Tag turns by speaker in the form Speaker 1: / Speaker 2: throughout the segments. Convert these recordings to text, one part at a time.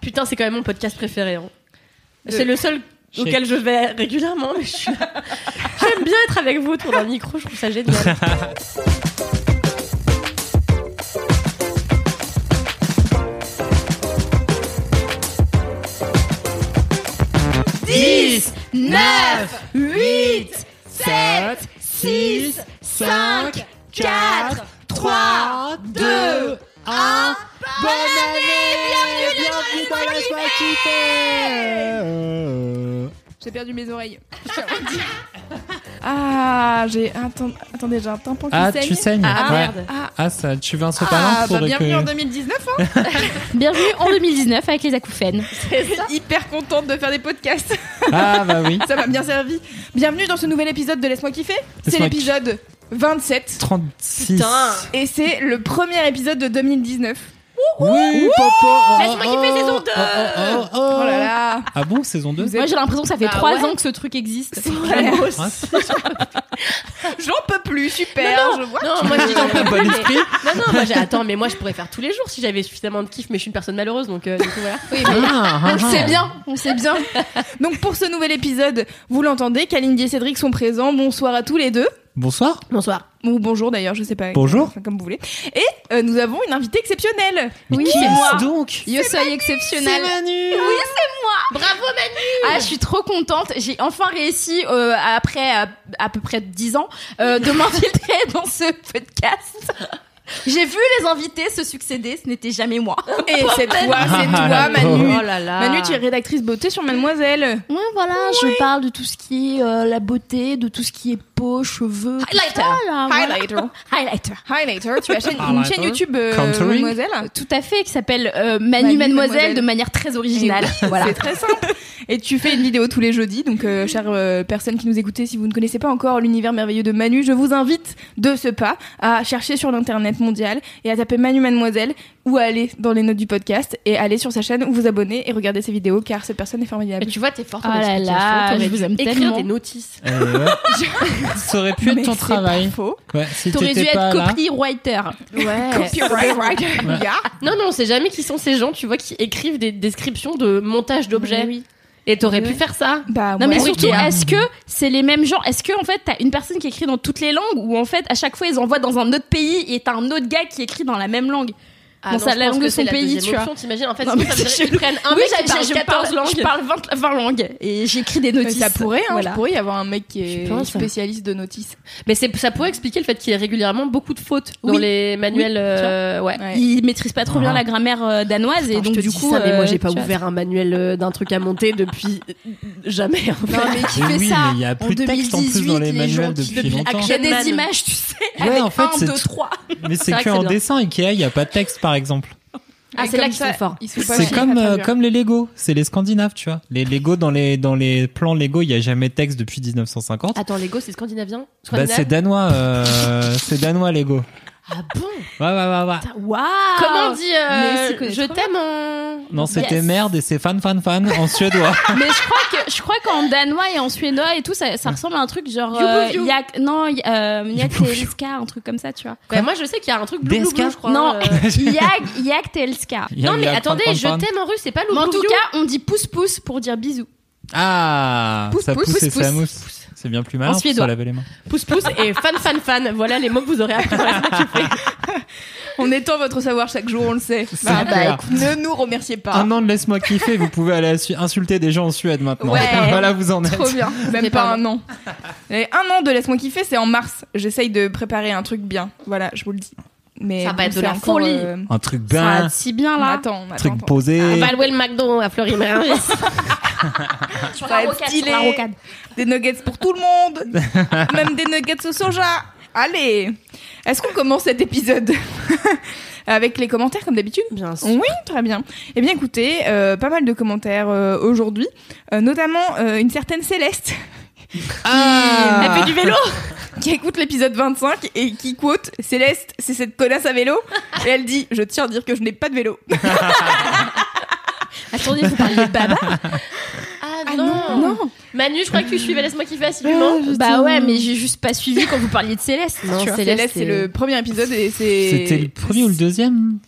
Speaker 1: Putain, c'est quand même mon podcast préféré. hein.
Speaker 2: De-
Speaker 1: C'est le seul
Speaker 2: Chez-
Speaker 1: auquel je vais régulièrement, mais je suis- j'aime bien être avec vous autour d'un micro, je trouve ça génial. Dix,
Speaker 2: 9,
Speaker 1: 8
Speaker 2: 7, 6, 5, 4, 3, 2, 1. Bonne année Bienvenue dans Laisse-moi kiffer
Speaker 3: J'ai perdu mes oreilles. ah, j'ai un tem- Attendez, j'ai un tampon qui
Speaker 2: Ah,
Speaker 3: saigne.
Speaker 2: tu saignes
Speaker 1: Ah,
Speaker 2: Ouais.
Speaker 1: merde.
Speaker 3: Ah,
Speaker 2: Ah, ça, tu veux un
Speaker 3: ah,
Speaker 2: sopalin
Speaker 3: bah,
Speaker 2: pour
Speaker 3: bienvenue en
Speaker 2: que...
Speaker 3: 2019. hein.
Speaker 4: Bienvenue en 2019 avec les acouphènes.
Speaker 3: Hyper contente de faire des podcasts.
Speaker 2: Ah, bah oui.
Speaker 3: Ça m'a bien servi. Bienvenue dans ce nouvel épisode de Laisse-moi kiffer. C'est
Speaker 2: Laisse-moi
Speaker 3: l'épisode 27.
Speaker 2: 36.
Speaker 1: Putain.
Speaker 3: Et c'est le premier épisode de 2019.
Speaker 2: Oui, papa oh,
Speaker 1: Laisse-moi kiffer
Speaker 2: oh,
Speaker 1: saison deux.
Speaker 2: oh, oh, oh, oh.
Speaker 3: Oh là là.
Speaker 2: Ah bon, saison 2
Speaker 3: Vous êtes-
Speaker 4: Moi j'ai l'impression que ça fait
Speaker 1: Bah
Speaker 4: trois
Speaker 1: ouais.
Speaker 4: ans que ce truc existe.
Speaker 2: Oh,
Speaker 3: J'en peux plus, super. je vois.
Speaker 1: Non, moi je dis j'en peux
Speaker 2: Bon
Speaker 1: plus, mais-
Speaker 2: esprit
Speaker 1: Non, non, moi j'ai. Attends, mais moi je pourrais faire tous les jours si j'avais suffisamment de kiff, mais je suis une personne malheureuse donc, euh, du coup, voilà.
Speaker 4: Oui,
Speaker 2: Ah, ah,
Speaker 4: mais
Speaker 3: On le
Speaker 2: ah.
Speaker 3: sait bien, on sait bien. Donc pour ce nouvel épisode, vous l'entendez, Kalindi et Cédric sont présents. Bonsoir à tous les deux.
Speaker 2: Bonsoir.
Speaker 1: Bonsoir.
Speaker 3: Ou bonjour d'ailleurs, je sais pas.
Speaker 2: Bonjour.
Speaker 3: Enfin, comme vous voulez. Et euh, nous avons une invitée exceptionnelle.
Speaker 2: Mais
Speaker 4: Oui,
Speaker 2: qui
Speaker 4: c'est
Speaker 2: est-ce
Speaker 4: moi.
Speaker 2: donc
Speaker 4: yo soy exceptionnel.
Speaker 2: Manu
Speaker 1: Bravo, Manu
Speaker 4: Ah, je suis trop contente. J'ai enfin réussi, euh, après à, à peu près 10 ans, euh, de m'infiltrer dans ce podcast. J'ai vu les invités se succéder, ce n'était jamais moi.
Speaker 3: Et c'est toi, c'est toi,
Speaker 2: Ah,
Speaker 3: Manu.
Speaker 1: Oh là là
Speaker 3: Manu, tu es rédactrice beauté sur Mademoiselle.
Speaker 4: Ouais, voilà, je parle de tout ce qui est euh, la beauté, de tout ce qui est peau, cheveux. Highlighter.
Speaker 3: Highlighter.
Speaker 4: Highlighter.
Speaker 3: Highlighter, tu as chaîne- une
Speaker 2: Highlighter.
Speaker 3: chaîne YouTube euh,
Speaker 2: Contouring.
Speaker 3: Mademoiselle.
Speaker 4: Tout à fait, qui s'appelle euh, Manu,
Speaker 3: Manu
Speaker 4: Mademoiselle,
Speaker 3: Mademoiselle.
Speaker 4: de manière très originale. voilà.
Speaker 3: C'est très simple. Et tu fais une vidéo tous les jeudis. Donc, euh, chères euh, personnes qui nous écoutez, si vous ne connaissez pas encore l'univers merveilleux de Manu, je vous invite de ce pas à chercher sur l'internet mondial et à taper Manu Mademoiselle ou à aller dans les notes du podcast et aller sur sa chaîne, vous abonner et regarder ses vidéos car cette personne est
Speaker 1: Mais
Speaker 3: formidable.
Speaker 1: tu vois, t'es forte en
Speaker 4: Ah là
Speaker 1: explication,
Speaker 4: là,
Speaker 1: t'aurais
Speaker 4: je vous
Speaker 1: dû
Speaker 4: aime
Speaker 1: écrire
Speaker 4: tellement.
Speaker 1: des notices.
Speaker 2: Euh, Ça aurait pu être
Speaker 3: Mais
Speaker 2: ton
Speaker 3: c'est
Speaker 2: travail.
Speaker 3: pas faux.
Speaker 2: Ouais, si
Speaker 4: T'aurais dû
Speaker 2: t'étais pas
Speaker 4: être
Speaker 2: là.
Speaker 4: copywriter. Ouais.
Speaker 3: Copyright. Yeah.
Speaker 1: Non, non, on sait jamais qui sont ces gens, tu vois, qui écrivent des descriptions de montage d'objets.
Speaker 4: Oui.
Speaker 1: Et t'aurais
Speaker 3: Oui,
Speaker 1: pu
Speaker 3: oui.
Speaker 1: faire ça.
Speaker 3: Bah,
Speaker 4: Non mais
Speaker 3: ouais.
Speaker 4: surtout,
Speaker 1: Ikea.
Speaker 4: est-ce que c'est les mêmes gens Est-ce que en fait t'as une personne qui écrit dans toutes les langues ou en fait à chaque fois ils envoient dans un autre pays et t'as un autre gars qui écrit dans la même langue
Speaker 1: Ah,
Speaker 4: Bon, ça,
Speaker 1: je
Speaker 4: la
Speaker 1: pense
Speaker 4: langue
Speaker 1: que
Speaker 4: de
Speaker 1: c'est
Speaker 4: son
Speaker 1: la
Speaker 4: pays,
Speaker 1: deuxième
Speaker 4: tu vois.
Speaker 1: option, T'imagines, en fait,
Speaker 4: Non,
Speaker 1: ça
Speaker 4: mais
Speaker 1: veut dire
Speaker 4: c'est
Speaker 1: qu'ils
Speaker 4: chelou.
Speaker 1: prennent un
Speaker 4: oui,
Speaker 1: mec qui
Speaker 4: j'ai-
Speaker 1: parle
Speaker 4: je
Speaker 1: 14
Speaker 4: parle,
Speaker 1: langues.
Speaker 4: Je parle 20, 20 langues et j'écris des notices.
Speaker 3: Ça pourrait, hein,
Speaker 4: Voilà.
Speaker 3: je pourrais y avoir un mec qui est
Speaker 1: Je pense.
Speaker 3: spécialiste de notices.
Speaker 1: Mais c'est- ça pourrait expliquer le fait qu'il y ait régulièrement beaucoup de fautes dans
Speaker 4: Oui.
Speaker 1: les manuels. euh, ouais.
Speaker 3: Ouais.
Speaker 4: Ils maîtrisent pas trop bien
Speaker 2: Ah.
Speaker 4: la grammaire euh, danoise et
Speaker 1: Attends,
Speaker 4: donc
Speaker 1: je te
Speaker 4: du
Speaker 1: dis
Speaker 4: coup.
Speaker 1: ça, mais moi
Speaker 4: euh,
Speaker 1: j'ai pas
Speaker 4: tu vois,
Speaker 1: ouvert un manuel euh, d'un truc à monter depuis jamais. en fait.
Speaker 4: Non mais qui
Speaker 2: Mais
Speaker 4: fait
Speaker 2: oui,
Speaker 4: ça
Speaker 2: mais il y a plus de texte en plus dans les manuels depuis longtemps.
Speaker 4: Il y a
Speaker 1: Action Man.
Speaker 4: des images, tu sais,
Speaker 2: Ouais,
Speaker 4: avec
Speaker 2: en fait,
Speaker 4: un,
Speaker 2: c'est
Speaker 4: deux,
Speaker 2: tout-
Speaker 4: trois.
Speaker 2: Mais c'est
Speaker 1: vrai que c'est
Speaker 2: que en
Speaker 1: bien.
Speaker 2: dessin Ikea, il y a pas de texte par exemple.
Speaker 1: Ah,
Speaker 3: Et
Speaker 1: c'est
Speaker 3: comme
Speaker 1: là qu'ils
Speaker 3: ça,
Speaker 1: sont forts.
Speaker 3: Ils sont pas
Speaker 2: C'est
Speaker 3: chiants
Speaker 2: comme
Speaker 3: à
Speaker 2: euh,
Speaker 3: traduire.
Speaker 2: comme les Lego, c'est les Scandinaves, tu vois. Les Lego dans les dans les plans Lego, il y a jamais de texte depuis 1950.
Speaker 1: Attends, Lego, c'est scandinavien
Speaker 2: Bah, c'est
Speaker 1: Scandinave
Speaker 2: danois, euh, c'est danois Lego.
Speaker 1: Ah bon
Speaker 2: Ouais ouais ouais ouais.
Speaker 4: Waouh
Speaker 1: Comment on dit euh,
Speaker 4: Mais c'est que-
Speaker 1: je t'aime hein. en.
Speaker 2: Non, c'était
Speaker 4: Yes.
Speaker 2: merde et c'est fan fan fan en suédois.
Speaker 4: Mais je crois que je crois qu'en danois et en suédois et tout ça, ça ressemble à un truc genre
Speaker 1: Youbo,
Speaker 4: euh,
Speaker 1: you.
Speaker 4: yak non y- euh, yak
Speaker 2: Youbo, you.
Speaker 4: telska un truc comme ça tu vois.
Speaker 1: Bah, moi je sais qu'il y a un truc blou blou
Speaker 2: DSK?
Speaker 1: blou, je crois.
Speaker 4: Non.
Speaker 1: euh.
Speaker 4: yak yak telska.
Speaker 2: Il y a-
Speaker 1: Non
Speaker 2: il y
Speaker 1: mais
Speaker 2: a
Speaker 1: attendez,
Speaker 2: fan, fan,
Speaker 1: je
Speaker 2: fan.
Speaker 1: t'aime en russe, c'est pas
Speaker 4: Mais
Speaker 1: loup
Speaker 4: en tout cas, on dit pouce pouce pour dire bisous.
Speaker 2: Ah,
Speaker 3: Pousse,
Speaker 2: ça
Speaker 3: pousse,
Speaker 2: pousse, et
Speaker 3: pousse,
Speaker 2: ça mousse. C'est bien plus mal.
Speaker 4: En
Speaker 2: pour se
Speaker 4: suédois.
Speaker 2: laver les mains.
Speaker 1: pouce pouce et fan fan fan. Voilà les mots que vous aurez appris. dans la-
Speaker 3: On étend votre savoir chaque jour, on le sait. Bah,
Speaker 2: clair.
Speaker 3: bah, écoute, ne nous remerciez pas.
Speaker 2: Un an de laisse-moi kiffer, vous pouvez aller assu- insulter des gens en Suède maintenant.
Speaker 4: Ouais.
Speaker 2: voilà, vous en êtes.
Speaker 3: Trop bien. Même
Speaker 1: fait
Speaker 3: pas
Speaker 1: pas
Speaker 3: un an. Et un an de Laisse-moi kiffer, c'est en mars. J'essaye de préparer un truc bien. Voilà, je vous le dis. Mais
Speaker 1: Ça va
Speaker 3: bon,
Speaker 1: être de
Speaker 3: c'est
Speaker 1: la
Speaker 3: encore,
Speaker 1: folie.
Speaker 3: euh,
Speaker 2: Un truc
Speaker 4: Ça
Speaker 2: bien,
Speaker 4: va si bien
Speaker 3: on
Speaker 4: là.
Speaker 3: attend, on
Speaker 2: un
Speaker 3: attend.
Speaker 2: truc posé.
Speaker 1: Valwell McDo à fleury
Speaker 4: Sur
Speaker 3: Ça va être stylé. Des nuggets pour tout le monde. Même des nuggets au soja. Allez. Est-ce qu'on commence cet épisode avec les commentaires comme d'habitude.
Speaker 1: Bien sûr.
Speaker 3: Oui, très bien. Eh bien, écoutez, euh, pas mal de commentaires euh, aujourd'hui, euh, notamment euh, une certaine Céleste.
Speaker 1: Ah.
Speaker 3: Elle fait du vélo Qui écoute l'épisode 25 et qui quote Céleste, c'est cette connasse à vélo. Et elle dit Je tiens à dire que je n'ai pas de vélo.
Speaker 1: Attendez, vous parliez de Baba Ah, non.
Speaker 3: non.
Speaker 1: Manu, je crois que tu suivais Laisse-moi kiffer assidûment.
Speaker 4: Bah ouais, mais j'ai juste pas suivi quand vous parliez de Céleste.
Speaker 1: Non,
Speaker 4: tu vois.
Speaker 1: Céleste,
Speaker 3: Céleste, c'est le premier épisode et c'est.
Speaker 2: C'était le premier ou le deuxième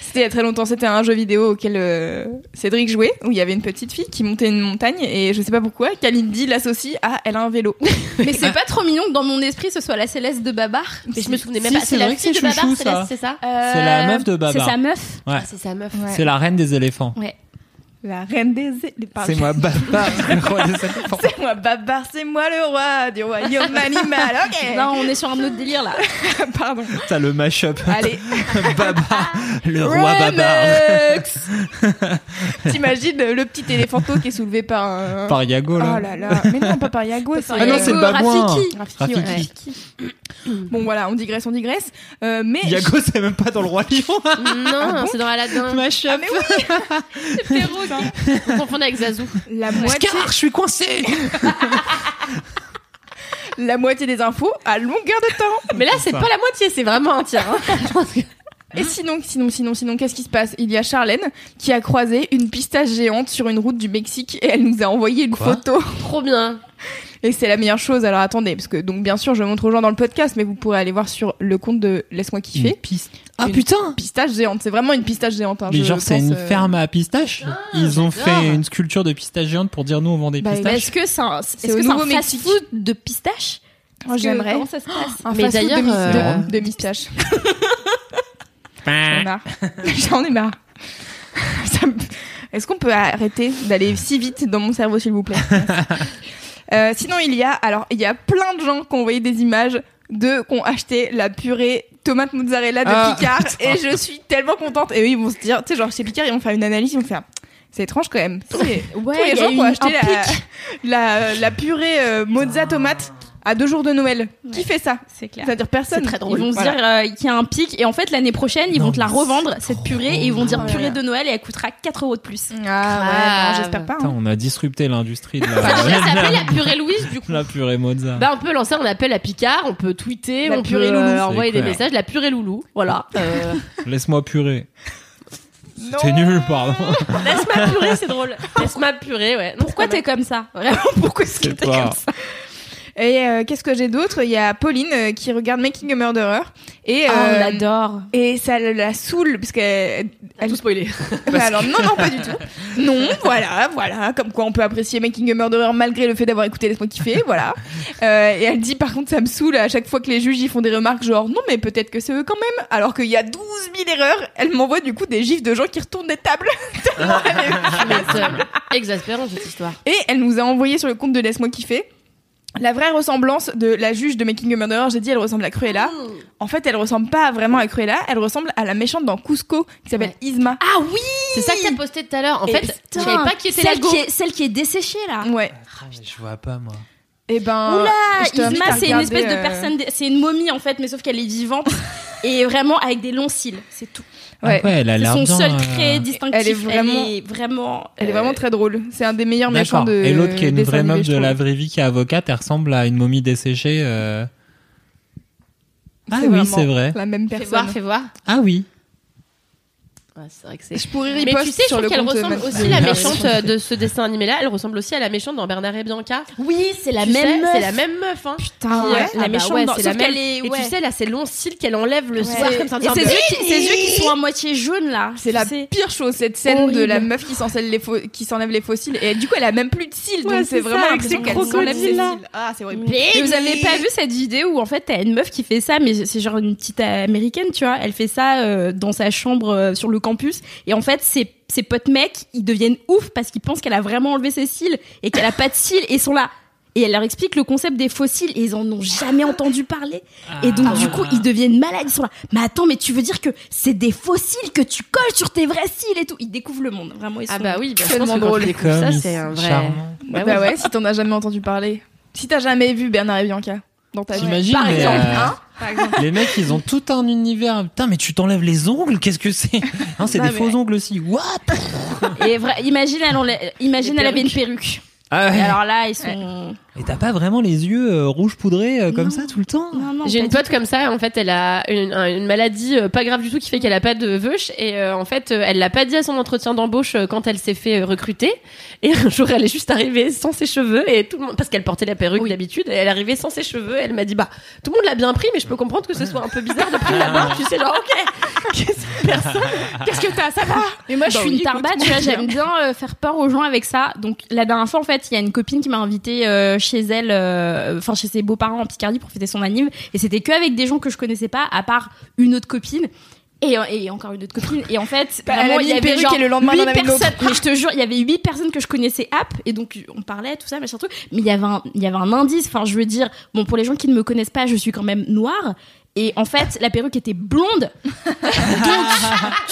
Speaker 3: C'était il y a très longtemps, c'était un jeu vidéo auquel euh, Cédric jouait, où il y avait une petite fille qui montait une montagne, et je sais pas pourquoi, Kalindi l'associe à elle a un vélo.
Speaker 4: Mais c'est pas trop mignon que dans mon esprit ce soit la Céleste de Babar.
Speaker 1: Mais je me souvenais même
Speaker 2: Si,
Speaker 1: pas.
Speaker 2: c'est
Speaker 1: C'est la
Speaker 2: vrai que
Speaker 1: fille de
Speaker 2: c'est
Speaker 1: Babar,
Speaker 2: chouchou,
Speaker 1: Céleste,
Speaker 2: ça.
Speaker 1: c'est ça
Speaker 2: C'est la meuf de
Speaker 4: Euh, C'est
Speaker 2: Babar.
Speaker 4: sa meuf.
Speaker 2: Ouais.
Speaker 1: Ah, C'est sa meuf.
Speaker 2: C'est la reine des éléphants.
Speaker 4: Ouais.
Speaker 3: La reine des éléphants.
Speaker 2: C'est moi, Babar, le roi des éléphants.
Speaker 3: C'est moi, Babar, c'est moi le roi du royaume animal. Ok.
Speaker 4: Non, on est sur un autre délire là.
Speaker 3: pardon.
Speaker 2: T'as le mash-up.
Speaker 3: Allez,
Speaker 2: Babar, le roi Babar.
Speaker 3: Remix. T'imagines euh, le petit éléphanto qui est soulevé par un.
Speaker 2: Par Yago, là.
Speaker 3: Oh là là, mais non, pas par Yago. c'est- euh,
Speaker 2: Ah non, c'est
Speaker 4: Yago,
Speaker 2: le babouin.
Speaker 4: Rafiki.
Speaker 3: Rafiki, ouais. Bon voilà, on digresse, on digresse. Euh, mais
Speaker 2: Yago, c'est même pas dans le roi lion.
Speaker 1: Non, c'est dans Aladdin.
Speaker 3: Ah,
Speaker 2: mash-up.
Speaker 1: Vous confondez avec Zazou.
Speaker 3: la moitié,
Speaker 2: Car, je suis coincé.
Speaker 3: la moitié des infos à longueur de temps.
Speaker 1: Mais là, c'est pas la moitié, c'est vraiment un tiers. hein.
Speaker 3: Et sinon, sinon, sinon, sinon, qu'est-ce qui se passe Il y a Charlène qui a croisé une pistache géante sur une route du Mexique et elle nous a envoyé une
Speaker 2: Quoi
Speaker 3: photo.
Speaker 1: Trop bien.
Speaker 3: Et c'est la meilleure chose. Alors attendez, parce que donc bien sûr, je montre aux gens dans le podcast, mais vous pourrez aller voir sur le compte de Laisse-moi kiffer.
Speaker 2: Ah
Speaker 3: Une
Speaker 2: putain
Speaker 3: Pistache géante, c'est vraiment une pistache géante. hein,
Speaker 2: mais
Speaker 3: je
Speaker 2: genre c'est
Speaker 3: pense,
Speaker 2: une
Speaker 3: euh,
Speaker 2: ferme à pistache Ils ont
Speaker 1: j'adore.
Speaker 2: fait une sculpture de pistache géante pour dire nous on vend des
Speaker 3: Bah,
Speaker 4: Mais
Speaker 2: pistaches.
Speaker 4: Est-ce que c'est un, est-ce
Speaker 3: C'est au
Speaker 4: que c'est un
Speaker 3: Nouveau-Mexique.
Speaker 4: fast-food de pistache
Speaker 3: oh,
Speaker 4: Parce que
Speaker 3: J'aimerais.
Speaker 4: Comment ça se passe
Speaker 3: Un
Speaker 1: Mais
Speaker 3: fast-food
Speaker 1: d'ailleurs,
Speaker 3: de, mis-
Speaker 2: euh,
Speaker 3: de- de pistache. J'en ai marre. J'en ai marre. Ça me- Est-ce qu'on peut arrêter d'aller si vite dans mon cerveau, s'il vous plaît Euh, Sinon, il y a alors il y a plein de gens qui ont envoyé des images de qui ont acheté la purée tomate mozzarella de
Speaker 2: Ah,
Speaker 3: Picard
Speaker 2: putain.
Speaker 3: et je suis tellement contente. Et eux, ils vont se dire, tu sais, genre chez Picard, ils vont faire une analyse, ils vont faire. C'est étrange quand même. Tu sais,
Speaker 4: Ouais,
Speaker 3: Tous les
Speaker 4: il y a
Speaker 3: gens
Speaker 4: eu
Speaker 3: qui ont
Speaker 4: un
Speaker 3: acheté la,
Speaker 4: pic.
Speaker 3: la, la purée euh, mozza tomate à deux jours de Noël. Qui fait ça
Speaker 4: C'est clair.
Speaker 3: C'est-à-dire personne.
Speaker 4: très drôle. Ils vont se
Speaker 3: Voilà.
Speaker 4: dire euh, qu'il y a un pic et en fait l'année prochaine ils
Speaker 2: Non,
Speaker 4: vont te la
Speaker 2: mais
Speaker 4: revendre
Speaker 2: c'est
Speaker 4: cette purée
Speaker 2: trop
Speaker 4: et ils vont dire
Speaker 3: drôle.
Speaker 4: purée de Noël et elle coûtera 4 euros de plus.
Speaker 3: Ah ouais,
Speaker 1: Grave.
Speaker 3: non, j'espère pas. hein.
Speaker 2: Putain, on a disrupté l'industrie de
Speaker 1: Ça
Speaker 2: la,
Speaker 1: devrait s'appeler la purée Louise, du coup.
Speaker 2: la purée mozza.
Speaker 1: Bah, on peut lancer un appel à Picard, on peut tweeter,
Speaker 3: La
Speaker 1: on peut
Speaker 3: purée
Speaker 1: euh,
Speaker 3: loulou.
Speaker 1: envoyer
Speaker 2: C'est
Speaker 1: des
Speaker 2: clair.
Speaker 1: messages, la purée loulou. Voilà. Euh,
Speaker 2: Laisse-moi purer. C'était nul, pardon.
Speaker 1: Laisse ma purée, c'est drôle. Laisse ma purée, ouais. Non,
Speaker 4: Pourquoi
Speaker 1: c'est
Speaker 4: t'es
Speaker 1: pas
Speaker 4: comme ça Vraiment, pourquoi est-ce que
Speaker 2: Je sais
Speaker 4: t'es
Speaker 2: pas.
Speaker 4: comme ça
Speaker 3: Et euh, qu'est-ce que j'ai d'autre Il y a Pauline euh, qui regarde Making a Murderer et
Speaker 4: Ah,
Speaker 3: euh,
Speaker 4: On adore.
Speaker 3: et ça la- la saoule parce qu'elle
Speaker 1: mal. Tout spoiler.
Speaker 3: Bah alors, non non pas du tout. Non, voilà, voilà, comme quoi on peut apprécier Making a Murderer malgré le fait d'avoir écouté Laisse-moi kiffer, voilà. Euh, et elle dit par contre ça me saoule à chaque fois que les juges y font des remarques genre non mais peut-être que c'est eux quand même alors qu'il y a 12 000 erreurs, elle m'envoie du coup des gifs de gens qui retournent des tables. Tellement elle est-
Speaker 1: Tu m'étonnes. Ah, euh, Exaspérant cette histoire.
Speaker 3: Et elle nous a envoyé sur le compte de Laisse-moi kiffer la vraie ressemblance de la juge de Making a Murderer. J'ai dit, elle ressemble à Cruella.
Speaker 1: Mmh.
Speaker 3: En fait, elle ressemble pas vraiment à Cruella. Elle ressemble à la méchante dans Cusco qui s'appelle
Speaker 1: Ouais.
Speaker 3: Isma.
Speaker 4: Ah oui
Speaker 1: C'est ça que t'as posté tout à l'heure. En
Speaker 3: Et
Speaker 1: fait, je savais pas qui était la
Speaker 4: celle
Speaker 1: go.
Speaker 4: qui, est, celle qui est desséchée
Speaker 1: Ah.
Speaker 4: là.
Speaker 3: Ouais.
Speaker 2: Ah, je vois pas moi.
Speaker 3: Et ben.
Speaker 4: Oula,
Speaker 3: je t'invite à
Speaker 4: Ah, Isma, c'est une
Speaker 3: regarder,
Speaker 4: espèce de
Speaker 3: euh,
Speaker 4: personne, dé- c'est une momie en fait, mais sauf qu'elle est vivante et vraiment avec des longs cils, c'est tout.
Speaker 3: Ouais.
Speaker 2: Ah ouais, elle a
Speaker 4: C'est
Speaker 2: l'air
Speaker 4: son
Speaker 2: bien.
Speaker 4: seul
Speaker 2: euh,
Speaker 4: trait distinctif.
Speaker 3: Elle est vraiment-
Speaker 4: Elle est vraiment.
Speaker 3: Elle est vraiment très drôle. C'est un des meilleurs méchants
Speaker 2: D'accord.
Speaker 3: de.
Speaker 2: Et l'autre qui est une
Speaker 3: dessin
Speaker 2: vraie
Speaker 3: animé,
Speaker 2: meuf
Speaker 3: je
Speaker 2: de la
Speaker 3: trouve.
Speaker 2: vraie vie qui est avocate, elle ressemble à une momie desséchée. euh. Ah
Speaker 3: C'est
Speaker 2: oui,
Speaker 3: vraiment
Speaker 2: c'est vrai.
Speaker 3: La même
Speaker 1: Fais voir,
Speaker 4: euh,
Speaker 3: personne.
Speaker 1: fais voir.
Speaker 2: Ah oui.
Speaker 1: Ouais, c'est vrai que c'est.
Speaker 3: Je pourrais
Speaker 1: Mais
Speaker 3: riposte
Speaker 1: tu sais, je
Speaker 3: sur
Speaker 1: trouve
Speaker 3: le
Speaker 1: qu'elle
Speaker 3: compte
Speaker 1: ressemble
Speaker 3: de-
Speaker 1: aussi à la méchante euh, de ce dessin animé-là. Elle ressemble aussi à la méchante dans Bernard et Bianca.
Speaker 4: Oui, c'est la
Speaker 1: Tu sais,
Speaker 4: même. meuf.
Speaker 1: C'est la même meuf, hein.
Speaker 3: Putain,
Speaker 1: Qui, euh,
Speaker 3: ouais.
Speaker 4: Ah bah
Speaker 1: La méchante
Speaker 4: ouais,
Speaker 1: dans-
Speaker 4: c'est
Speaker 1: sauf
Speaker 4: la même.
Speaker 1: qu'elle est-
Speaker 4: Et
Speaker 1: Et
Speaker 4: tu
Speaker 1: tu sais, là, c'est longs cils qu'elle enlève le soir
Speaker 4: Ouais.
Speaker 1: comme ça.
Speaker 4: Et ses yeux, qui, ses yeux qui sont à moitié jaunes là.
Speaker 3: C'est
Speaker 4: tu
Speaker 3: la
Speaker 4: sais.
Speaker 3: pire chose, cette scène
Speaker 4: Horrible.
Speaker 3: de la meuf qui s'enlève les, faux- qui s'enlève les fossiles. Et du coup, elle a même plus de cils,
Speaker 4: Ouais,
Speaker 3: donc
Speaker 4: c'est
Speaker 3: c'est
Speaker 4: ça,
Speaker 3: vraiment
Speaker 4: avec
Speaker 3: l'impression
Speaker 4: son
Speaker 3: qu'elle s'enlève ses
Speaker 4: crocodile, là.
Speaker 3: cils. Ah, c'est horrible.
Speaker 4: Mais vous avez pas vu cette vidéo où en fait t'as une meuf qui fait ça, mais c'est genre une petite américaine, tu vois. Elle fait ça euh, dans sa chambre euh, sur le campus, et en fait ses, ses potes mecs ils deviennent ouf parce qu'ils pensent qu'elle a vraiment enlevé ses cils et qu'elle a pas de cils et ils sont là. Et elle leur explique le concept des faux cils et ils en ont jamais entendu parler.
Speaker 1: Ah.
Speaker 4: Et donc du coup ils deviennent malades, ils sont là. Mais attends, mais tu veux dire que c'est des faux cils que tu colles sur tes vrais cils et tout Ils découvrent le monde, vraiment. Ils
Speaker 1: Ah
Speaker 4: sont-
Speaker 1: bah oui, bah, je
Speaker 3: Tellement
Speaker 1: pense que quand
Speaker 3: drôle.
Speaker 1: tu découvres
Speaker 2: Comme
Speaker 1: ça,
Speaker 2: ils
Speaker 1: c'est un
Speaker 2: sont
Speaker 1: vrai.
Speaker 2: charmants.
Speaker 1: Bah
Speaker 3: Bah
Speaker 1: ouais.
Speaker 3: ouais, si t'en as jamais entendu parler. Si t'as jamais vu Bernard et Bianca dans ta vie.
Speaker 2: T'imagines
Speaker 4: Par
Speaker 2: mais,
Speaker 4: exemple,
Speaker 2: euh,
Speaker 3: hein par exemple.
Speaker 2: Les mecs, ils ont tout un univers. Putain, mais tu t'enlèves les ongles Qu'est-ce que c'est Hein, C'est
Speaker 3: Non,
Speaker 2: des
Speaker 3: mais-
Speaker 2: faux ongles aussi. What
Speaker 4: Et vra- imagine, elle, enlève- imagine
Speaker 1: Les
Speaker 4: elle avait une perruque.
Speaker 2: ah
Speaker 4: Et
Speaker 2: ouais.
Speaker 4: alors là, ils sont.
Speaker 2: Et t'as pas vraiment les yeux euh, rouges poudrés euh, comme
Speaker 4: Non.
Speaker 2: ça tout le temps
Speaker 4: Non, non,
Speaker 1: J'ai
Speaker 4: pas
Speaker 1: une
Speaker 4: du
Speaker 1: pote comme ça, en fait, elle a une, un- une maladie euh, pas grave du tout qui fait qu'elle a pas de veuche et euh, en fait, euh, elle l'a pas dit à son entretien d'embauche euh, quand elle s'est fait euh, recruter. Et un jour, elle est juste arrivée sans ses cheveux et tout le monde, parce qu'elle portait la perruque d'habitude, et elle est arrivée sans ses cheveux. Elle m'a dit bah tout le monde l'a bien pris, mais je peux comprendre que ce soit un peu bizarre de prime abord. Tu sais genre ok, qu'est-ce que personne, qu'est-ce que t'as, ça va
Speaker 4: Mais moi, je
Speaker 3: Bah
Speaker 4: suis
Speaker 3: oui,
Speaker 4: une tarba,
Speaker 3: écoute,
Speaker 4: tu vois,
Speaker 3: moi,
Speaker 4: j'aime bien euh, faire peur aux gens avec ça. Donc, la dernière fois, en fait, il y a une copine qui m'a invitée euh, chez elle, euh, enfin, chez ses beaux-parents en Picardie pour fêter son anniv. Et c'était que avec des gens que je connaissais pas, à part une autre copine. Et, euh, et encore une autre copine. Et en fait,
Speaker 3: Bah, elle
Speaker 4: vraiment,
Speaker 3: a mis
Speaker 4: il y
Speaker 3: une
Speaker 4: avait
Speaker 3: perruque
Speaker 4: genre
Speaker 3: et le lendemain,
Speaker 4: huit
Speaker 3: elle en avait une autre.
Speaker 4: personnes. Mais je te jure, il y avait huit personnes que je connaissais app. Et donc, on parlait, tout ça, machin truc. Mais il y avait un, il y avait un indice. Enfin, je veux dire, bon, pour les gens qui ne me connaissent pas, je suis quand même noire. Et en fait, la perruque était blonde. Donc,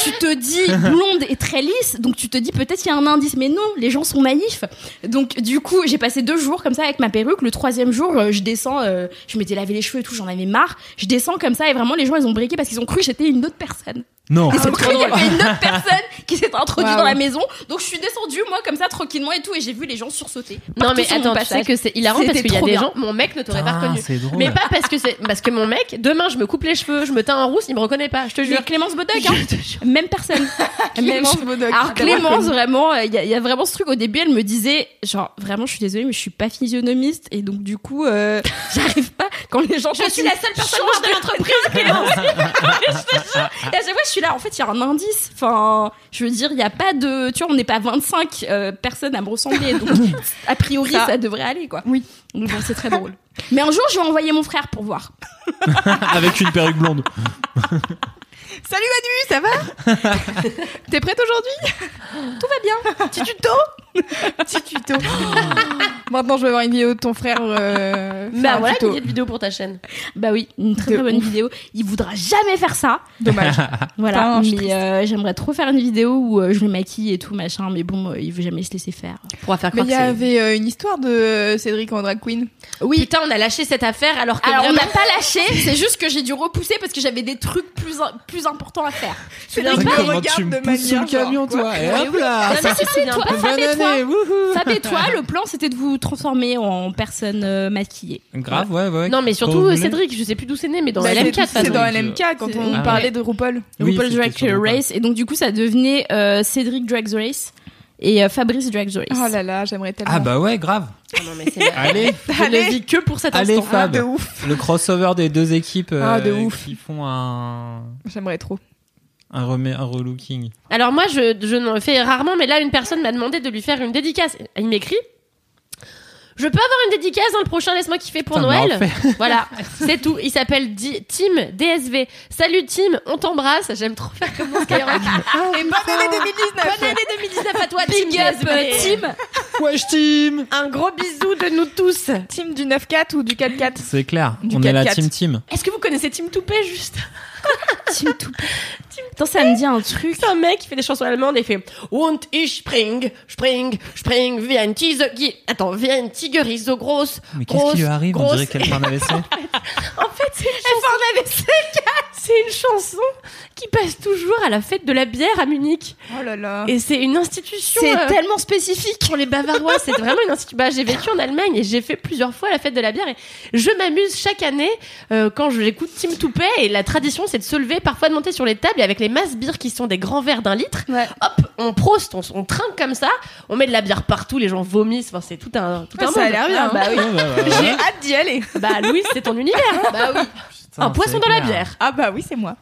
Speaker 4: tu te dis blonde et très lisse, donc tu te dis peut-être qu'il y a un indice, mais non, les gens sont naïfs. Donc, du coup, j'ai passé deux jours comme ça avec ma perruque. Le troisième jour, euh, je descends, euh, je m'étais lavé les cheveux et tout, j'en avais marre. Je descends comme ça et vraiment, les gens, ils ont briqué parce qu'ils ont cru que j'étais une autre personne.
Speaker 2: Non.
Speaker 4: Ils ont cru qu'il y avait une autre personne qui s'était introduite
Speaker 3: Waouh.
Speaker 4: dans la maison. Donc, je suis descendue, moi, comme ça, tranquillement et tout, et j'ai vu les gens sursauter.
Speaker 1: Non
Speaker 4: partout
Speaker 1: mais
Speaker 4: sur mon
Speaker 1: attends, tu sais
Speaker 4: passage.
Speaker 1: que c'est hilarant parce
Speaker 4: C'était
Speaker 1: qu'il y a
Speaker 4: trop
Speaker 1: des
Speaker 4: bien.
Speaker 1: gens, mon mec ne t'aurait pas
Speaker 2: Putain,
Speaker 1: reconnu.
Speaker 2: Ah, c'est drôle.
Speaker 1: Mais pas parce que c'est parce que mon mec, demain je me coupe les cheveux, je me teins en rousse, il me reconnaît pas. Je te jure.
Speaker 4: Mais Clémence Bodoc, hein. même personne. même
Speaker 3: Clémence Bodoc.
Speaker 4: Alors Clémence, vraiment, euh, il y, a- y a vraiment ce truc. Au début, elle me disait, genre, vraiment, je suis désolée, mais je suis pas physionomiste, et donc du coup, euh, j'arrive pas. Quand les gens, Je suis la seule personne Change noire de l'entreprise, Clémence. je te jure. Et à chaque fois, je suis là. En fait, il y a un indice. Enfin, je veux dire, il y a pas de, tu vois, on n'est pas 25 euh, personnes à me ressembler, donc a priori, ça,
Speaker 3: Ça.
Speaker 4: devrait aller, quoi.
Speaker 3: Oui.
Speaker 4: Donc bon, c'est très drôle. Mais un jour, je vais envoyer mon frère pour voir.
Speaker 2: Avec une perruque blonde.
Speaker 3: Salut Manu, ça va T'es prête aujourd'hui Tout va bien. Petit tuto Petit tuto. Maintenant, je vais voir une vidéo de ton frère. euh, faire
Speaker 1: Bah
Speaker 3: un
Speaker 1: voilà,
Speaker 3: tuto.
Speaker 1: une idée de vidéo pour ta chaîne.
Speaker 4: Bah oui, une très
Speaker 3: De
Speaker 4: très bonne vidéo. Il voudra jamais faire ça.
Speaker 3: Dommage.
Speaker 4: Voilà,
Speaker 3: Putain, je suis
Speaker 4: mais euh, j'aimerais trop faire une vidéo où euh, je le maquille et tout machin, mais bon, euh, il veut jamais se laisser faire.
Speaker 1: Pour faire
Speaker 3: Mais
Speaker 1: croire
Speaker 3: il
Speaker 1: que
Speaker 3: y
Speaker 1: c'est-
Speaker 3: avait euh, une histoire de euh, Cédric en drag queen.
Speaker 1: Oui. Putain, on a lâché cette affaire alors que
Speaker 4: Alors Ah, on
Speaker 1: vraiment-
Speaker 4: n'a pas lâché, c'est juste que j'ai dû repousser parce que j'avais des trucs plus plus importants à faire.
Speaker 3: Cédric me
Speaker 2: Comment
Speaker 3: regarde
Speaker 2: tu me
Speaker 3: de
Speaker 2: pousses sous le
Speaker 3: manière, genre,
Speaker 2: camion,
Speaker 3: quoi.
Speaker 2: toi Et hop là
Speaker 1: Ah, ça, c'est bien.
Speaker 4: toi,
Speaker 2: Bonne année,
Speaker 4: fabez-toi,
Speaker 2: wouhou
Speaker 4: fabez-toi. Le plan, c'était de vous transformer en personne euh, maquillée.
Speaker 2: Grave, ouais, ouais.
Speaker 1: Non, mais surtout
Speaker 2: Quand vous
Speaker 1: euh,
Speaker 2: voulez.
Speaker 1: Cédric, je sais plus d'où c'est né, mais dans
Speaker 3: Bah,
Speaker 1: LMK, de
Speaker 3: c'est-
Speaker 1: toute façon.
Speaker 3: C'est dans
Speaker 2: façon.
Speaker 3: LMK quand
Speaker 4: C'est-
Speaker 3: on
Speaker 2: Ah
Speaker 3: parlait
Speaker 4: ouais.
Speaker 3: de RuPaul.
Speaker 2: Oui,
Speaker 4: RuPaul
Speaker 2: c'était
Speaker 4: Drag
Speaker 2: sur RuPaul.
Speaker 4: Race, et donc du coup, ça devenait euh, Cédric Drag Race et euh, Fabrice Drag Race.
Speaker 3: Oh là là, j'aimerais tellement.
Speaker 2: Ah bah ouais, grave.
Speaker 1: Ah non, mais c'est vrai.
Speaker 2: Allez,
Speaker 1: Je ne vis que pour cet
Speaker 2: allez
Speaker 1: instant.
Speaker 3: Ah,
Speaker 2: Fab.
Speaker 3: de ouf.
Speaker 2: Le crossover des deux équipes euh,
Speaker 3: Ah, de ouf.
Speaker 2: qui font un
Speaker 3: J'aimerais trop.
Speaker 2: un, remé- un relooking.
Speaker 1: Alors moi, je, je ne fais rarement, mais là, une personne m'a demandé de lui faire une dédicace. Il m'écrit. Je peux avoir une dédicace dans le prochain Laisse-moi kiffer pour
Speaker 2: Putain, mais en
Speaker 1: Noël
Speaker 2: fait-
Speaker 1: Voilà, c'est tout. Il s'appelle Di- Tim DSV. Salut Tim, on t'embrasse. J'aime trop faire comme dans Skyrock.
Speaker 3: Et bonne année 2019
Speaker 1: Bonne année 2019 à toi, Tim
Speaker 4: Big up,
Speaker 1: DSV.
Speaker 4: euh, team.
Speaker 2: Wesh team.
Speaker 1: Un gros bisou de nous tous.
Speaker 3: Team du 9-4 ou du 4-4
Speaker 2: C'est clair.
Speaker 3: Du
Speaker 2: on est la
Speaker 3: 4-4.
Speaker 2: team team.
Speaker 1: Est-ce que vous connaissez Tim Toupet, juste
Speaker 4: Team tout. Attends, ça me dit un truc.
Speaker 1: C'est un mec qui fait des chansons allemandes et il fait Und ich spring, spring, spring, wie ein Tiger. Attends, wie ein Tiger ist so groß.
Speaker 2: Mais qu'est-ce qui lui arrive On
Speaker 1: grosse-
Speaker 2: dirait qu'elle fait un AVC.
Speaker 1: En fait, c'est une chanson. C'est une chanson qui passe toujours à la fête de la bière à Munich.
Speaker 3: Oh là là.
Speaker 1: Et c'est une institution.
Speaker 4: C'est
Speaker 1: euh,
Speaker 4: tellement spécifique.
Speaker 1: pour les Bavarois, c'est vraiment une institution. Bah, j'ai vécu en Allemagne et j'ai fait plusieurs fois la fête de la bière et je m'amuse chaque année euh, quand je- j'écoute Tim Toupet et la tradition c'est de se lever, parfois de monter sur les tables et avec les masses bières qui sont des grands verres d'un litre,
Speaker 3: Ouais.
Speaker 1: hop, on proste, on, s- on trinque comme ça, on met de la bière partout, les gens vomissent, enfin c'est tout un tout
Speaker 3: Ouais,
Speaker 1: un
Speaker 3: ça a
Speaker 1: monde.
Speaker 3: l'air bien. hein.
Speaker 1: Ah, bah oui.
Speaker 2: Ouais, bah, ouais.
Speaker 3: J'ai hâte d'y aller.
Speaker 1: Bah Louis, c'est ton univers. hein. Bah oui.
Speaker 2: Putain,
Speaker 1: Un poisson
Speaker 2: c'est
Speaker 1: dans la
Speaker 2: clair.
Speaker 1: bière.
Speaker 3: Ah bah oui, c'est moi.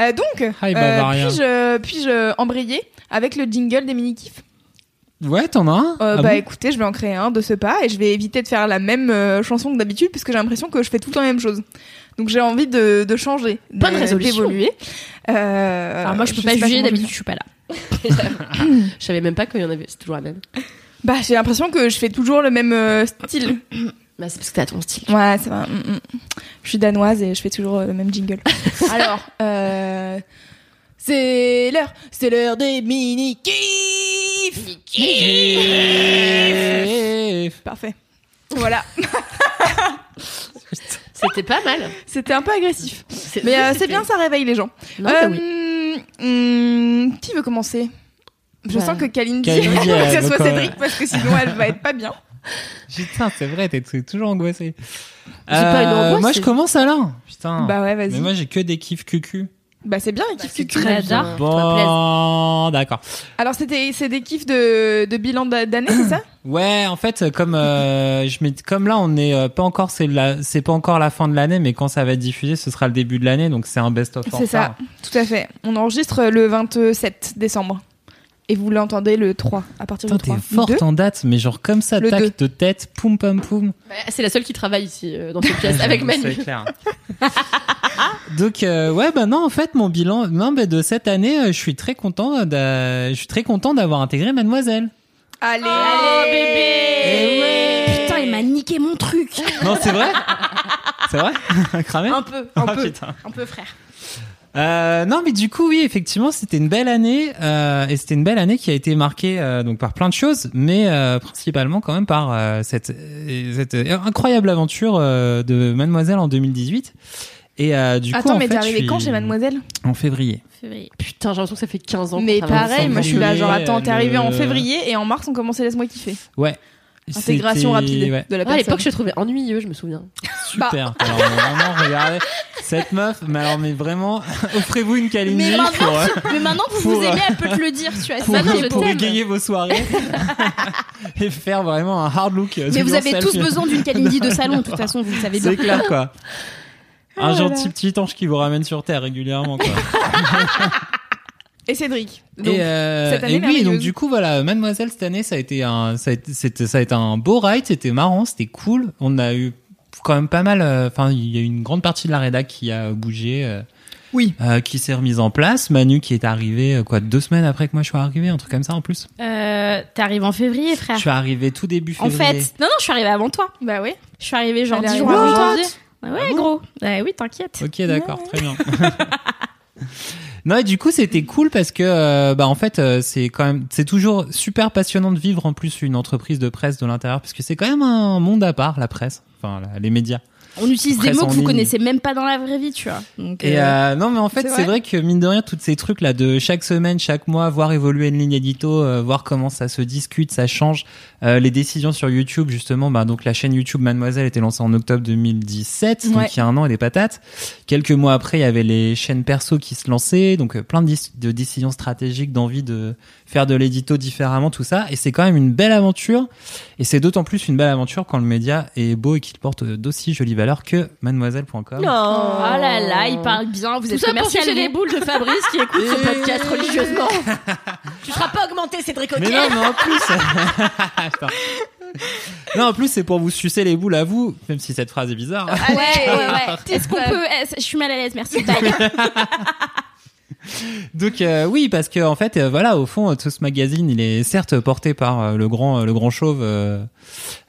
Speaker 3: Euh, donc,
Speaker 2: Hi,
Speaker 3: euh,
Speaker 2: Bavaria.
Speaker 3: puis-je puis embrayer avec le jingle des mini-kifs
Speaker 2: Ouais, t'en as un
Speaker 3: Euh,
Speaker 2: Ah
Speaker 3: Bah
Speaker 2: bon
Speaker 3: écoutez, je vais en créer un de ce pas et je vais éviter de faire la même euh, chanson que d'habitude puisque j'ai l'impression que je fais tout le temps la même chose. Donc j'ai envie de, de changer, de-
Speaker 1: Bonne résolution.
Speaker 3: d'évoluer. Euh,
Speaker 4: Alors moi, je peux
Speaker 3: sais
Speaker 4: pas juger
Speaker 3: comment je vais
Speaker 4: d'habitude,
Speaker 3: faire.
Speaker 4: je suis pas là.
Speaker 1: Je savais même pas qu'il y en avait, c'est toujours la même.
Speaker 3: Bah j'ai l'impression que je fais toujours le même euh, style.
Speaker 1: Bah c'est parce que t'as ton style.
Speaker 3: Ouais, c'est vrai. Mm, mm. Je suis danoise et je fais toujours euh, le même jingle. Alors, euh, c'est l'heure, c'est l'heure des mini kiffs.
Speaker 2: Kiff.
Speaker 3: Parfait. Voilà.
Speaker 1: C'était pas mal.
Speaker 3: C'était un peu agressif. Mais euh, c'est bien, ça réveille les gens.
Speaker 1: Non,
Speaker 3: Euh,
Speaker 1: bah oui.
Speaker 3: hum, qui veut commencer Je
Speaker 1: Bah,
Speaker 3: sens que Kalindi,
Speaker 2: Kalindi,
Speaker 3: que
Speaker 2: elle
Speaker 3: ce
Speaker 2: veut
Speaker 3: soit
Speaker 2: pas-
Speaker 3: Cédric, parce que sinon elle va être pas bien.
Speaker 2: Putain, c'est vrai, t'es t'es toujours angoissé.
Speaker 1: pas une angoisse,
Speaker 2: moi,
Speaker 1: c'est-
Speaker 2: je commence alors. Putain.
Speaker 3: Bah ouais, vas-y.
Speaker 2: Ah. Mais moi, j'ai que des kiffs cucu.
Speaker 3: Bah c'est bien, les kiffs
Speaker 4: c'est
Speaker 3: que tu-
Speaker 4: très bizarre.
Speaker 3: Ah,
Speaker 2: Bon, d'accord.
Speaker 3: Alors c'était c'est des kiffs de, de bilan d'a- d'année, c'est ça
Speaker 2: Ouais, en fait, comme euh, je m'étais- comme là, on est euh, pas encore, c'est la, c'est pas encore la fin de l'année, mais quand ça va être diffusé, ce sera le début de l'année, donc c'est un best-of. en
Speaker 3: C'est ça.
Speaker 2: retard.
Speaker 3: Tout à fait. On enregistre le 27 décembre. Et vous l'entendez le 3, à partir
Speaker 2: Putain,
Speaker 3: du 3.
Speaker 2: t'es forte hein. en date, mais genre comme ça,
Speaker 3: Le
Speaker 2: tac
Speaker 3: deux.
Speaker 2: de tête, poum pam poum.
Speaker 1: Bah, c'est la seule qui travaille ici euh, dans cette pièce avec Manu.
Speaker 2: C'est clair. Donc euh, ouais bah non en fait mon bilan non bah, de cette année euh, je suis très content d'a- je suis très content d'avoir intégré Mademoiselle.
Speaker 3: Allez,
Speaker 1: Oh, bébé
Speaker 4: Putain, il m'a niqué mon truc.
Speaker 1: Ah,
Speaker 2: Non c'est vrai c'est vrai cramé
Speaker 4: Un peu, un
Speaker 2: Ah,
Speaker 4: peu,
Speaker 2: putain.
Speaker 4: un peu, frère.
Speaker 2: Euh, non, mais du coup, oui, effectivement, c'était une belle année, euh, et c'était une belle année qui a été marquée euh, donc par plein de choses, mais euh, principalement quand même par euh, cette, euh, cette euh, incroyable aventure euh, de Mademoiselle en 2018. Et euh, du coup,
Speaker 3: Attends,
Speaker 2: en
Speaker 3: mais
Speaker 2: fait,
Speaker 3: t'es
Speaker 2: je
Speaker 3: arrivé
Speaker 2: suis
Speaker 3: quand chez Mademoiselle
Speaker 2: En février.
Speaker 1: Putain, j'ai l'impression que ça fait 15 ans. qu'on
Speaker 3: Mais
Speaker 1: travaille
Speaker 3: pareil,
Speaker 1: ensemble.
Speaker 3: moi je suis là, genre
Speaker 2: février,
Speaker 3: attends, t'es arrivé en
Speaker 2: le-
Speaker 3: février et en mars on commençait Laisse-moi kiffer.
Speaker 2: Ouais.
Speaker 3: Intégration
Speaker 2: C'était-
Speaker 3: rapide
Speaker 2: ouais,
Speaker 3: de la
Speaker 1: Ah, à l'époque,
Speaker 3: personne.
Speaker 1: je te trouvais ennuyeux, je me souviens.
Speaker 4: Bah.
Speaker 2: super. Alors vraiment, regardez cette meuf. Mais alors, mais vraiment, offrez-vous une Kalindi
Speaker 4: Mais maintenant,
Speaker 2: pour, euh,
Speaker 4: Mais maintenant que vous
Speaker 2: Pour,
Speaker 4: vous
Speaker 2: euh,
Speaker 4: aimez, elle peut te le dire, tu vois.
Speaker 2: pour,
Speaker 4: Maintenant, je
Speaker 2: pour
Speaker 4: t'aime.
Speaker 2: égayer vos soirées et faire vraiment un hard look. euh,
Speaker 4: Mais vous avez
Speaker 2: yourself.
Speaker 4: tous besoin d'une Kalindi de salon, de Ah toute façon, vous le savez bien.
Speaker 2: C'est clair, quoi. Un gentil petit ange qui vous ramène sur Terre régulièrement, quoi.
Speaker 3: Et Cédric. Donc,
Speaker 2: et, euh,
Speaker 3: cette année
Speaker 2: et oui, donc
Speaker 3: merveilleuse.
Speaker 2: du coup, voilà, Mademoiselle, cette année, ça a été un, ça a été, c'était- ça a été un beau ride, c'était marrant, c'était cool. On a eu quand même pas mal, euh, enfin, il y a eu une grande partie de la rédac qui a bougé. euh,
Speaker 3: Oui.
Speaker 2: euh, qui s'est remise en place. Manu qui est arrivé, euh, quoi, deux semaines après que moi je suis arrivé, un truc comme ça en plus.
Speaker 4: Euh, T'arrives en février,
Speaker 3: Ah.
Speaker 4: frère.
Speaker 2: Je suis arrivé tout début
Speaker 4: En
Speaker 2: février.
Speaker 4: fait, non, non, je suis arrivée avant toi.
Speaker 3: Bah oui.
Speaker 4: Je suis arrivée genre
Speaker 3: Elle est
Speaker 4: 10 jours
Speaker 3: arrivée
Speaker 4: avant
Speaker 3: avant
Speaker 4: janvier. Ouais, gros. Ouais, oui, t'inquiète.
Speaker 2: Ah Ok, d'accord, très bien. Non et du coup c'était cool parce que euh, bah en fait euh, c'est quand même c'est toujours super passionnant de vivre en plus une entreprise de presse de l'intérieur parce que c'est quand même un monde à part la presse enfin la- les médias
Speaker 4: On utilise des
Speaker 2: Presse
Speaker 4: mots
Speaker 2: en
Speaker 4: que vous
Speaker 2: ligne.
Speaker 4: connaissez même pas dans la vraie vie, tu vois. Donc,
Speaker 2: et
Speaker 4: euh,
Speaker 2: euh, non mais en fait
Speaker 3: c'est
Speaker 2: c'est vrai.
Speaker 3: vrai.
Speaker 2: que mine de rien tous ces trucs là de chaque semaine chaque mois voir évoluer une ligne édito euh, voir comment ça se discute ça change euh, les décisions sur YouTube justement bah donc la chaîne YouTube Mademoiselle était lancée en octobre 2017
Speaker 3: Ouais.
Speaker 2: donc il y a un an et des patates Quelques mois après, il y avait les chaînes perso qui se lançaient, donc euh, plein de, dis- de décisions stratégiques, d'envie de faire de l'édito différemment, tout ça. Et c'est quand même une belle aventure. Et c'est d'autant plus une belle aventure quand le média est beau et qu'il porte euh, d'aussi jolies valeurs que mademoiselle.com.
Speaker 4: Oh, ah là là, il parle bien, vous
Speaker 1: Tout
Speaker 4: êtes
Speaker 1: ça pour
Speaker 4: commercial.
Speaker 1: toucher les boules de Fabrice qui écoute ce podcast religieusement. tu seras pas augmenté, Cédric
Speaker 2: Mais
Speaker 1: Coquet.
Speaker 2: non, mais en plus. Attends. non, en plus, c'est pour vous sucer les boules à vous, même si cette phrase est bizarre. hein.
Speaker 4: Ouais, ouais, ouais. Est-ce qu'on peut. est-ce- Je suis mal à l'aise, merci. Bye.
Speaker 2: Donc euh, oui, parce que en fait, euh, voilà, au fond, euh, tout ce magazine, il est certes porté par euh, le grand, euh, le grand chauve euh,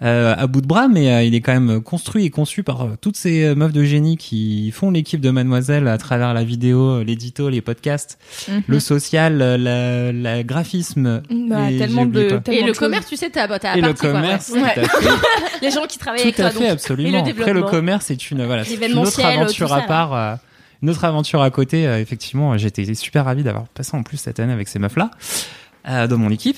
Speaker 2: euh, à bout de bras, mais euh, il est quand même construit et conçu par euh, toutes ces euh, meufs de génie qui font l'équipe de Mademoiselle à travers la vidéo, euh, l'édito, les podcasts, le social, euh, la, la graphisme,
Speaker 3: Bah,
Speaker 2: et
Speaker 3: tellement
Speaker 2: j'ai oublié
Speaker 3: de.
Speaker 2: quoi.
Speaker 3: tellement
Speaker 1: Et
Speaker 3: de
Speaker 1: le
Speaker 3: choses.
Speaker 1: commerce, tu sais, t'as bah, t'as
Speaker 2: et le
Speaker 1: parti, quoi, ouais.
Speaker 2: commerce,
Speaker 1: Ouais.
Speaker 2: tout à fait.
Speaker 4: Les gens qui travaillent avec
Speaker 2: Tout à fait,
Speaker 4: toi, donc.
Speaker 1: Et le
Speaker 2: absolument. Après, le
Speaker 1: développement.
Speaker 2: commerce, c'est une, voilà, c'est une autre
Speaker 4: L'événementiel,
Speaker 2: aventure
Speaker 4: tout ça,
Speaker 2: à
Speaker 4: là.
Speaker 2: part, euh, une autre aventure à côté. Euh, effectivement, j'étais super ravi d'avoir passé en plus cette année avec ces meufs-là, euh, dans mon équipe.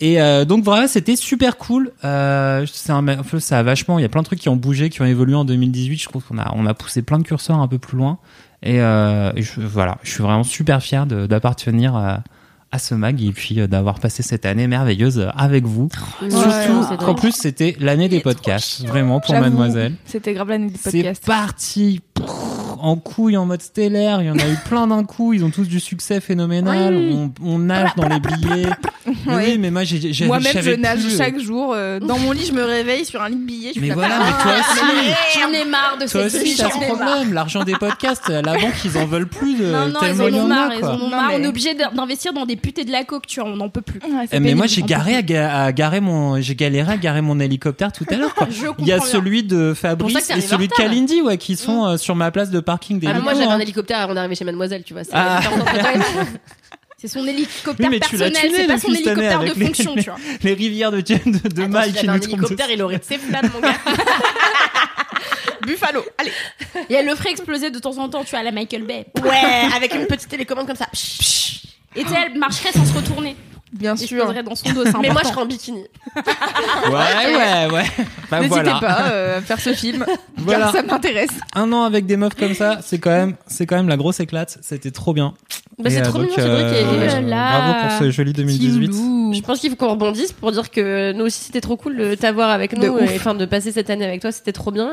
Speaker 2: Et euh, donc voilà, c'était super cool. Euh, c'est un, en fait, ça a vachement, il y a plein de trucs qui ont bougé, qui ont évolué en 2018. Je trouve qu'on a, on a poussé plein de curseurs un peu plus loin. Et, euh, et je, voilà, je suis vraiment super fier de- d'appartenir à, à ce mag et puis euh, d'avoir passé cette année merveilleuse euh, avec vous.
Speaker 3: Ouais,
Speaker 2: Surtout
Speaker 3: c'est
Speaker 2: qu'en plus, c'était l'année des podcasts, vraiment, pour
Speaker 3: J'avoue.
Speaker 2: Mademoiselle.
Speaker 3: C'était grave l'année du
Speaker 2: C'est
Speaker 3: podcast.
Speaker 2: parti Prrr, en couille, en mode stellaire. Il y en a eu plein d'un coup. Ils ont tous du succès phénoménal. On, on nage dans les billets. Mais
Speaker 3: Ouais.
Speaker 2: Oui, mais moi, j'ai- j'ai-
Speaker 3: Moi-même, je
Speaker 2: savais
Speaker 3: nage
Speaker 2: plus.
Speaker 3: chaque jour. euh, dans mon lit, je me réveille sur un lit de billets. Je suis
Speaker 2: Mais
Speaker 3: là,
Speaker 2: voilà,
Speaker 3: bah,
Speaker 2: mais toi aussi
Speaker 4: Ah, J'en ai marre de
Speaker 2: Toi
Speaker 4: ces
Speaker 2: aussi, t'as ce
Speaker 4: gens.
Speaker 2: problème. L'argent des podcasts, à la banque, ils en veulent plus. de-
Speaker 4: Non, non, ils
Speaker 2: tellement
Speaker 4: en
Speaker 2: il y
Speaker 4: ont
Speaker 2: en
Speaker 4: marre,
Speaker 2: a,
Speaker 4: ils
Speaker 2: quoi.
Speaker 4: en ont
Speaker 3: Non,
Speaker 4: marre. On
Speaker 3: mais-
Speaker 4: est obligé d'in- d'investir dans des putes et de la coke, tu vois, on n'en peut plus.
Speaker 3: ouais, Ah, c'est
Speaker 2: Eh, Mais moi,
Speaker 3: pénible.
Speaker 2: j'ai garé à, ga- à garer mon, j'ai galéré à garer mon hélicoptère tout à l'heure, quoi.
Speaker 4: Je comprends
Speaker 2: Il y a
Speaker 4: bien.
Speaker 2: celui de
Speaker 1: Pour ça que
Speaker 2: Fabrice
Speaker 1: t'es
Speaker 2: et
Speaker 1: arrivé
Speaker 2: celui
Speaker 1: en
Speaker 2: de
Speaker 1: retard. Mm.
Speaker 2: Kalindi, ouais, qui sont euh, sur ma place de parking des
Speaker 1: Ah, mais moi
Speaker 2: hélicos,
Speaker 1: j'avais
Speaker 2: hein.
Speaker 1: un hélicoptère avant d'arrivait chez Mademoiselle, tu vois. c'est
Speaker 2: Ah.
Speaker 1: la différence entre toi et moi.
Speaker 4: C'est son
Speaker 2: Oui,
Speaker 4: hélicoptère
Speaker 2: mais tu l'as
Speaker 4: personnel,
Speaker 2: tuné
Speaker 4: c'est pas son
Speaker 2: depuis cette année
Speaker 4: hélicoptère de
Speaker 2: avec les-
Speaker 4: fonction, tu vois.
Speaker 2: hein. les rivières de, de, de
Speaker 1: Attends,
Speaker 2: Mike
Speaker 1: s'il
Speaker 2: qui
Speaker 1: avait
Speaker 2: nous
Speaker 1: un
Speaker 2: trompent.
Speaker 1: hélicoptère, il aurait de ses flammes, mon gars.
Speaker 3: Buffalo. Allez.
Speaker 4: Et elle le ferait exploser de temps en temps, tu vois, à la Michael Bay.
Speaker 1: Ouais, avec une petite télécommande comme ça.
Speaker 4: Et tu sais, elle marcherait sans se retourner.
Speaker 3: Bien
Speaker 4: Et je
Speaker 3: sûr.
Speaker 4: poserais dans son dos, c'est
Speaker 1: Mais moi, je
Speaker 4: important.
Speaker 1: serais en bikini.
Speaker 2: Ouais, ouais, ouais. Bah
Speaker 3: N'hésitez
Speaker 2: voilà.
Speaker 3: pas euh, à faire ce film,
Speaker 2: Voilà.
Speaker 3: car ça m'intéresse.
Speaker 2: Un an avec des meufs comme ça, c'est quand même, c'est quand même la grosse éclate. C'était trop bien.
Speaker 1: Bah,
Speaker 2: Et,
Speaker 1: c'est
Speaker 2: euh,
Speaker 1: trop
Speaker 2: donc,
Speaker 1: mignon, Cédric. et,
Speaker 2: euh,
Speaker 4: Oh là
Speaker 1: euh,
Speaker 4: là.
Speaker 2: Bravo pour ce joli 2018.
Speaker 1: Je pense qu'il faut qu'on rebondisse pour dire que nous aussi c'était trop cool de t'avoir avec nous
Speaker 3: ouf.
Speaker 1: et enfin de passer cette année avec toi, c'était trop bien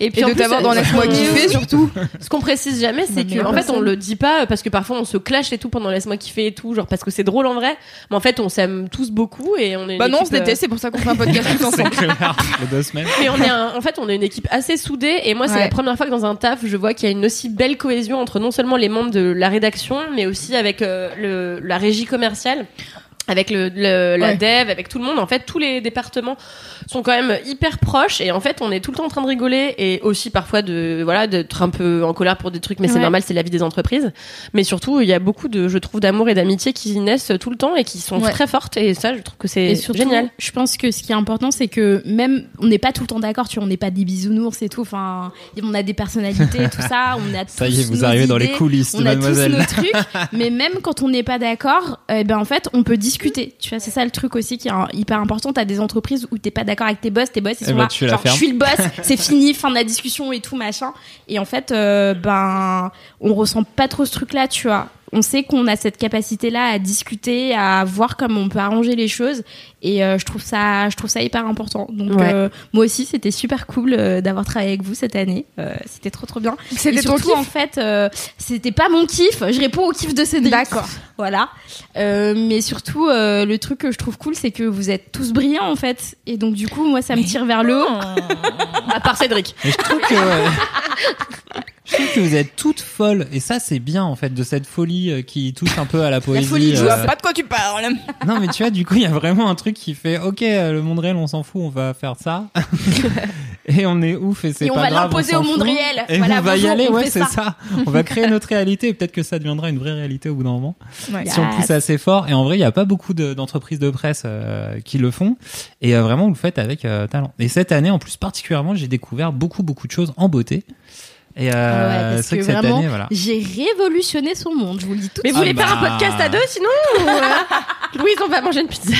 Speaker 1: et puis
Speaker 3: Et
Speaker 1: en
Speaker 3: de
Speaker 1: plus,
Speaker 3: t'avoir dans
Speaker 1: euh,
Speaker 3: Laisse-moi
Speaker 1: ce qu'on-
Speaker 3: kiffer, surtout.
Speaker 1: Ce qu'on précise jamais, c'est que
Speaker 3: meilleure
Speaker 1: en fait on
Speaker 3: personne.
Speaker 1: le dit pas euh, parce que parfois on se clash et tout pendant laisse-moi kiffer et tout, genre parce que c'est drôle en vrai, mais en fait on s'aime tous beaucoup et on est. une
Speaker 3: Bah non, on se
Speaker 1: équipe, euh,
Speaker 3: déteste, c'est pour ça qu'on fait un podcast tous
Speaker 2: C'est
Speaker 3: ensemble.
Speaker 2: clair. Les deux semaines.
Speaker 1: Mais on est un- en fait, on est une équipe assez soudée. Et moi, c'est
Speaker 3: Ouais.
Speaker 1: la première fois que dans un taf, je vois qu'il y a une aussi belle cohésion entre non seulement les membres de la rédaction, mais aussi avec euh, le, la régie commerciale. Avec le, le- la
Speaker 3: Ouais.
Speaker 1: dev, avec tout le monde, en fait, tous les départements sont quand même hyper proches et en fait, on est tout le temps en train de rigoler et aussi parfois de voilà d'être un peu en colère pour des trucs, mais c'est
Speaker 4: Ouais.
Speaker 1: normal, c'est la vie des entreprises. Mais surtout, il y a beaucoup de, je trouve, d'amour et d'amitié qui naissent tout le temps et qui sont
Speaker 3: Ouais.
Speaker 1: très fortes et ça, je trouve que c'est
Speaker 4: Et surtout,
Speaker 1: génial.
Speaker 4: je pense que ce qui est important, c'est que même on n'est pas tout le temps d'accord, tu vois, on n'est pas des bisounours et tout. Enfin, on a des personnalités, tout ça. On a
Speaker 2: Ça y est,
Speaker 4: tous
Speaker 2: vous
Speaker 4: nos
Speaker 2: arrivez dans les
Speaker 4: idées,
Speaker 2: coulisses de
Speaker 4: On a tous nos
Speaker 2: mademoiselle.
Speaker 4: trucs, mais même quand on n'est pas d'accord, eh ben en fait, on peut discuter. Tu vois, c'est ça le truc aussi qui est un- hyper important. T'as des entreprises où t'es pas d'accord avec tes boss, tes boss ils
Speaker 2: Eh
Speaker 4: sont
Speaker 2: ben,
Speaker 4: là,
Speaker 2: tu la
Speaker 4: genre, je
Speaker 2: fermes.
Speaker 4: suis le boss, c'est fini, fin de la discussion et tout machin. Et en fait, euh, ben, on ressent pas trop ce truc-là, tu vois. On sait qu'on a cette capacité-là à discuter, à voir comment on peut arranger les choses, et euh, je trouve ça, je trouve ça hyper important. Donc
Speaker 1: Ouais.
Speaker 4: euh, moi aussi, c'était super cool euh, d'avoir travaillé avec vous cette année. Euh, c'était trop trop bien. Et
Speaker 3: C'était ton
Speaker 4: surtout,
Speaker 3: kiff.
Speaker 4: en fait, euh, c'était pas mon kiff. Je réponds au kiff de Cédric.
Speaker 3: D'accord.
Speaker 4: Voilà. Euh, mais surtout, euh, le truc que je trouve cool, c'est que vous êtes tous brillants, en fait. Et donc, du coup, moi, ça me tire vers le haut.
Speaker 1: À part Cédric.
Speaker 2: Mais je trouve que je trouve que vous êtes toutes folles et ça c'est bien en fait de cette folie euh, qui touche un peu à la poésie.
Speaker 3: Je
Speaker 2: euh,
Speaker 3: vois pas de quoi tu parles.
Speaker 2: Non mais tu vois du coup il y a vraiment un truc qui fait ok euh, le monde réel on s'en fout on va faire ça et on est ouf et c'est
Speaker 4: Et on
Speaker 2: pas
Speaker 4: va
Speaker 2: grave,
Speaker 4: l'imposer
Speaker 2: s'en
Speaker 4: au monde
Speaker 2: fout.
Speaker 4: réel.
Speaker 2: et
Speaker 4: Voilà,
Speaker 2: on va y
Speaker 4: bonjour,
Speaker 2: aller
Speaker 4: on
Speaker 2: ouais
Speaker 4: fait
Speaker 2: c'est
Speaker 4: ça.
Speaker 2: ça. on va créer notre réalité et peut-être que ça deviendra une vraie réalité au bout d'un moment si on
Speaker 4: Yes.
Speaker 2: pousse assez fort et en vrai il y a pas beaucoup de- d'entreprises de presse euh, qui le font et euh, vraiment vous le faites avec euh, talent et cette année en plus particulièrement j'ai découvert beaucoup beaucoup de choses en beauté et
Speaker 4: Ah ouais,
Speaker 2: euh,
Speaker 4: parce
Speaker 2: c'est vrai
Speaker 4: que
Speaker 2: que cette
Speaker 4: vraiment,
Speaker 2: année voilà
Speaker 4: J'ai révolutionné son monde, je vous le dis tout
Speaker 1: Mais
Speaker 4: de
Speaker 1: vous
Speaker 2: Ah
Speaker 1: voulez faire
Speaker 2: bah.
Speaker 1: un podcast à deux sinon ou, euh, Louise, on va manger une pizza.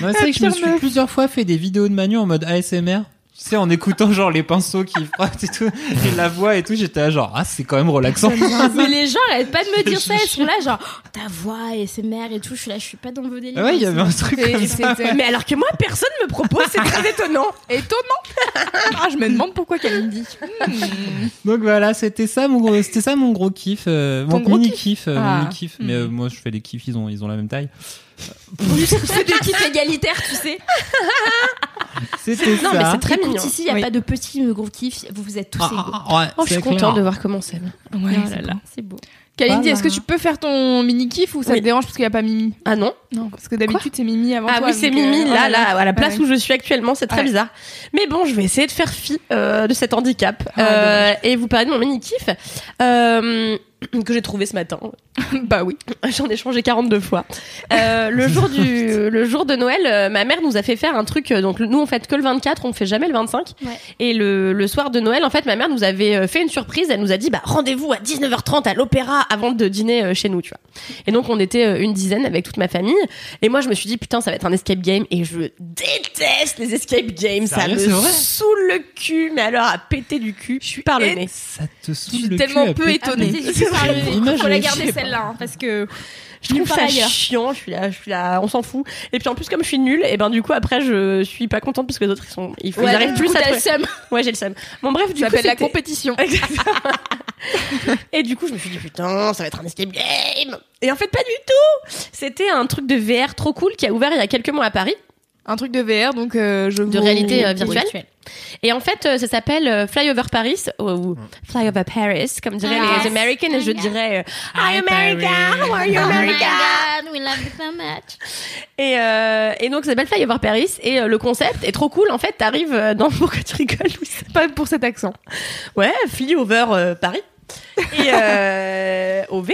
Speaker 2: Ouais, c'est vrai que je me suis plusieurs fois fait des vidéos de Manu en mode ASMR. Tu sais, en écoutant genre les pinceaux qui frottent et tout, et la voix et tout, j'étais là genre, ah, c'est quand même relaxant.
Speaker 4: suite. Mais les gens arrêtent pas de me dire ça,
Speaker 2: Je-
Speaker 4: ils sont là genre Oh, ta voix et ses mères et tout, je suis là, je suis pas dans vos délires.
Speaker 2: Ah ouais, il y avait un truc
Speaker 3: Et
Speaker 2: comme ça.
Speaker 3: c'était
Speaker 1: Mais alors que moi, personne me propose, c'est très étonnant.
Speaker 3: étonnant. Ah, je me demande pourquoi qu'elle me dit.
Speaker 2: Donc voilà, c'était ça mon gros, c'était ça mon gros kiff, euh,
Speaker 3: Ton
Speaker 2: mon
Speaker 3: gros
Speaker 2: mini kiff, euh,
Speaker 3: Ah.
Speaker 2: mini kiff. Mais euh, moi, je fais les kiffs, ils ont, ils ont la même taille.
Speaker 4: C'est des kiffs égalitaires, tu sais.
Speaker 2: C'était
Speaker 1: Non,
Speaker 2: ça.
Speaker 1: mais c'est très
Speaker 4: Écoute,
Speaker 1: mignon.
Speaker 4: ici, il y a
Speaker 3: Oui.
Speaker 4: pas de petits ou de gros kiffs, vous vous êtes tous
Speaker 2: Ah,
Speaker 4: égaux.
Speaker 2: ah, ouais,
Speaker 1: Oh, je
Speaker 2: c'est
Speaker 1: suis
Speaker 2: clair.
Speaker 1: contente de voir comment c'est.
Speaker 3: Ouais,
Speaker 4: Oh là là, c'est beau.
Speaker 3: Kalindi,
Speaker 4: Voilà.
Speaker 3: est-ce que tu peux faire ton mini kiff ou ça
Speaker 1: Oui.
Speaker 3: te dérange parce qu'il n'y a pas Mimi
Speaker 1: Ah non
Speaker 3: Non, parce que d'habitude c'est Mimi avant
Speaker 1: Ah
Speaker 3: toi,
Speaker 1: oui, c'est
Speaker 3: donc, euh,
Speaker 1: Mimi,
Speaker 3: oh
Speaker 1: là, là, à la place
Speaker 3: Ah ouais.
Speaker 1: où je suis actuellement, c'est très
Speaker 3: Ouais.
Speaker 1: bizarre. Mais bon, je vais essayer de faire fi euh, de cet handicap
Speaker 3: Ah,
Speaker 1: Euh, et vous parler de mon mini-kiff euh, que j'ai trouvé ce matin.
Speaker 3: bah oui.
Speaker 1: J'en ai changé 42 fois. Euh, le jour du le jour de Noël, euh, ma mère nous a fait faire un truc euh, donc le- nous on fête que le 24, on fait jamais le 25.
Speaker 4: Ouais.
Speaker 1: Et le, le soir de Noël, en fait, ma mère nous avait euh, fait une surprise, elle nous a dit bah rendez-vous à 19h30 à l'opéra avant de dîner euh, chez nous, tu vois. Et donc on était euh, une dizaine avec toute ma famille et moi je me suis dit putain, ça va être un escape game et je déteste les escape games,
Speaker 2: Sérieux, c'est
Speaker 1: ça me
Speaker 2: vrai
Speaker 1: saoule le cul mais alors à péter du cul, je suis par le nez.
Speaker 2: Ça te saoule
Speaker 3: Je suis
Speaker 2: le
Speaker 3: tellement
Speaker 2: cul à
Speaker 3: peu
Speaker 2: péter.
Speaker 3: étonnée.
Speaker 4: Ah, mais c'est-
Speaker 2: vrai,
Speaker 4: c'est-
Speaker 2: l'image,
Speaker 4: faut la
Speaker 2: je
Speaker 4: garder
Speaker 2: sais
Speaker 4: celle-là hein, parce que
Speaker 1: je trouve
Speaker 4: Nulle part
Speaker 1: ça
Speaker 4: ailleurs.
Speaker 1: chiant, je suis là, je suis là, on s'en fout. Et puis en plus comme je suis nulle, et ben du coup après je suis pas contente parce que les autres ils sont ils, ils arrivent plus à
Speaker 4: t'as le
Speaker 1: trouver.
Speaker 4: seum.
Speaker 1: Ouais, j'ai le seum. Bon bref, du
Speaker 3: Ça
Speaker 1: coup
Speaker 3: s'appelle la
Speaker 1: c'était-
Speaker 3: compétition.
Speaker 1: Exactement. et du coup, je me suis dit putain, ça va être un escape game. Et en fait pas du tout. C'était un truc de VR trop cool qui a ouvert il y a quelques mois à Paris.
Speaker 3: Un truc de VR, donc euh, je
Speaker 1: De
Speaker 3: vous-
Speaker 1: réalité, euh, virtuelle. Et en fait, euh, ça s'appelle euh, Flyover Paris ou, ou Flyover Paris comme diraient
Speaker 4: Ah,
Speaker 1: les
Speaker 4: yes.
Speaker 1: Americans et je
Speaker 4: Ah, yeah.
Speaker 1: dirais euh, Hi America, how are you
Speaker 4: Oh my
Speaker 1: America?
Speaker 4: god, we love you so much.
Speaker 1: Et, euh, et donc ça s'appelle Flyover Paris et euh, le concept est trop cool en fait t'arrives euh, dans pourquoi tu rigoles Louis
Speaker 3: Pas pour cet accent.
Speaker 1: ouais Flyover euh, Paris et euh, OV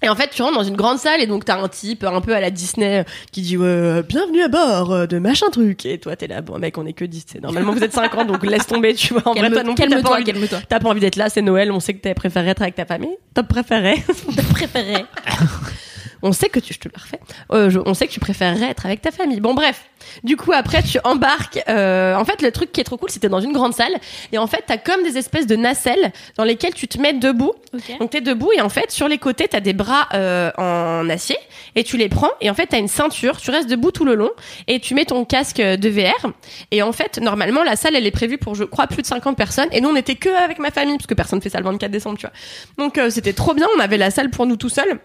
Speaker 1: Et en fait, tu rentres dans une grande salle et donc t'as un type un peu à la Disney euh, qui dit euh, bienvenue à bord euh, de machin truc. Et toi, t'es là, bon mec, on est que 10. c'est Normalement, vous êtes 50, donc laisse tomber, tu vois. En vrai, toi non plus, t'as pas
Speaker 4: calme-toi,
Speaker 1: envie de-
Speaker 4: calme-toi.
Speaker 1: T'as pas envie d'être là, c'est Noël, on sait que t'as préféré être avec ta famille. Top préféré.
Speaker 4: T'as préféré.
Speaker 1: On sait que tu, je te le refais, Euh, je- on sait que tu préférerais être avec ta famille. Bon, bref. Du coup, après, tu embarques. euh, en fait, le truc qui est trop cool, c'était dans une grande salle. Et en fait, t'as comme des espèces de nacelles dans lesquelles tu te mets debout. Donc, t'es debout et en fait, sur les côtés, t'as des bras euh, en acier et tu les prends. Et en fait, t'as une ceinture. Tu restes debout tout le long et tu mets ton casque euh, de VR. Et en fait, normalement, la salle, elle est prévue pour, je crois, plus de 50 personnes. Et nous, on était que avec ma famille parce que personne fait ça le 24 décembre, tu vois. Donc, euh, c'était trop bien. On avait la salle pour nous tout seuls.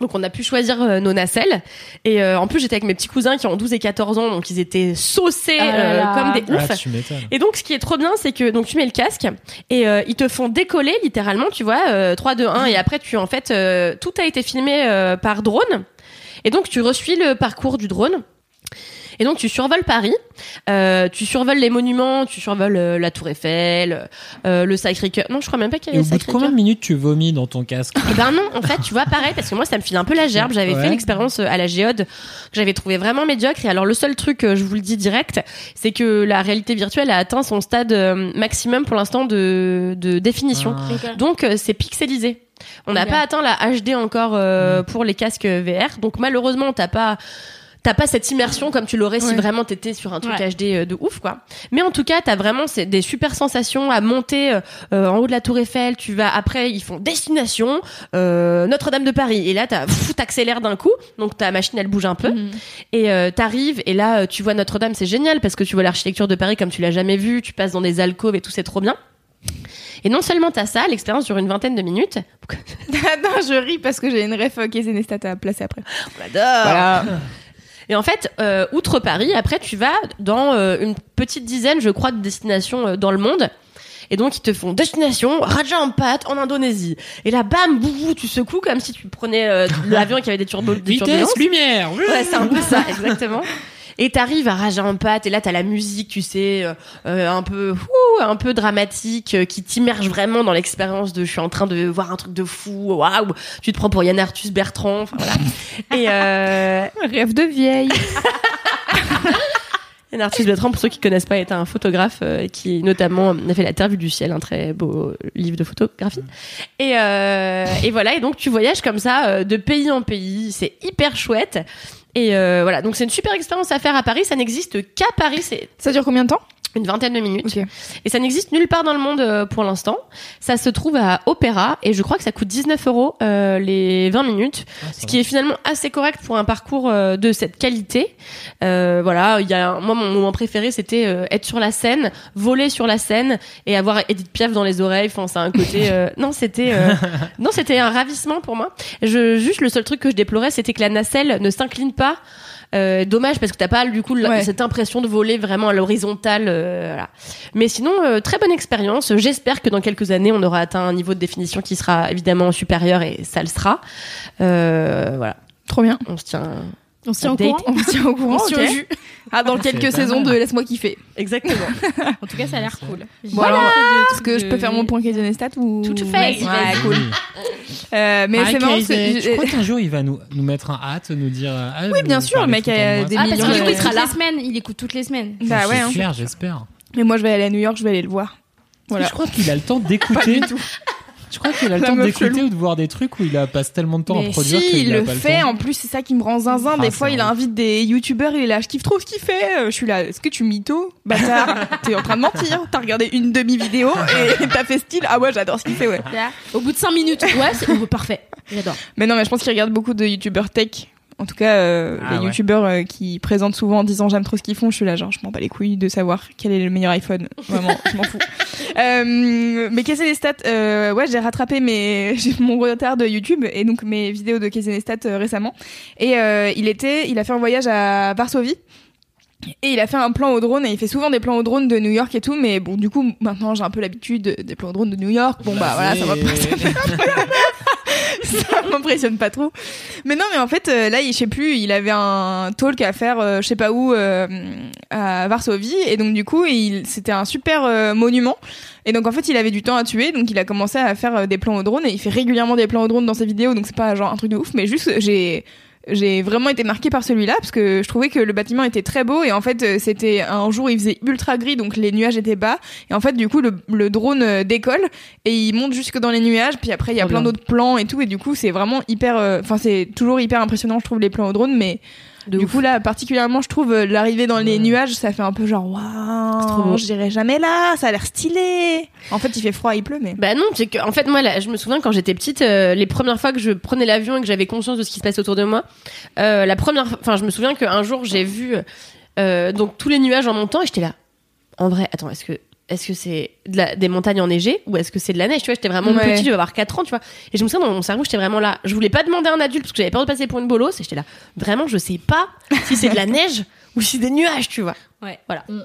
Speaker 1: Donc on a pu choisir euh, nos nacelles et euh, en plus j'étais avec mes petits cousins qui ont 12 et 14 ans donc ils étaient saucés
Speaker 4: Ah là
Speaker 1: euh,
Speaker 4: là.
Speaker 1: comme des oufs.
Speaker 2: Ah, tu m'étonnes.
Speaker 1: Et donc, ce qui est trop bien, c'est que donc tu mets le casque et euh, ils te font décoller littéralement, tu vois, euh, 3, 2, 1, et après, tu en fait, euh, tout a été filmé euh, par drone. Et donc, tu reçois le parcours du drone. Et donc, tu survoles Paris, euh, tu survoles les monuments, tu survoles euh, la Tour Eiffel, euh, le Sacré-Cœur. Non, je crois même pas qu'il y
Speaker 2: Et
Speaker 1: avait le
Speaker 2: au bout de
Speaker 1: Sacré-Cœur.
Speaker 2: combien de minutes tu vomis dans ton casque
Speaker 1: Eh ben non, en fait, tu vois, pareil, parce que moi, ça me file un peu la gerbe. J'avais
Speaker 2: Ouais.
Speaker 1: fait l'expérience euh, à la géode que j'avais trouvé vraiment médiocre. Et alors, le seul truc, euh, je vous le dis direct, c'est que la réalité virtuelle a atteint son stade euh, maximum pour l'instant de, de définition.
Speaker 2: Ah.
Speaker 1: Donc, euh, c'est pixelisé. On n'a
Speaker 4: Ok.
Speaker 1: pas atteint la HD encore euh, pour les casques VR. Donc, malheureusement, t'as pas. T'as pas cette immersion comme tu l'aurais si
Speaker 3: Ouais.
Speaker 1: vraiment t'étais sur un truc
Speaker 4: Ouais.
Speaker 1: HD euh, de ouf quoi. Mais en tout cas, t'as vraiment ces- des super sensations à monter euh, euh, en haut de la Tour Eiffel. Tu vas après, ils font destination euh, Notre-Dame de Paris. Et là, t'as- pff, t'accélères d'un coup, donc ta machine elle bouge un peu.
Speaker 4: hmm.
Speaker 1: Et euh, t'arrives et là, euh, tu vois Notre-Dame, c'est génial parce que tu vois l'architecture de Paris comme tu l'as jamais vu. Tu passes dans des alcôves et tout, c'est trop bien. Et non seulement t'as ça, l'expérience dure une vingtaine de minutes.
Speaker 3: Attends, je ris parce que j'ai une ref euh, Casey Neistat à placer après.
Speaker 1: Voilà. Et en fait, euh, outre Paris, après, tu vas dans euh, une petite dizaine, je crois, de destinations euh, dans le monde. Et donc, ils te font destination Raja Ampat en Indonésie. Et là, bam, boubou, tu secoues comme si tu prenais euh, l'avion qui avait des, turbo des turbulences.
Speaker 2: Vitesse, lumière
Speaker 1: Ouais, c'est un peu ça, exactement. Et t'arrives à Raja Ampat et là t'as la musique, tu sais, euh, euh, un peu, ouh, un peu dramatique, euh, qui t'immerge vraiment dans l'expérience de je suis en train de voir un truc de fou, waouh, tu te prends pour Yann Arthus Bertrand, enfin voilà. Et euh,
Speaker 3: Rêve de vieille.
Speaker 1: Yann Arthus Bertrand, pour ceux qui connaissent pas, est un photographe euh, qui notamment a fait la Terre vue du ciel, un très beau livre de photographie. Et, euh, et voilà, et donc tu voyages comme ça euh, de pays en pays, c'est hyper chouette. Et euh, voilà, donc c'est une super expérience à faire à Paris. Ça n'existe qu'à Paris, c'est
Speaker 3: Ça dure combien de temps
Speaker 1: une vingtaine de minutes.
Speaker 3: Ok.
Speaker 1: Et ça n'existe nulle part dans le monde euh, pour l'instant. Ça se trouve à Opéra et je crois que ça coûte 19 euros euh, les 20 minutes,
Speaker 2: Ah,
Speaker 1: ce qui est finalement assez correct pour un parcours euh, de cette qualité. Euh, voilà, il y a moi mon moment préféré c'était euh, être sur la scène, voler sur la scène et avoir Edith Piaf dans les oreilles. Enfin, c'est un côté euh, non c'était euh, non c'était un ravissement pour moi. Je juste le seul truc que je déplorais c'était que la nacelle ne s'incline pas. Euh, dommage parce que t'as pas du coup la-
Speaker 3: Ouais.
Speaker 1: cette impression de voler vraiment à l'horizontale. euh, voilà. Mais sinon, euh, très bonne expérience. J'espère que dans quelques années, on aura atteint un niveau de définition qui sera évidemment supérieur et ça le sera. Euh, voilà,
Speaker 3: Trop bien.
Speaker 1: on se tient.
Speaker 4: On se tient au
Speaker 1: Update.
Speaker 4: courant.
Speaker 3: On se tient au courant.
Speaker 1: On se tient au
Speaker 3: ok. Ah, dans
Speaker 2: C'est
Speaker 3: quelques
Speaker 2: pas
Speaker 3: saisons de
Speaker 2: mal.
Speaker 3: Laisse-moi kiffer.
Speaker 1: Exactement.
Speaker 4: En tout cas, ça a l'air cool.
Speaker 3: Voilà.
Speaker 4: J'ai fait des
Speaker 3: Est-ce
Speaker 4: trucs
Speaker 3: que je
Speaker 4: de-
Speaker 3: peux faire mon point Casey Neistat ou
Speaker 4: Tout à fait,
Speaker 3: Ouais, ouais,
Speaker 4: vas-y, vas-y.
Speaker 3: cool. Euh, mais c'est marrant parce que
Speaker 2: Je crois
Speaker 3: j'ai-
Speaker 2: qu'un jour, il va nous, nous mettre un hâte, nous dire. euh, Ah,
Speaker 3: Oui, bien
Speaker 2: vous
Speaker 3: sûr, le
Speaker 2: parlez
Speaker 3: mec
Speaker 2: tout le temps
Speaker 3: a
Speaker 2: de moi.
Speaker 3: des
Speaker 4: Ah, parce
Speaker 3: millions
Speaker 4: que du
Speaker 3: de-
Speaker 4: coup, il sera
Speaker 3: toutes
Speaker 4: là.
Speaker 3: les
Speaker 4: il écoute toutes les semaines.
Speaker 3: Bah ouais. hein.
Speaker 2: C'est clair, j'espère.
Speaker 3: Mais moi je vais aller à New York, je vais aller le voir. Voilà.
Speaker 2: Je crois qu'il a le temps d'écouter. Je crois qu'il a le
Speaker 3: La
Speaker 2: temps
Speaker 3: meuf
Speaker 2: d'écouter
Speaker 3: chelou.
Speaker 2: ou de voir des trucs où il a passe tellement de temps à
Speaker 3: Mais
Speaker 2: produire
Speaker 3: si,
Speaker 2: qu'il
Speaker 3: il
Speaker 2: a
Speaker 3: le
Speaker 2: pas
Speaker 3: fait.
Speaker 2: le temps.
Speaker 3: En plus, c'est ça qui me rend zinzin.
Speaker 2: Ah,
Speaker 3: des
Speaker 2: c'est
Speaker 3: fois, il
Speaker 2: vrai.
Speaker 3: invite des youtubeurs, il est là, je kiffe trop ce qu'il fait. Euh, Je suis là, est-ce que tu mytho Bâtard, t'es en train de mentir. T'as regardé une demi-vidéo et t'as fait style. Ah ouais, j'adore ce qu'il fait, ouais.
Speaker 4: Au bout de 5 minutes, ouais, c'est oh, parfait. J'adore.
Speaker 3: Mais non, mais je pense qu'il regarde beaucoup de youtubeurs tech. En tout cas, euh,
Speaker 2: Ah
Speaker 3: les
Speaker 2: ouais.
Speaker 3: youtubeurs euh, qui présentent souvent en disant j'aime trop ce qu'ils font, je suis là genre je m'en bats les couilles de savoir quel est le meilleur iPhone. Vraiment, je m'en fous. Euh, mais Casey Neistat, euh, ouais j'ai rattrapé mes, j'ai mon retard de YouTube et donc mes vidéos de Casey Neistat euh, récemment. Et euh, il était, il a fait un voyage à Varsovie. Et il a fait un plan au drone et il fait souvent des plans au drone de New York et tout, mais bon, du bah, coup, maintenant j'ai un peu l'habitude des plans au drone de New York. Bon, bah voilà, ça va pas. ça m'impressionne pas trop. Mais non, mais en fait, euh, là, il, je sais plus, il avait un talk à faire, euh, je sais pas où, euh, à Varsovie, et donc du coup, il, c'était un super euh, monument. Et donc en fait, il avait du temps à tuer, donc il a commencé à faire euh, des plans au drone, et il fait régulièrement des plans au drone dans ses vidéos, donc c'est pas genre un truc de ouf, mais juste, j'ai j'ai vraiment été marquée par celui-là parce que je trouvais que le bâtiment était très beau et en fait euh, c'était un jour il faisait ultra gris donc les nuages étaient bas et en fait du coup le, le drone euh, décolle et il monte jusque dans les nuages puis après il y a
Speaker 1: Trop
Speaker 3: plein
Speaker 1: bien.
Speaker 3: d'autres plans et tout et du coup c'est vraiment hyper euh, enfin c'est toujours hyper impressionnant je trouve les plans au drone mais
Speaker 1: De
Speaker 3: du
Speaker 1: ouf.
Speaker 3: coup là particulièrement je trouve euh, l'arrivée dans
Speaker 1: Ouais.
Speaker 3: les nuages ça fait un peu genre
Speaker 1: trop
Speaker 3: waouh
Speaker 1: beau.
Speaker 3: j'irai jamais là ça a l'air stylé en fait il fait froid il pleut mais
Speaker 1: Bah non, c'est que en fait moi là, je me souviens quand j'étais petite, euh, les premières fois que je prenais l'avion et que j'avais conscience de ce qui se passait autour de moi, euh, la première, enfin je me souviens qu'un jour j'ai vu euh, donc tous les nuages en montant et j'étais là. En vrai, attends, est-ce que est-ce que c'est de la- des montagnes enneigées ou est-ce que c'est de la neige Tu vois, j'étais vraiment
Speaker 3: Ouais.
Speaker 1: petite, je devais avoir 4 ans, tu vois. Et je me souviens dans mon cerveau, j'étais vraiment là. Je voulais pas demander à un adulte parce que j'avais peur de passer pour une bolosse et j'étais là. Vraiment, je sais pas si c'est de la neige ou si c'est des nuages, tu vois.
Speaker 4: Ouais.
Speaker 1: Voilà.
Speaker 4: Mm.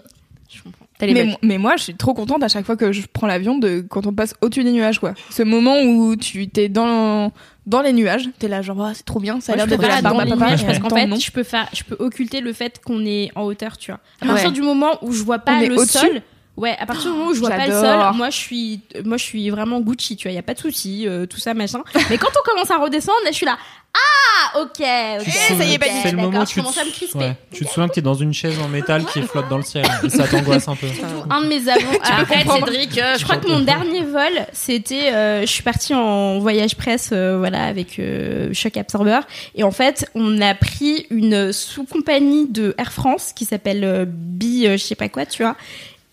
Speaker 1: Je comprends. T'as les
Speaker 3: mais,
Speaker 1: mecs.
Speaker 3: mo- mais moi, je suis trop contente à chaque fois que je prends l'avion de quand on passe au-dessus des nuages, quoi. Ce moment où tu t'es dans dans les nuages, t'es là genre Ah, c'est trop bien, ça a l'air
Speaker 4: Moi, je
Speaker 3: de
Speaker 4: peux pas
Speaker 3: faire
Speaker 4: la dans
Speaker 3: papa,
Speaker 4: les
Speaker 3: papa,
Speaker 4: nuages
Speaker 3: et
Speaker 4: parce
Speaker 3: en
Speaker 4: qu'en
Speaker 3: même
Speaker 4: fait,
Speaker 3: temps, non.
Speaker 4: je peux faire, je peux occulter le fait qu'on est en hauteur, tu vois. À
Speaker 1: Ouais.
Speaker 4: partir du moment où je vois
Speaker 3: On
Speaker 4: pas
Speaker 3: est
Speaker 4: le
Speaker 3: au-dessus
Speaker 4: sol. Ouais, à partir du moment où je vois pas le
Speaker 3: j'adore.
Speaker 4: sol, moi je suis, moi je suis vraiment Gucci, tu vois, y a pas de souci, euh, tout ça machin. Mais quand on commence à redescendre, là, je suis là, ah, ok, ok,
Speaker 3: Eh,
Speaker 2: Tu te souviens-
Speaker 4: ça y est, pas
Speaker 2: c'est le moment où
Speaker 4: je
Speaker 2: tu
Speaker 4: commence à me
Speaker 2: te,
Speaker 4: crisper.
Speaker 2: ouais, tu te souviens que t'es dans une chaise en métal qui flotte dans le ciel. Et ça t'angoisse un peu.
Speaker 4: Un de mes avants. Arrête,
Speaker 1: comprendre.
Speaker 4: Cédric. euh, je crois que mon dernier vol, c'était, euh, je suis partie en voyage presse, euh, voilà, avec euh, Shock Absorber, et en fait, on a pris une sous-compagnie de Air France qui s'appelle euh, Bi, euh, je sais pas quoi, tu vois.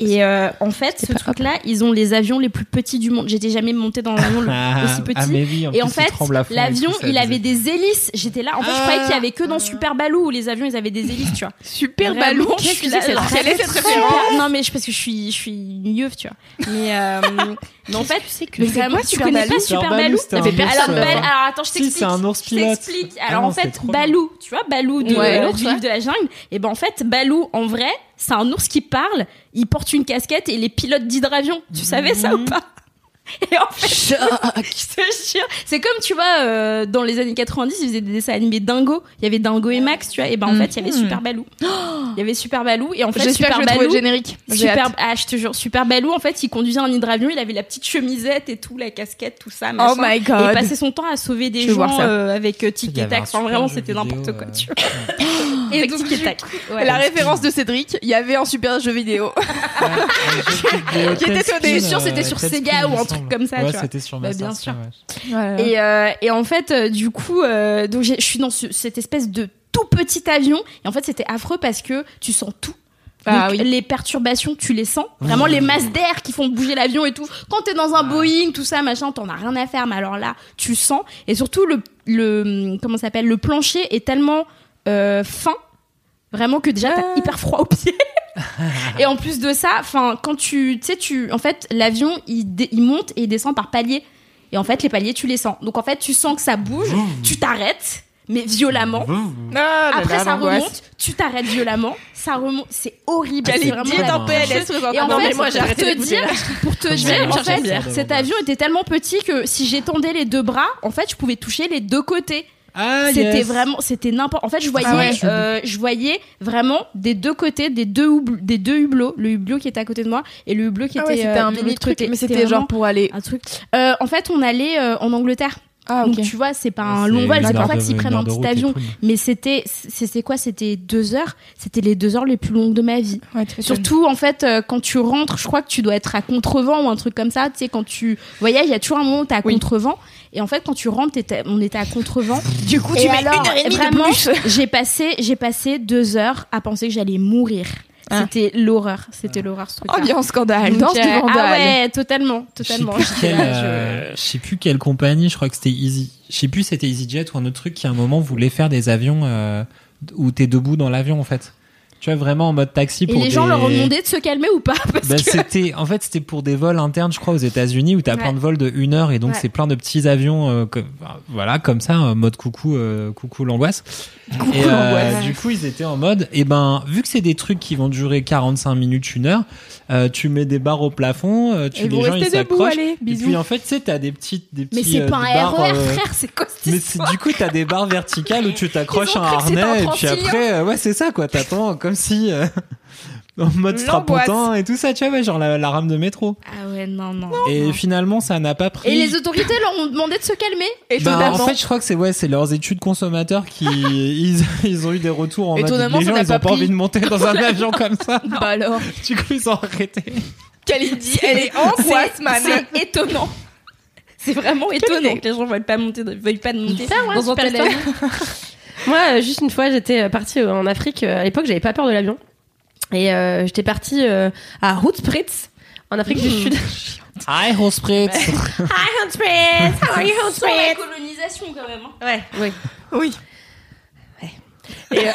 Speaker 4: Et euh, en fait, ce truc-là, ils ont les avions les plus petits du monde. J'étais jamais montée dans un avion le- aussi petit.
Speaker 2: Ah, mais oui, en
Speaker 4: Et
Speaker 2: plus,
Speaker 4: en
Speaker 2: il
Speaker 4: fait,
Speaker 2: tremble à fond et
Speaker 4: l'avion,
Speaker 2: tout, ça Ah.
Speaker 4: il
Speaker 2: a
Speaker 4: avait des hélices. J'étais là. En fait, je croyais qu'il y avait que dans Super Baloo où les avions, ils avaient des hélices, tu vois.
Speaker 3: super
Speaker 4: Vraiment,
Speaker 3: ballon.
Speaker 4: je suis là, genre,
Speaker 3: Quelle est cette
Speaker 4: super-
Speaker 3: référence
Speaker 4: Non, mais je, parce que je suis, je suis une yeuf, tu vois. Mais, euh, mais en fait, tu sais que
Speaker 3: Mais c'est quoi,
Speaker 4: tu
Speaker 3: Super
Speaker 4: connais
Speaker 3: Baloo
Speaker 4: pas
Speaker 2: Super
Speaker 4: Super
Speaker 2: Baloo,
Speaker 4: Baloo.
Speaker 2: c'était un
Speaker 4: Alors,
Speaker 2: ours, euh,
Speaker 4: Bal- alors, attends, je
Speaker 2: Si,
Speaker 4: t'explique.
Speaker 2: c'est un ours
Speaker 4: Je
Speaker 2: pilote.
Speaker 4: t'explique.
Speaker 2: Ah
Speaker 4: Alors,
Speaker 2: non,
Speaker 4: en
Speaker 2: c'est
Speaker 4: fait,
Speaker 2: trop bien.
Speaker 4: Baloo, tu vois, Baloo de,
Speaker 3: Ouais,
Speaker 4: euh,
Speaker 3: l'ours,
Speaker 4: du livre de la jungle. Et ben, en fait, Baloo, en vrai, c'est un ours qui parle, il porte une casquette et il est pilote d'hydravion. Tu savais ça ou pas? Et en fait, je te jure, c'est comme tu vois, euh, dans les années 90, ils faisaient des dessins animés Dingo. Il y avait Dingo et Max, tu vois. Et ben en fait, il y avait Super Baloo. Il y avait Super Baloo et en fait,
Speaker 3: Hmm. J'espère
Speaker 4: Super
Speaker 3: que je vais trouver
Speaker 4: Baloo.
Speaker 3: le générique. J'ai
Speaker 4: Super,
Speaker 3: hâte.
Speaker 4: ah, je te jure, Super Baloo, en fait, il conduisait un hydravion, il avait la petite chemisette et tout, la casquette, tout ça,
Speaker 3: Oh
Speaker 4: machin.
Speaker 3: my
Speaker 4: et il
Speaker 3: god.
Speaker 4: passait son temps à sauver des
Speaker 3: Je veux voir
Speaker 4: gens
Speaker 3: ça.
Speaker 4: euh, avec euh,
Speaker 2: Il
Speaker 4: Tic
Speaker 2: y
Speaker 4: et
Speaker 2: avait un
Speaker 4: Tac. Enfin,
Speaker 2: hein. super
Speaker 4: vraiment,
Speaker 2: jeu
Speaker 4: c'était n'importe
Speaker 2: vidéo,
Speaker 4: quoi,
Speaker 2: euh,
Speaker 4: tu
Speaker 2: ouais.
Speaker 4: vois.
Speaker 3: Et
Speaker 4: Avec
Speaker 3: donc,
Speaker 4: Tic et
Speaker 3: du
Speaker 4: Tac. Ouais.
Speaker 3: La référence de Cédric, il y avait un super jeu vidéo.
Speaker 2: Ouais, Ah, un jeu vidéo
Speaker 3: Qui était sur
Speaker 2: Tailspin,
Speaker 3: des-
Speaker 4: je suis sûre c'était
Speaker 2: euh,
Speaker 4: sur
Speaker 2: Tailspin,
Speaker 4: Sega
Speaker 2: il
Speaker 4: ou un
Speaker 2: me
Speaker 4: truc
Speaker 2: semble.
Speaker 4: comme ça,
Speaker 2: Ouais,
Speaker 4: tu vois.
Speaker 2: c'était sur
Speaker 4: Bah, bien
Speaker 2: Master
Speaker 4: sûr.
Speaker 2: System, ouais.
Speaker 3: Et-
Speaker 4: Et, euh, et en fait, euh, du coup, euh, donc j'ai- je suis dans ce- cette espèce de tout petit avion. Et en fait, c'était affreux parce que tu sens tout.
Speaker 2: Bah
Speaker 3: Ah
Speaker 4: Donc,
Speaker 3: oui.
Speaker 4: Les perturbations, tu les sens. Vraiment, les masses d'air qui font bouger l'avion et tout. Quand t'es dans un Boeing, tout ça, machin, t'en as rien à faire. Mais alors là, tu sens. Et surtout, le, le comment ça s'appelle Le plancher est tellement euh, fin, vraiment que déjà
Speaker 3: Ah.
Speaker 4: t'as hyper froid aux pieds. Et en plus de ça, enfin, quand tu, tu sais, tu, en fait, l'avion, il, dé- il monte et il descend par paliers. Et en fait, les paliers, tu les sens. Donc en fait, tu sens que ça bouge, tu t'arrêtes, mais violemment.
Speaker 3: Ah, là,
Speaker 4: Après,
Speaker 3: là,
Speaker 4: ça
Speaker 3: l'angoisse.
Speaker 4: remonte, tu t'arrêtes violemment, ça remonte. C'est horrible.
Speaker 2: Ah,
Speaker 4: c'est
Speaker 2: les
Speaker 4: vraiment
Speaker 2: diètes
Speaker 4: la
Speaker 2: en
Speaker 4: pire
Speaker 2: PLS,
Speaker 4: chose.
Speaker 3: regarde.
Speaker 4: Et en
Speaker 3: Non,
Speaker 4: fait,
Speaker 3: mais moi, j'ai arrêté
Speaker 4: pour te
Speaker 3: d'écouter,
Speaker 4: dire, pour te
Speaker 2: Je vais aller
Speaker 4: dire, en
Speaker 2: chercher une bière
Speaker 4: fait,
Speaker 2: devant
Speaker 4: cet
Speaker 2: moi.
Speaker 4: avion était tellement petit que si j'étendais les deux bras, en fait, je pouvais toucher les deux côtés.
Speaker 2: Ah,
Speaker 4: C'était
Speaker 2: yes.
Speaker 4: vraiment, c'était n'importe. En fait, je voyais,
Speaker 3: Ah ouais.
Speaker 4: euh, je voyais vraiment des deux côtés, des deux houbl- des deux hublots, le hublot qui était à côté de moi et le hublot qui
Speaker 3: Ah
Speaker 4: était,
Speaker 3: ouais, c'était
Speaker 4: euh,
Speaker 3: un
Speaker 4: de
Speaker 3: mini
Speaker 4: l'autre
Speaker 3: truc,
Speaker 4: côté.
Speaker 3: mais c'était genre
Speaker 4: vraiment
Speaker 3: pour aller.
Speaker 4: un truc. Euh, en fait, on allait euh, en Angleterre.
Speaker 3: Ah
Speaker 4: Donc tu vois, c'est pas un long vol. C'est pour ça qu'ils prennent un petit avion. Mais c'était, c'est c'est quoi C'était deux heures. C'était les deux heures les plus longues de ma vie. Surtout en fait, euh, quand tu rentres, je crois que tu dois être à contrevent ou un truc comme ça. Tu sais, quand tu voyages, il y a toujours un moment où t'es à
Speaker 3: Oui.
Speaker 4: contrevent. Et en fait, quand tu rentres, t'étais- on était à contrevent.
Speaker 3: Du coup,
Speaker 4: Et
Speaker 3: tu mets une
Speaker 4: alors,
Speaker 3: heure et demie de
Speaker 4: vraiment,
Speaker 3: plus.
Speaker 4: J'ai passé, j'ai passé deux heures à penser que j'allais mourir.
Speaker 3: Ah.
Speaker 4: C'était l'horreur.
Speaker 2: Ah.
Speaker 4: C'était l'horreur ce truc.
Speaker 3: Ambiance scandale, danse du
Speaker 4: ah
Speaker 3: vandale.
Speaker 4: ouais, totalement, totalement.
Speaker 2: Je sais plus,
Speaker 4: J'étais
Speaker 2: quelle,
Speaker 4: là, je-
Speaker 2: euh, je sais plus quelle compagnie, je crois que c'était Easy. Je sais plus c'était EasyJet ou un autre truc qui à un moment voulait faire des avions euh, où t'es debout dans l'avion en fait. Tu vois, vraiment en mode taxi
Speaker 4: Et
Speaker 2: pour
Speaker 4: les gens
Speaker 2: des-
Speaker 4: leur ont demandé de se calmer ou pas parce
Speaker 2: Bah,
Speaker 4: que-
Speaker 2: c'était en fait c'était pour des vols internes je crois aux États-Unis où t'as
Speaker 4: Ouais.
Speaker 2: plein de vols de une heure et donc
Speaker 4: Ouais.
Speaker 2: c'est plein de petits avions euh, comme, voilà comme ça en mode coucou euh, coucou l'angoisse et euh,
Speaker 3: l'angoisse.
Speaker 2: du coup ils étaient en mode et ben vu que c'est des trucs qui vont durer 45 minutes une heure euh, tu mets des barres au plafond euh, tu
Speaker 3: Et
Speaker 2: les
Speaker 3: vous
Speaker 2: gens ils
Speaker 3: restez debout,
Speaker 2: s'accrochent
Speaker 3: allez,
Speaker 2: et
Speaker 3: bisous.
Speaker 2: puis en fait tu sais t'as des petites des
Speaker 4: Mais
Speaker 2: petits,
Speaker 4: c'est
Speaker 2: euh,
Speaker 4: pas un
Speaker 2: des barres,
Speaker 4: RER,
Speaker 2: euh,
Speaker 4: frère, c'est quoi cette
Speaker 2: mais
Speaker 4: histoire
Speaker 2: c'est- du coup, t'as des barres verticales où tu t'accroches
Speaker 4: Ils ont
Speaker 2: à un
Speaker 4: cru que c'était
Speaker 2: harnais
Speaker 4: un
Speaker 2: et puis
Speaker 4: transilien.
Speaker 2: après, euh, ouais, c'est ça quoi. T'attends comme si euh, en mode
Speaker 3: L'angoisse.
Speaker 2: strapontin et tout ça, tu vois, ouais, genre la, la rame de métro.
Speaker 4: Ah ouais, non, non.
Speaker 2: et
Speaker 4: non.
Speaker 2: finalement, ça n'a pas pris.
Speaker 4: Oh. Et les autorités leur ont demandé de se calmer.
Speaker 2: Bah, en
Speaker 3: Étonnamment.
Speaker 2: fait, je crois que c'est ouais, c'est leurs études consommateurs qui ils, ils ont eu des retours en mode
Speaker 3: Étonnamment,
Speaker 2: les
Speaker 3: ça
Speaker 2: gens
Speaker 3: n'a
Speaker 2: ils
Speaker 3: pas
Speaker 2: ont pas
Speaker 3: pris.
Speaker 2: envie de monter dans un avion comme ça.
Speaker 3: Bah alors,
Speaker 2: Du coup, ils ont arrêté.
Speaker 3: Kalindi, elle est angoisse,
Speaker 4: C'est-
Speaker 3: man.
Speaker 4: C'est étonnant. C'est vraiment étonnant que les gens veulent pas monter, veulent pas monter
Speaker 1: Ça, ouais,
Speaker 4: dans un
Speaker 1: super
Speaker 4: tel
Speaker 1: étonnant.
Speaker 4: avion.
Speaker 1: Moi, euh, juste une fois, j'étais euh, partie euh, en Afrique. euh, À l'époque, j'avais pas peur de l'avion. Et euh, j'étais partie euh, à Houtspritz, en Afrique du Sud.
Speaker 2: Hi,
Speaker 4: Bah,
Speaker 2: Hospritz.
Speaker 1: Mmh. Hi, Houtspritz! How are you, Houtspritz?
Speaker 4: colonisation quand même. hein.
Speaker 1: Ouais, oui.
Speaker 3: Oui.
Speaker 1: Et, euh,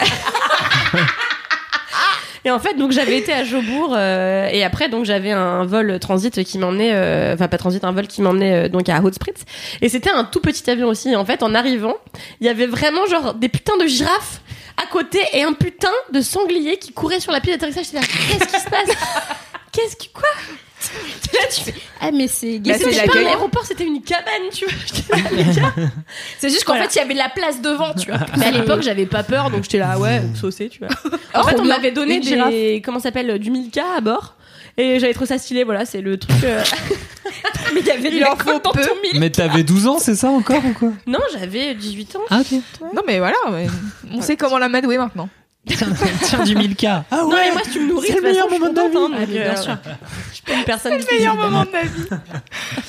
Speaker 1: et en fait, donc j'avais été à Jobourg euh, et après donc j'avais un vol transit qui m'emmenait, euh, enfin pas transit, un vol qui m'emmenait euh, donc à Hotspritz. Et c'était un tout petit avion aussi. Et en fait, en arrivant, il y avait vraiment genre des putains de girafes à côté et un putain de sanglier qui courait sur la piste d'atterrissage. J'étais là, qu'est-ce qui se passe Qu'est-ce qui quoi Là, tu fais,
Speaker 4: Ah mais c'est
Speaker 3: Bah,
Speaker 1: mais
Speaker 3: c'est
Speaker 1: c'est
Speaker 3: l'accueil.
Speaker 1: pas un aéroport, c'était une cabane, tu vois. J'étais là, les gars.
Speaker 4: C'est juste qu'en
Speaker 1: Voilà.
Speaker 4: fait il y avait de la place devant, tu vois.
Speaker 1: Mais à l'époque, j'avais pas peur, donc j'étais là, ouais, saucée, tu vois. En fait,
Speaker 4: Trop
Speaker 1: on
Speaker 4: bien.
Speaker 1: m'avait donné
Speaker 4: Une girafe.
Speaker 1: des, comment ça s'appelle, euh, du Milka à bord. Et j'avais trouvé ça stylé, voilà, c'est le truc. euh,
Speaker 4: mais il y avait de
Speaker 3: Il
Speaker 4: la
Speaker 3: en faut
Speaker 4: colle dans
Speaker 3: peu.
Speaker 4: ton milieu.
Speaker 2: Mais t'avais 12 ans, c'est ça encore ou quoi
Speaker 1: Non, j'avais 18 ans.
Speaker 2: Ah, ok.
Speaker 3: Non mais voilà, mais on sait comment la madouer maintenant.
Speaker 2: Tiens, tiens du 1000K. Ah
Speaker 1: non, mais moi, si tu me nourris, de
Speaker 2: C'est le
Speaker 1: toute façon,
Speaker 2: meilleur moment de
Speaker 1: je
Speaker 2: ma
Speaker 1: suis contente, hein, donc,
Speaker 2: vie. Ah, mais bien
Speaker 1: euh,
Speaker 2: sûr.
Speaker 1: Je suis pas une personne qui cuisine,
Speaker 3: meilleur
Speaker 1: évidemment.
Speaker 3: moment de ma vie.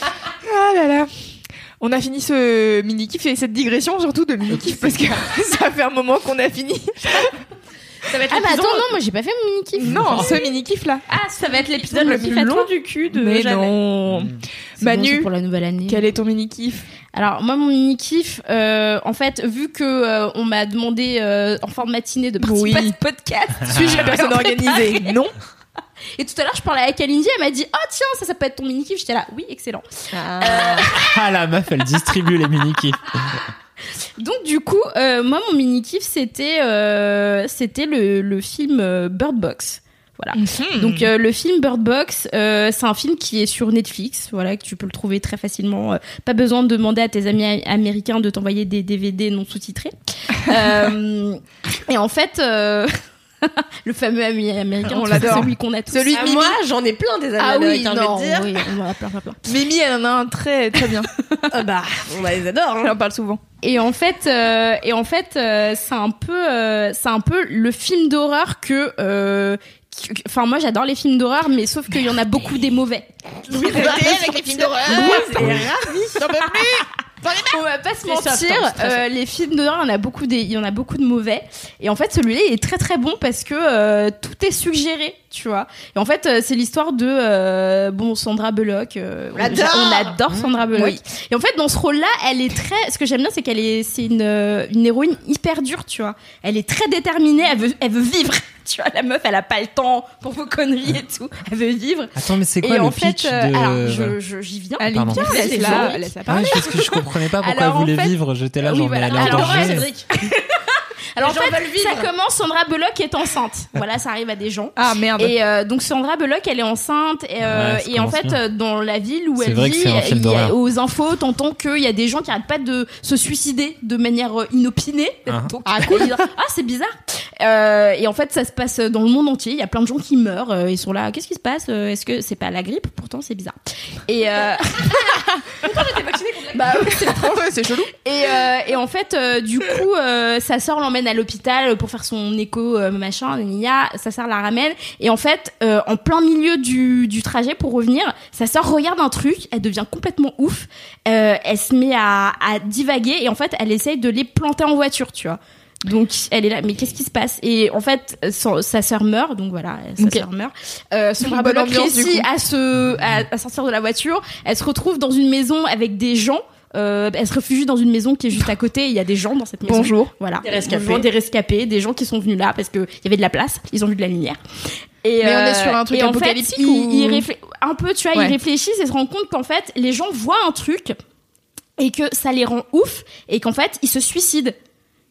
Speaker 3: Ah là là. On a fini ce mini kiff et cette digression surtout de mini kiff parce que ça fait un moment qu'on a fini.
Speaker 1: Ça va être
Speaker 4: Ah bah
Speaker 1: l'épisode-
Speaker 4: attends non, moi j'ai pas fait mon mini kiff.
Speaker 3: Non, ce mini kiff là.
Speaker 1: Ah, ça va être l'épisode
Speaker 3: Le
Speaker 1: le
Speaker 3: plus
Speaker 1: plus long
Speaker 3: long.
Speaker 1: du cul de
Speaker 3: Mais
Speaker 1: jamais.
Speaker 3: non. Manu,
Speaker 4: pour la nouvelle année.
Speaker 3: Quel est ton mini kiff
Speaker 4: Alors moi mon mini kiff, euh, en fait vu que euh, on m'a demandé euh, en fin de matinée de participer
Speaker 3: Oui.
Speaker 4: à ce podcast
Speaker 3: Suis-je la personne organisée Non.
Speaker 4: et tout à l'heure je parlais avec Kalindi, elle m'a dit oh tiens ça ça peut être ton mini kiff, j'étais là oui excellent.
Speaker 2: Ah la meuf, elle distribue les mini kits.
Speaker 4: Donc du coup euh, moi mon mini kiff c'était euh, c'était le, le film euh, Bird Box.
Speaker 3: Mhm.
Speaker 4: Donc euh, le film Bird Box, euh, c'est un film qui est sur Netflix, voilà que tu peux le trouver très facilement. Euh, pas besoin de demander à tes amis a- américains de t'envoyer des DVD non sous-titrés. Euh, et en fait, euh, le fameux ami américain,
Speaker 3: On
Speaker 4: tu-
Speaker 3: l'adore.
Speaker 4: celui qu'on a tous.
Speaker 3: Celui de
Speaker 1: Ah,
Speaker 3: Mimi.
Speaker 1: moi, j'en ai plein des hein, amis
Speaker 4: ah oui,
Speaker 1: américains, je vais
Speaker 4: non,
Speaker 1: te dire.
Speaker 4: oui, on en a plein, plein, plein.
Speaker 3: Mimi, elle en a un très très bien.
Speaker 1: Ah bah, on les adore.
Speaker 3: Elle en parle souvent.
Speaker 4: Et en fait, euh, et en fait, euh, c'est un peu, euh, c'est un peu le film d'horreur que. euh, qui- qui- Enfin, moi, j'adore les films d'horreur, mais sauf qu'il y en a beaucoup des mauvais.
Speaker 3: Oui, avec les films d'horreur.
Speaker 4: On va pas se
Speaker 1: C'est soft,
Speaker 4: mentir,
Speaker 1: hein, c'est très
Speaker 4: euh, les films d'horreur, il y en a beaucoup des, il y en a beaucoup de mauvais. Et en fait, celui-là, il est très très bon parce que euh, tout est suggéré, tu vois. Et en fait, euh, c'est l'histoire de euh, bon Sandra Bullock. euh, on,
Speaker 3: l'adore
Speaker 4: on adore Sandra Bullock.
Speaker 3: Oui.
Speaker 4: Et en fait, dans ce rôle-là, elle est très. Ce que j'aime bien, c'est qu'elle est, c'est une, euh, une héroïne hyper dure, tu vois. Elle est très déterminée. Elle veut, elle veut vivre. Tu vois, la meuf, elle a pas le temps pour vos conneries et tout. Elle veut vivre.
Speaker 2: Attends, mais c'est quoi
Speaker 4: Et
Speaker 2: le
Speaker 4: en
Speaker 2: pitch
Speaker 4: fait, euh,
Speaker 2: de...
Speaker 4: alors, je-
Speaker 2: Voilà.
Speaker 4: je- j'y viens.
Speaker 2: Pardon.
Speaker 3: Alinka, laisse-la laisse-la
Speaker 2: Ah,
Speaker 3: parler.
Speaker 2: oui, parce que je comprenais pas pourquoi
Speaker 4: Alors,
Speaker 2: elle
Speaker 4: en
Speaker 2: voulait
Speaker 4: fait-
Speaker 2: vivre. J'étais là,
Speaker 4: Oui,
Speaker 2: genre,
Speaker 4: voilà.
Speaker 2: mais elle est
Speaker 4: Alors,
Speaker 2: en danger.
Speaker 4: ouais, Alors en
Speaker 1: gens
Speaker 4: fait,
Speaker 1: veulent vivre.
Speaker 4: ça commence, Sandra Bullock est enceinte. voilà, ça arrive à des gens.
Speaker 3: Ah merde.
Speaker 4: Et euh, donc Sandra Bullock, elle est enceinte et, euh,
Speaker 2: bah. Ouais, ça
Speaker 4: et en
Speaker 2: commence
Speaker 4: fait
Speaker 2: bien.
Speaker 4: euh, dans la ville où
Speaker 2: C'est
Speaker 4: elle
Speaker 2: vrai que
Speaker 4: vit,
Speaker 2: c'est un film
Speaker 4: il y a-
Speaker 2: d'horreur.
Speaker 4: aux infos, t'entends qu'il y a des gens qui arrêtent pas de se suicider de manière euh, inopinée.
Speaker 2: Ah.
Speaker 4: Donc, ils disent, ah c'est bizarre. Euh, et en fait, ça se passe dans le monde entier. Il y a plein de gens qui meurent. euh, Ils sont là. Qu'est-ce qui se passe Euh, Est-ce que c'est pas la grippe Pourtant, c'est bizarre. Et euh... Bah, oui, c'est
Speaker 3: Ouais, c'est chelou.
Speaker 4: et, euh, et en fait, euh, du coup, euh, sa sœur l'emmène à l'hôpital euh, pour faire son écho, euh, machin, gna, sa sœur la ramène. Et en fait, euh, en plein milieu du, du trajet pour revenir, sa sœur regarde un truc, elle devient complètement ouf, euh, elle se met à, à divaguer et en fait, elle essaye de les planter en voiture, tu vois. Donc elle est là, mais qu'est-ce qui se passe Et en fait, son- sa sœur meurt, donc voilà, sa
Speaker 3: Ok.
Speaker 4: sœur meurt. Euh, son
Speaker 3: Bonne
Speaker 4: Bullock
Speaker 3: ambiance, du
Speaker 4: réussit
Speaker 3: coup.
Speaker 4: à se à, à sortir de la voiture. Elle se retrouve dans une maison avec des gens euh, elle se réfugie dans une maison qui est juste à côté. et Il y a des gens dans cette maison.
Speaker 3: Bonjour.
Speaker 4: Voilà.
Speaker 1: Des rescapés.
Speaker 4: Bonjour, des rescapés, des gens qui sont venus là parce qu'il y avait de la place. Ils ont vu de la lumière. Et,
Speaker 3: Mais on est
Speaker 4: euh,
Speaker 3: sur un truc
Speaker 4: et en fait,
Speaker 3: apocalyptique
Speaker 4: ils-
Speaker 3: ou-
Speaker 4: ils réflé- un peu, tu vois,
Speaker 3: Ouais.
Speaker 4: ils réfléchissent et se rendent compte qu'en fait, les gens voient un truc et que ça les rend ouf et qu'en fait, ils se suicident.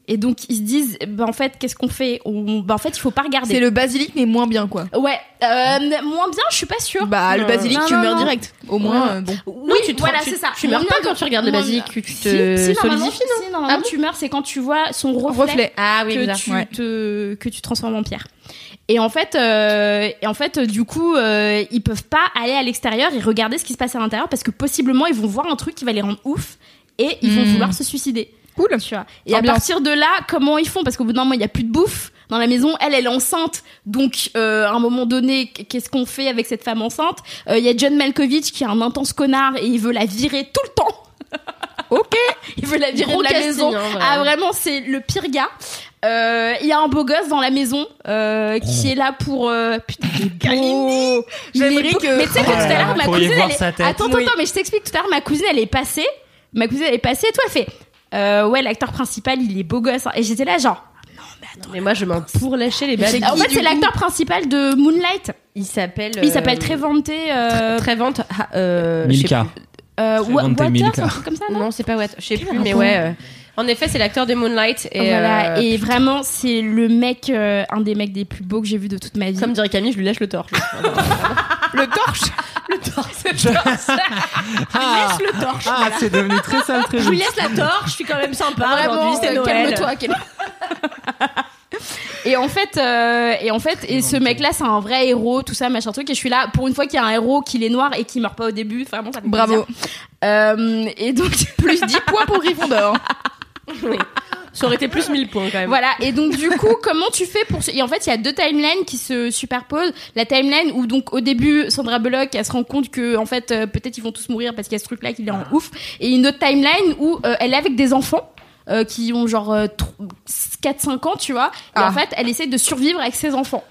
Speaker 4: Et donc, ils se disent, bah, en fait, qu'est-ce qu'on fait On- bah, En fait, il faut pas regarder.
Speaker 3: C'est le basilic, Ah, mais moins bien, quoi.
Speaker 4: Ouais, euh, moins bien, je suis pas sûre.
Speaker 3: Bah, le basilic,
Speaker 4: Non,
Speaker 3: tu
Speaker 4: non,
Speaker 3: meurs
Speaker 4: non.
Speaker 3: direct. Au moins,
Speaker 4: Ouais.
Speaker 3: euh, bon.
Speaker 4: Oui, voilà, c'est ça.
Speaker 1: Tu meurs
Speaker 4: On
Speaker 1: pas
Speaker 4: est
Speaker 1: quand
Speaker 4: dans-
Speaker 1: tu regardes le
Speaker 4: on est-
Speaker 1: basique, tu te
Speaker 4: Si, si, normalement,
Speaker 1: solidifies, non
Speaker 4: si, normalement,
Speaker 1: Ah bon
Speaker 4: tu meurs, c'est quand tu vois son
Speaker 3: Reflet.
Speaker 1: Ah oui,
Speaker 4: que
Speaker 1: bizarre.
Speaker 4: tu
Speaker 3: ouais.
Speaker 4: te que tu transformes en pierre. Et en fait, euh, et en fait, euh, du coup, euh, ils peuvent pas aller à l'extérieur et regarder ce qui se passe à l'intérieur parce que possiblement ils vont voir un truc qui va les rendre ouf et ils vont
Speaker 3: Mm.
Speaker 4: vouloir se suicider.
Speaker 3: Cool.
Speaker 4: Tu vois. Et
Speaker 3: Ambiance.
Speaker 4: à partir de là, comment ils font Parce qu'au bout d'un moment, il y a plus de bouffe dans la maison. Elle, elle est enceinte. Donc, euh, à un moment donné, qu'est-ce qu'on fait avec cette femme enceinte Euh, Il y a John Malkovich qui est un intense connard et il veut la virer tout le temps. ok. Il veut la virer
Speaker 1: Gros
Speaker 4: de la
Speaker 1: casting,
Speaker 4: maison.
Speaker 1: hein, vraiment.
Speaker 4: Ah vraiment, c'est le pire gars. Euh, Il y a un beau gosse dans la maison euh,
Speaker 2: Oh.
Speaker 4: qui est là pour euh, putain il est
Speaker 1: Oh.
Speaker 4: beau. Il est
Speaker 3: J'aimerais
Speaker 4: beau.
Speaker 3: que-
Speaker 4: Mais tu sais que tout
Speaker 2: Oh là
Speaker 4: à
Speaker 2: là,
Speaker 4: l'heure
Speaker 2: vous
Speaker 4: ma
Speaker 2: pourriez
Speaker 4: cousine
Speaker 2: voir
Speaker 4: elle est-
Speaker 2: sa tête.
Speaker 4: attends attends
Speaker 3: Oui.
Speaker 4: attends, mais je t'explique tout à l'heure ma cousine elle est passée ma cousine elle est passée et toi elle fait euh, ouais l'acteur principal il est beau gosse hein. et j'étais là genre
Speaker 1: Mais moi, je m'en pour lâcher les
Speaker 3: Mais
Speaker 1: basiques.
Speaker 3: c'est
Speaker 4: en
Speaker 3: qui,
Speaker 4: fait
Speaker 3: du
Speaker 4: c'est
Speaker 3: coup
Speaker 4: l'acteur principal de Moonlight
Speaker 1: Il s'appelle.
Speaker 4: il
Speaker 1: euh,
Speaker 4: s'appelle Tréventé euh,
Speaker 1: Trévente. ah, euh, je sais
Speaker 2: Milka.
Speaker 4: euh, Wa-
Speaker 2: Tréventé
Speaker 4: Waters
Speaker 2: Milka.
Speaker 4: un truc comme ça
Speaker 1: plus.
Speaker 4: non
Speaker 1: Non, c'est pas Watt. Je sais plus,
Speaker 4: un
Speaker 1: mais
Speaker 4: bon.
Speaker 1: ouais. euh, En effet, c'est l'acteur de Moonlight. Et,
Speaker 4: Oh, voilà,
Speaker 1: euh,
Speaker 4: et vraiment, c'est le mec, euh, un des mecs des plus beaux que j'ai vu de toute ma vie.
Speaker 1: Comme dirait Camille, je lui lâche le torche.
Speaker 3: Le torche
Speaker 2: Ah,
Speaker 4: le torche.
Speaker 2: ah, c'est devenu très sale, très
Speaker 1: je lui
Speaker 2: joli.
Speaker 1: laisse la torche, je suis quand même sympa.
Speaker 4: Vraiment,
Speaker 1: aujourd'hui, c'est
Speaker 4: euh,
Speaker 1: Noël.
Speaker 4: calme-toi, Kelly. Et en fait, euh, et en fait, et ce mec-là, c'est un vrai héros, tout ça, machin truc. Et je suis là pour une fois qu'il y a un héros, qu'il est noir et qu'il meurt pas au début. Vraiment, ça me fait
Speaker 3: Bravo.
Speaker 4: plaisir. Euh, et donc
Speaker 3: Plus 10 points pour Gryffondor.
Speaker 1: Oui. Ça aurait été plus 1000 points quand même.
Speaker 4: voilà. Et donc du coup, comment tu fais pour se- Et en fait, il y a deux timelines qui se superposent. La timeline où donc au début, Sandra Bullock, elle se rend compte que en fait, euh, peut-être ils vont tous mourir parce qu'il y a ce truc-là qui est en
Speaker 3: Ah.
Speaker 4: ouf. Et une autre timeline où euh, elle est avec des enfants. euh, qui ont genre 4-5 ans, tu vois. Et
Speaker 3: Ah.
Speaker 4: en fait, elle essaie de survivre avec ses enfants.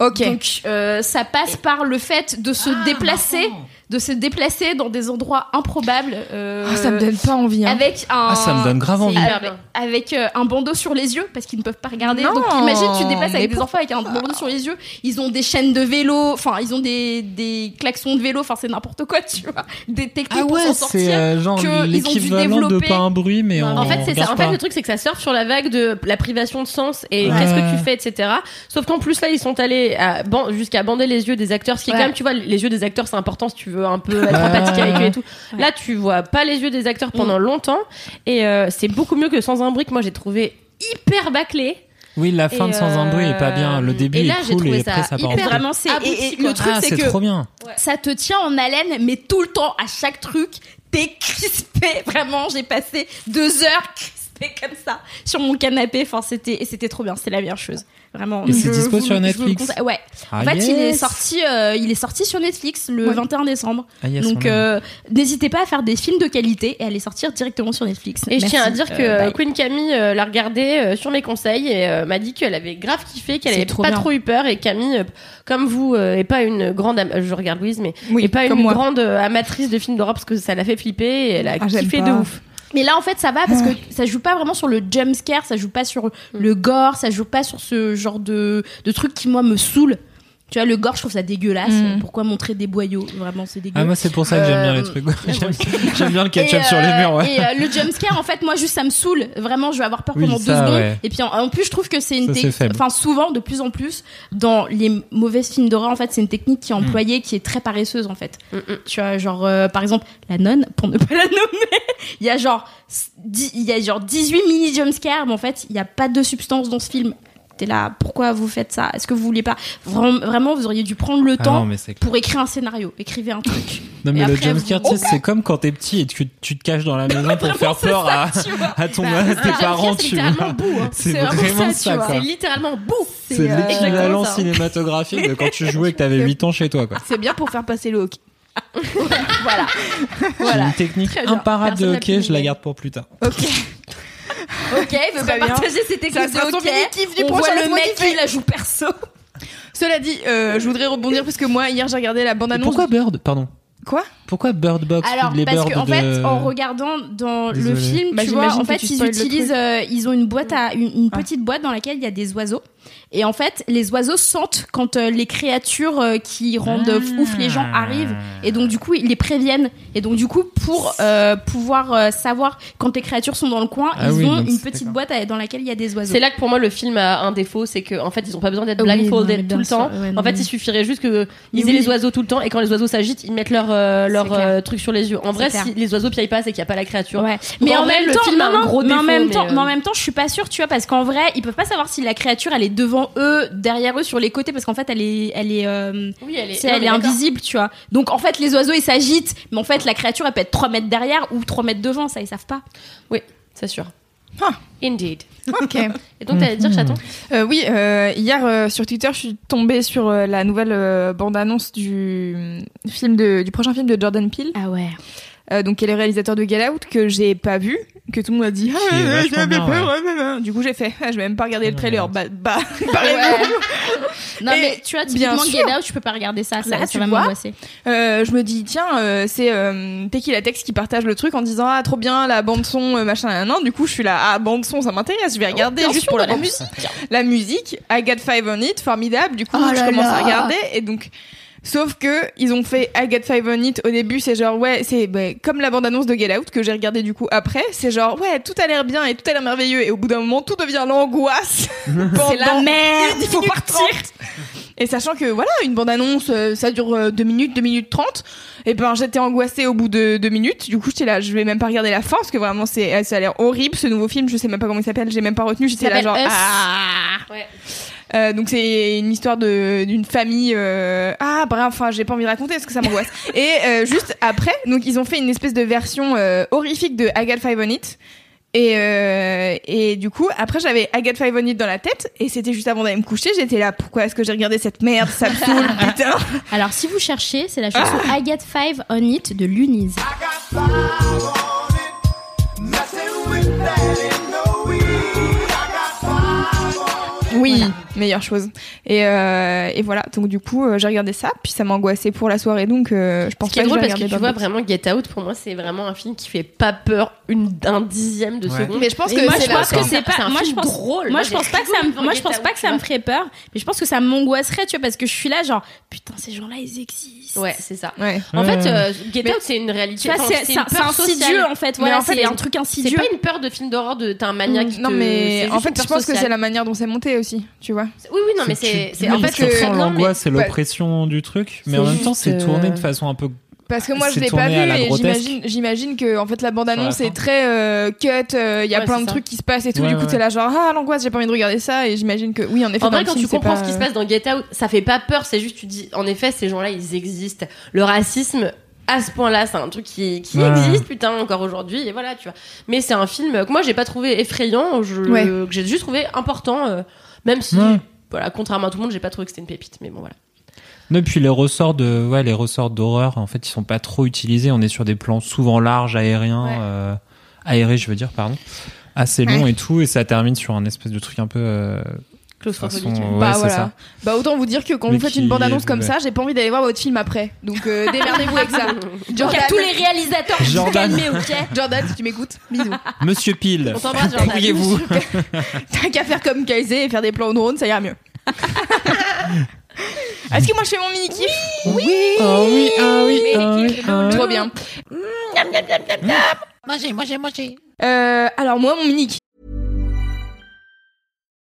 Speaker 3: Ok. Ah,
Speaker 4: Donc euh, ça passe par le fait de se déplacer, de se déplacer dans des endroits improbables. euh,
Speaker 3: Ah, ça me donne pas envie. Hein.
Speaker 4: Avec un.
Speaker 2: Ah, ça me donne grave envie.
Speaker 1: hyper
Speaker 4: Avec,
Speaker 1: bien.
Speaker 4: avec, euh, un bandeau sur les yeux parce qu'ils ne peuvent pas regarder.
Speaker 3: Non,
Speaker 4: Donc imagine tu dépasses
Speaker 3: mais
Speaker 4: avec des enfants avec un bandeau sur les yeux. Ils ont des chaînes de vélo, enfin ils ont des, des klaxons de vélo, enfin c'est n'importe quoi tu vois. Des techniques
Speaker 2: Ah ouais,
Speaker 4: pour s'en
Speaker 2: c'est
Speaker 4: sortir.
Speaker 2: euh, genre
Speaker 4: que ils ont dû
Speaker 2: l'équivalent de
Speaker 4: développer.
Speaker 2: pas un bruit, mais
Speaker 1: En fait, c'est ça. En fait, le truc, c'est que ça surfe sur la vague de la privation de sens et
Speaker 2: Ouais.
Speaker 1: qu'est-ce que tu fais, etc. Sauf qu'en plus, là, ils sont allés à ban- jusqu'à bander les yeux des acteurs, ce qui est
Speaker 4: Ouais.
Speaker 1: quand même, tu vois, les yeux des acteurs, c'est important si tu veux un peu être
Speaker 2: Ouais.
Speaker 1: empathique avec eux et tout.
Speaker 4: Ouais. Mm.
Speaker 1: Là, tu vois pas les yeux des acteurs pendant longtemps et euh, c'est beaucoup mieux que sans un bric. Moi, j'ai trouvé hyper bâclé.
Speaker 2: Oui, la fin
Speaker 1: Et,
Speaker 2: de Sans un bruit est pas bien. Le
Speaker 1: euh,
Speaker 2: début
Speaker 1: et là,
Speaker 2: est
Speaker 1: j'ai
Speaker 2: cool
Speaker 1: trouvé
Speaker 2: et
Speaker 1: ça
Speaker 2: après ça part en
Speaker 1: hyper
Speaker 2: couille.
Speaker 4: Vraiment c'est
Speaker 1: Abouti,
Speaker 4: et, et
Speaker 1: quoi.
Speaker 4: le truc
Speaker 2: Ah,
Speaker 4: c'est
Speaker 2: c'est
Speaker 4: que
Speaker 2: trop bien.
Speaker 4: ça te tient en haleine, mais tout le temps, à chaque truc, t'es crispé. Vraiment, j'ai passé deux heures crispée comme ça sur mon canapé. Enfin, c'était et c'était trop bien. C'était la meilleure chose. Vraiment.
Speaker 2: Et
Speaker 4: Je
Speaker 2: c'est dispo
Speaker 4: vous-
Speaker 2: sur
Speaker 4: je vous le
Speaker 2: Netflix.
Speaker 4: conseille. Ouais. En
Speaker 2: Ah,
Speaker 4: fait, il est
Speaker 2: yes.
Speaker 4: sorti, euh, il est sorti sur Netflix le
Speaker 3: Ouais.
Speaker 4: 21 décembre.
Speaker 2: Ah, yes, on
Speaker 4: Donc,
Speaker 2: aime.
Speaker 4: euh, n'hésitez pas à faire des films de qualité et à les sortir directement sur Netflix.
Speaker 1: Et je
Speaker 4: Merci.
Speaker 1: tiens à dire que
Speaker 4: Euh, bye.
Speaker 1: Queen Camille euh, l'a regardé euh, sur mes conseils et euh, m'a dit qu'elle avait grave kiffé, qu'elle
Speaker 4: C'est
Speaker 1: avait
Speaker 4: trop
Speaker 1: pas
Speaker 4: bien.
Speaker 1: trop eu peur. Et Camille, euh, comme vous, euh, est pas une grande, am- euh, je regarde Louise, mais
Speaker 3: Oui,
Speaker 1: est pas
Speaker 3: comme
Speaker 1: une
Speaker 3: moi.
Speaker 1: grande euh, amatrice de films d'horreur parce que ça l'a fait flipper et elle a
Speaker 3: Ah, j'aime
Speaker 1: kiffé de
Speaker 3: pas.
Speaker 1: ouf.
Speaker 4: Mais là, en fait, ça va parce que ça joue pas vraiment sur le jump scare, ça joue pas sur le gore, ça joue pas sur ce genre de, de truc qui, moi, me saoule. Tu vois, le gore, je trouve ça dégueulasse.
Speaker 3: Mm.
Speaker 4: Pourquoi montrer des boyaux Vraiment, c'est dégueu.
Speaker 2: Ah, moi, c'est pour ça que j'aime bien les
Speaker 4: Euh,
Speaker 2: trucs. J'aime- J'aime bien le ketchup
Speaker 4: Et,
Speaker 2: sur les
Speaker 4: euh,
Speaker 2: murs, ouais.
Speaker 4: Et euh, le jump scare, en fait, moi, juste, ça me saoule. Vraiment, je vais avoir peur
Speaker 2: Oui,
Speaker 4: pendant
Speaker 2: ça,
Speaker 4: deux secondes.
Speaker 2: ouais.
Speaker 4: Et puis, en, en plus, je trouve que c'est une
Speaker 2: Ça, c'est
Speaker 4: technique.
Speaker 2: faible.
Speaker 4: Enfin, souvent, de plus en plus, dans les mauvais films d'horreur, en fait, c'est une technique qui est
Speaker 2: Mm.
Speaker 4: employée, qui est très paresseuse, en fait. Tu vois, genre, euh, par exemple, la nonne, pour ne pas la nommer, il y a genre, dix- il y a genre 18 mini jumpscares, mais en fait, il n'y a pas de substance dans ce film. T'es là, pourquoi vous faites ça Est-ce que vous voulez pas Vraiment, vraiment, vous auriez dû prendre le
Speaker 2: Ah
Speaker 4: temps
Speaker 2: non, mais c'est clair.
Speaker 4: pour écrire un scénario. Écrivez un truc.
Speaker 2: Non,
Speaker 4: Et
Speaker 2: mais le
Speaker 4: après,
Speaker 2: jumpscare,
Speaker 4: vous-
Speaker 2: tu sais, c'est comme quand t'es petit et tu, tu te caches dans la maison pour faire peur à, à ton,
Speaker 1: Bah,
Speaker 2: à tes parents,
Speaker 1: Ah, c'est
Speaker 2: tu vois.
Speaker 1: littéralement boue. hein.
Speaker 2: C'est
Speaker 1: vraiment ça,
Speaker 2: vraiment ça,
Speaker 1: tu vois.
Speaker 2: quoi.
Speaker 1: C'est littéralement boue.
Speaker 2: C'est
Speaker 1: euh,
Speaker 2: l'équivalent
Speaker 1: exactement ça.
Speaker 2: cinématographique de quand tu jouais et que t'avais 8 ans chez toi, quoi.
Speaker 3: C'est bien pour faire passer le hockey.
Speaker 4: voilà.
Speaker 2: J'ai
Speaker 4: voilà.
Speaker 2: une technique
Speaker 4: Très bien.
Speaker 2: imparable de
Speaker 4: Personne n'a
Speaker 2: hockey,
Speaker 4: pu
Speaker 2: je la
Speaker 4: m'aider.
Speaker 2: garde pour plus tard.
Speaker 3: Ok.
Speaker 4: Ok, il veut
Speaker 3: Très
Speaker 4: pas
Speaker 3: bien.
Speaker 4: partager ses techniques
Speaker 3: Ça sera
Speaker 4: de
Speaker 3: son
Speaker 4: hockey.
Speaker 3: mini-kiff du
Speaker 4: On
Speaker 3: prochain
Speaker 4: voit le
Speaker 3: Laisse-moi
Speaker 4: mec
Speaker 3: kiffer.
Speaker 4: qui la joue perso.
Speaker 3: Cela dit, euh, je voudrais rebondir parce que moi, hier, j'ai regardé la
Speaker 2: Et
Speaker 3: bande-annonce.
Speaker 2: Pourquoi Bird Pardon.
Speaker 3: Quoi
Speaker 2: Pourquoi Bird Box
Speaker 4: Alors,
Speaker 2: feed les
Speaker 4: parce
Speaker 2: birds
Speaker 4: qu'en
Speaker 2: de-
Speaker 4: fait, en regardant dans
Speaker 2: Désolé.
Speaker 4: le film,
Speaker 3: Bah,
Speaker 4: tu
Speaker 3: j'imagine
Speaker 4: vois, en
Speaker 3: que
Speaker 4: fait,
Speaker 3: tu
Speaker 4: ils
Speaker 3: spoil le
Speaker 4: utilisent,
Speaker 3: truc.
Speaker 4: euh, ils ont une boîte à, une, une
Speaker 3: Ah.
Speaker 4: petite boîte dans laquelle il y a des oiseaux. Et en fait, les oiseaux sentent quand euh, les créatures euh, qui rendent
Speaker 2: Ah.
Speaker 4: ouf les gens arrivent. Et donc, du coup, ils les préviennent. Et donc, du coup, pour euh, pouvoir euh, savoir quand les créatures sont dans le coin,
Speaker 2: Ah
Speaker 4: ils
Speaker 2: oui,
Speaker 4: ont
Speaker 2: donc
Speaker 4: une
Speaker 2: c'est-
Speaker 4: petite
Speaker 2: d'accord.
Speaker 4: boîte à- dans laquelle il y a des oiseaux.
Speaker 1: C'est là que pour moi le film a un défaut, c'est que en fait ils ont pas besoin d'être
Speaker 4: Oui,
Speaker 1: blindfolded
Speaker 4: non, mais
Speaker 1: tout
Speaker 4: bien
Speaker 1: le
Speaker 4: sûr,
Speaker 1: temps.
Speaker 4: ouais,
Speaker 1: en
Speaker 4: non,
Speaker 1: fait,
Speaker 4: mais-
Speaker 1: il suffirait juste que ils
Speaker 3: Mais
Speaker 1: aient
Speaker 3: oui.
Speaker 1: les oiseaux tout le temps et quand les oiseaux s'agitent, ils mettent leur euh, leur
Speaker 4: C'est clair.
Speaker 1: euh, truc sur les yeux. En
Speaker 4: C'est
Speaker 1: vrai,
Speaker 4: clair.
Speaker 1: si les oiseaux piaillent pas, c'est qu'il y a pas la créature.
Speaker 4: Ouais. Mais
Speaker 1: en
Speaker 4: en
Speaker 1: vrai,
Speaker 4: même
Speaker 1: le
Speaker 4: temps,
Speaker 1: film a
Speaker 4: non,
Speaker 1: un
Speaker 4: non,
Speaker 1: gros
Speaker 4: mais en
Speaker 1: défaut,
Speaker 4: même
Speaker 1: mais,
Speaker 4: temps,
Speaker 1: euh,
Speaker 4: mais en même temps, je suis pas sûre, tu vois, parce qu'en vrai, ils peuvent pas savoir si la créature elle est devant eux, derrière eux, sur les côtés, parce qu'en fait, elle est, elle est, euh,
Speaker 1: Oui, elle
Speaker 4: tu sais, elle est invisible, tu vois. Donc en fait, les oiseaux ils s'agitent, mais en fait, la créature elle peut être 3 mètres derrière ou 3 mètres devant, ça ils savent pas.
Speaker 1: c'est sûr.
Speaker 3: Ah.
Speaker 1: Indeed.
Speaker 3: Ok.
Speaker 1: Et donc t'allais dire chaton
Speaker 3: Euh, oui, euh, hier euh, sur Twitter, je suis tombée sur euh, la nouvelle euh, bande-annonce du mm, film de- du prochain film de Jordan Peele,
Speaker 4: Ah ouais.
Speaker 3: euh, donc qui est le réalisateur de Get Out que j'ai pas vu, que tout le monde a dit. Ah,
Speaker 2: est
Speaker 3: ouais,
Speaker 2: vachement
Speaker 3: j'avais
Speaker 2: bien,
Speaker 3: peur, ouais, ouais, ouais. Du coup, j'ai fait. Ah, je vais même pas regarder le
Speaker 2: Ouais,
Speaker 3: trailer.
Speaker 2: ouais.
Speaker 3: Bah, bah, parlez-vous.
Speaker 4: Non
Speaker 3: Et
Speaker 4: mais tu vois,
Speaker 3: bien
Speaker 4: typiquement
Speaker 3: sûr.
Speaker 4: Get Out, tu peux pas regarder ça, ça,
Speaker 3: Là,
Speaker 4: ça
Speaker 3: tu
Speaker 4: va
Speaker 3: vois.
Speaker 4: m'angoisser.
Speaker 3: Euh, je me dis tiens euh, c'est euh, Tequila Tex qui partage le truc en disant ah trop bien la bande son euh, machin nan, nan. du coup je suis là ah bande son ça m'intéresse je vais regarder juste pour la, bande- la musique I Got Five on It formidable du coup
Speaker 4: Oh
Speaker 3: je
Speaker 4: là
Speaker 3: commence
Speaker 4: là.
Speaker 3: à regarder et donc sauf que ils ont fait I Got Five on It au début c'est genre ouais c'est bah, comme la bande annonce de Get Out que j'ai regardé du coup après c'est genre ouais tout a l'air bien et tout a l'air merveilleux et au bout d'un moment tout devient l'angoisse
Speaker 4: C'est la
Speaker 3: Pendant
Speaker 4: merde,
Speaker 3: il faut partir. Et sachant que voilà, une bande-annonce, euh, ça dure 2 minutes, 2 minutes 30, et ben j'étais angoissée au bout de 2 minutes. Du coup, j'étais là, je vais même pas regarder la fin parce que vraiment c'est ça a l'air horrible ce nouveau film, je sais même pas comment il s'appelle, j'ai même pas retenu, j'étais là
Speaker 4: s'appelle
Speaker 3: genre
Speaker 4: Us.
Speaker 3: ah.
Speaker 1: Ouais.
Speaker 3: Euh, donc c'est une histoire de d'une famille euh, ah bref, enfin, j'ai pas envie de raconter parce que ça m'angoisse. et euh, juste après, donc ils ont fait une espèce de version euh, horrifique de I Got Five on It. Et, euh, et du coup, après, j'avais Agathe Five on It dans la tête, et c'était juste avant d'aller me coucher, j'étais là, pourquoi est-ce que j'ai regardé cette merde, ça me saoule, putain
Speaker 4: Alors si vous cherchez, c'est la chanson
Speaker 3: Ah.
Speaker 4: I Get Five on It de Luniz.
Speaker 3: Oui, meilleure chose. Et, euh, et voilà, donc du coup, euh, j'ai regardé ça, puis ça m'a angoissée pour la soirée, donc euh, je pense
Speaker 1: Ce qui est
Speaker 3: pas
Speaker 1: drôle
Speaker 3: que je vais
Speaker 1: parce que
Speaker 3: regarder
Speaker 1: tu vois
Speaker 3: Bumble.
Speaker 1: vraiment Get Out, pour moi c'est vraiment un film qui fait pas peur une, un dixième de
Speaker 2: Ouais.
Speaker 1: seconde.
Speaker 3: Mais je pense
Speaker 4: Et
Speaker 3: que
Speaker 4: moi,
Speaker 3: c'est
Speaker 4: je pense
Speaker 3: la-
Speaker 4: que c'est
Speaker 1: C'est un
Speaker 4: pas. Moi,
Speaker 1: film
Speaker 4: je pense
Speaker 1: drôle.
Speaker 4: Moi,
Speaker 1: Moi,
Speaker 4: je
Speaker 1: j'ai
Speaker 4: pense pas que ça
Speaker 1: rigolé
Speaker 4: me.
Speaker 1: pour
Speaker 4: Moi,
Speaker 1: Get
Speaker 4: je pense
Speaker 1: Out,
Speaker 4: pas que ça
Speaker 1: tu
Speaker 4: me
Speaker 1: vois.
Speaker 4: ferait peur. Mais je pense que ça m'angoisserait, tu vois, parce que je suis là, genre, putain, ces gens-là, ils existent.
Speaker 1: Ouais, c'est ça.
Speaker 3: Ouais.
Speaker 1: En
Speaker 2: Ouais.
Speaker 1: fait, euh, Get Out, c'est une réalité.
Speaker 4: Tu vois,
Speaker 1: enfin,
Speaker 4: c'est
Speaker 1: une
Speaker 4: c'est- c'est
Speaker 1: peur sociale.
Speaker 3: hein.
Speaker 4: insidieux en fait.
Speaker 1: Mais
Speaker 4: Voilà,
Speaker 1: en fait,
Speaker 4: c'est un
Speaker 1: c'est-
Speaker 4: truc
Speaker 1: C'est
Speaker 4: insidieux.
Speaker 1: pas une peur de film d'horreur de t'as un maniaque. qui
Speaker 3: Non,
Speaker 1: te-
Speaker 3: mais
Speaker 1: c'est
Speaker 3: en
Speaker 1: juste
Speaker 3: fait,
Speaker 1: une
Speaker 3: je
Speaker 1: peur
Speaker 3: pense que c'est
Speaker 1: sociale.
Speaker 3: la manière dont c'est monté aussi, tu vois.
Speaker 1: Oui, oui, non, mais
Speaker 2: Tu-
Speaker 1: c'est.
Speaker 2: tu-
Speaker 1: c'est-
Speaker 2: oui,
Speaker 1: En fait,
Speaker 2: tu
Speaker 1: c'est
Speaker 2: ressens
Speaker 1: très bien, mais-
Speaker 3: Bah,
Speaker 2: l'angoisse et l'oppression du truc, mais
Speaker 1: C'est
Speaker 2: en même temps,
Speaker 1: juste,
Speaker 2: c'est tourné de
Speaker 1: euh,
Speaker 2: façon un peu.
Speaker 3: Parce que moi, je
Speaker 2: C'est
Speaker 3: l'ai pas vu
Speaker 2: tourné à la
Speaker 3: et
Speaker 2: grotesque.
Speaker 3: j'imagine, j'imagine que en fait la bande annonce
Speaker 2: Sur la
Speaker 3: est
Speaker 2: fin.
Speaker 3: très euh, cut. euh, Il y a
Speaker 1: Ouais,
Speaker 3: plein
Speaker 1: c'est
Speaker 3: de
Speaker 1: ça.
Speaker 3: trucs qui se passent et tout.
Speaker 2: Ouais,
Speaker 3: du coup,
Speaker 2: ouais,
Speaker 3: t'es là genre ah l'angoisse, j'ai pas envie de regarder ça. Et j'imagine que oui, en effet.
Speaker 1: En
Speaker 3: dans
Speaker 1: vrai,
Speaker 3: le
Speaker 1: quand
Speaker 3: film,
Speaker 1: tu
Speaker 3: c'est
Speaker 1: comprends
Speaker 3: pas-
Speaker 1: ce qui se passe dans Get Out, ça fait pas peur, c'est juste, tu dis, en effet, ces gens-là, ils existent. Le racisme, à ce point-là, c'est un truc qui, qui
Speaker 2: Ouais.
Speaker 1: existe, putain, encore aujourd'hui, et voilà, tu vois. Mais c'est un film que moi, j'ai pas trouvé effrayant, je-
Speaker 3: Ouais.
Speaker 1: que j'ai juste trouvé important, euh, même si,
Speaker 2: Ouais.
Speaker 1: voilà, contrairement à tout le monde, j'ai pas trouvé que c'était une pépite, mais bon, voilà.
Speaker 2: Non, et puis les ressorts de, ouais, les ressorts d'horreur, en fait, ils sont pas trop utilisés. On est sur des plans souvent larges, aériens,
Speaker 3: Ouais.
Speaker 2: euh, aérés, je veux dire, pardon, assez longs et tout, et ça termine sur un espèce de truc un peu. euh,
Speaker 1: Claustrophobique.
Speaker 2: façon- ouais,
Speaker 3: Bah,
Speaker 2: c'est
Speaker 3: voilà.
Speaker 2: ça.
Speaker 3: Bah autant vous dire que quand
Speaker 2: Mais
Speaker 3: vous faites
Speaker 2: qui-
Speaker 3: une bande annonce comme
Speaker 2: ouais.
Speaker 3: ça, j'ai pas envie d'aller voir votre film après. Donc euh, démerdez-vous avec ça.
Speaker 4: Donc,
Speaker 3: Jordan,
Speaker 4: à tous les réalisateurs, vous vous
Speaker 2: Jordan.
Speaker 4: calmez, ok
Speaker 3: Jordan, si tu m'écoutes, bisous.
Speaker 2: Monsieur Pile,
Speaker 1: On t'embrasse, Jordan.
Speaker 2: vous
Speaker 3: T'as qu'à faire comme Kaizé et faire des plans au drone, ça ira mieux. Est-ce que moi je fais mon mini kiff Oui.
Speaker 2: Oh oui, ah oui, ah oui, ah oui.
Speaker 3: Trop bien.
Speaker 5: Mangez, mangez, mangez.
Speaker 3: Euh, alors moi mon mini kiff,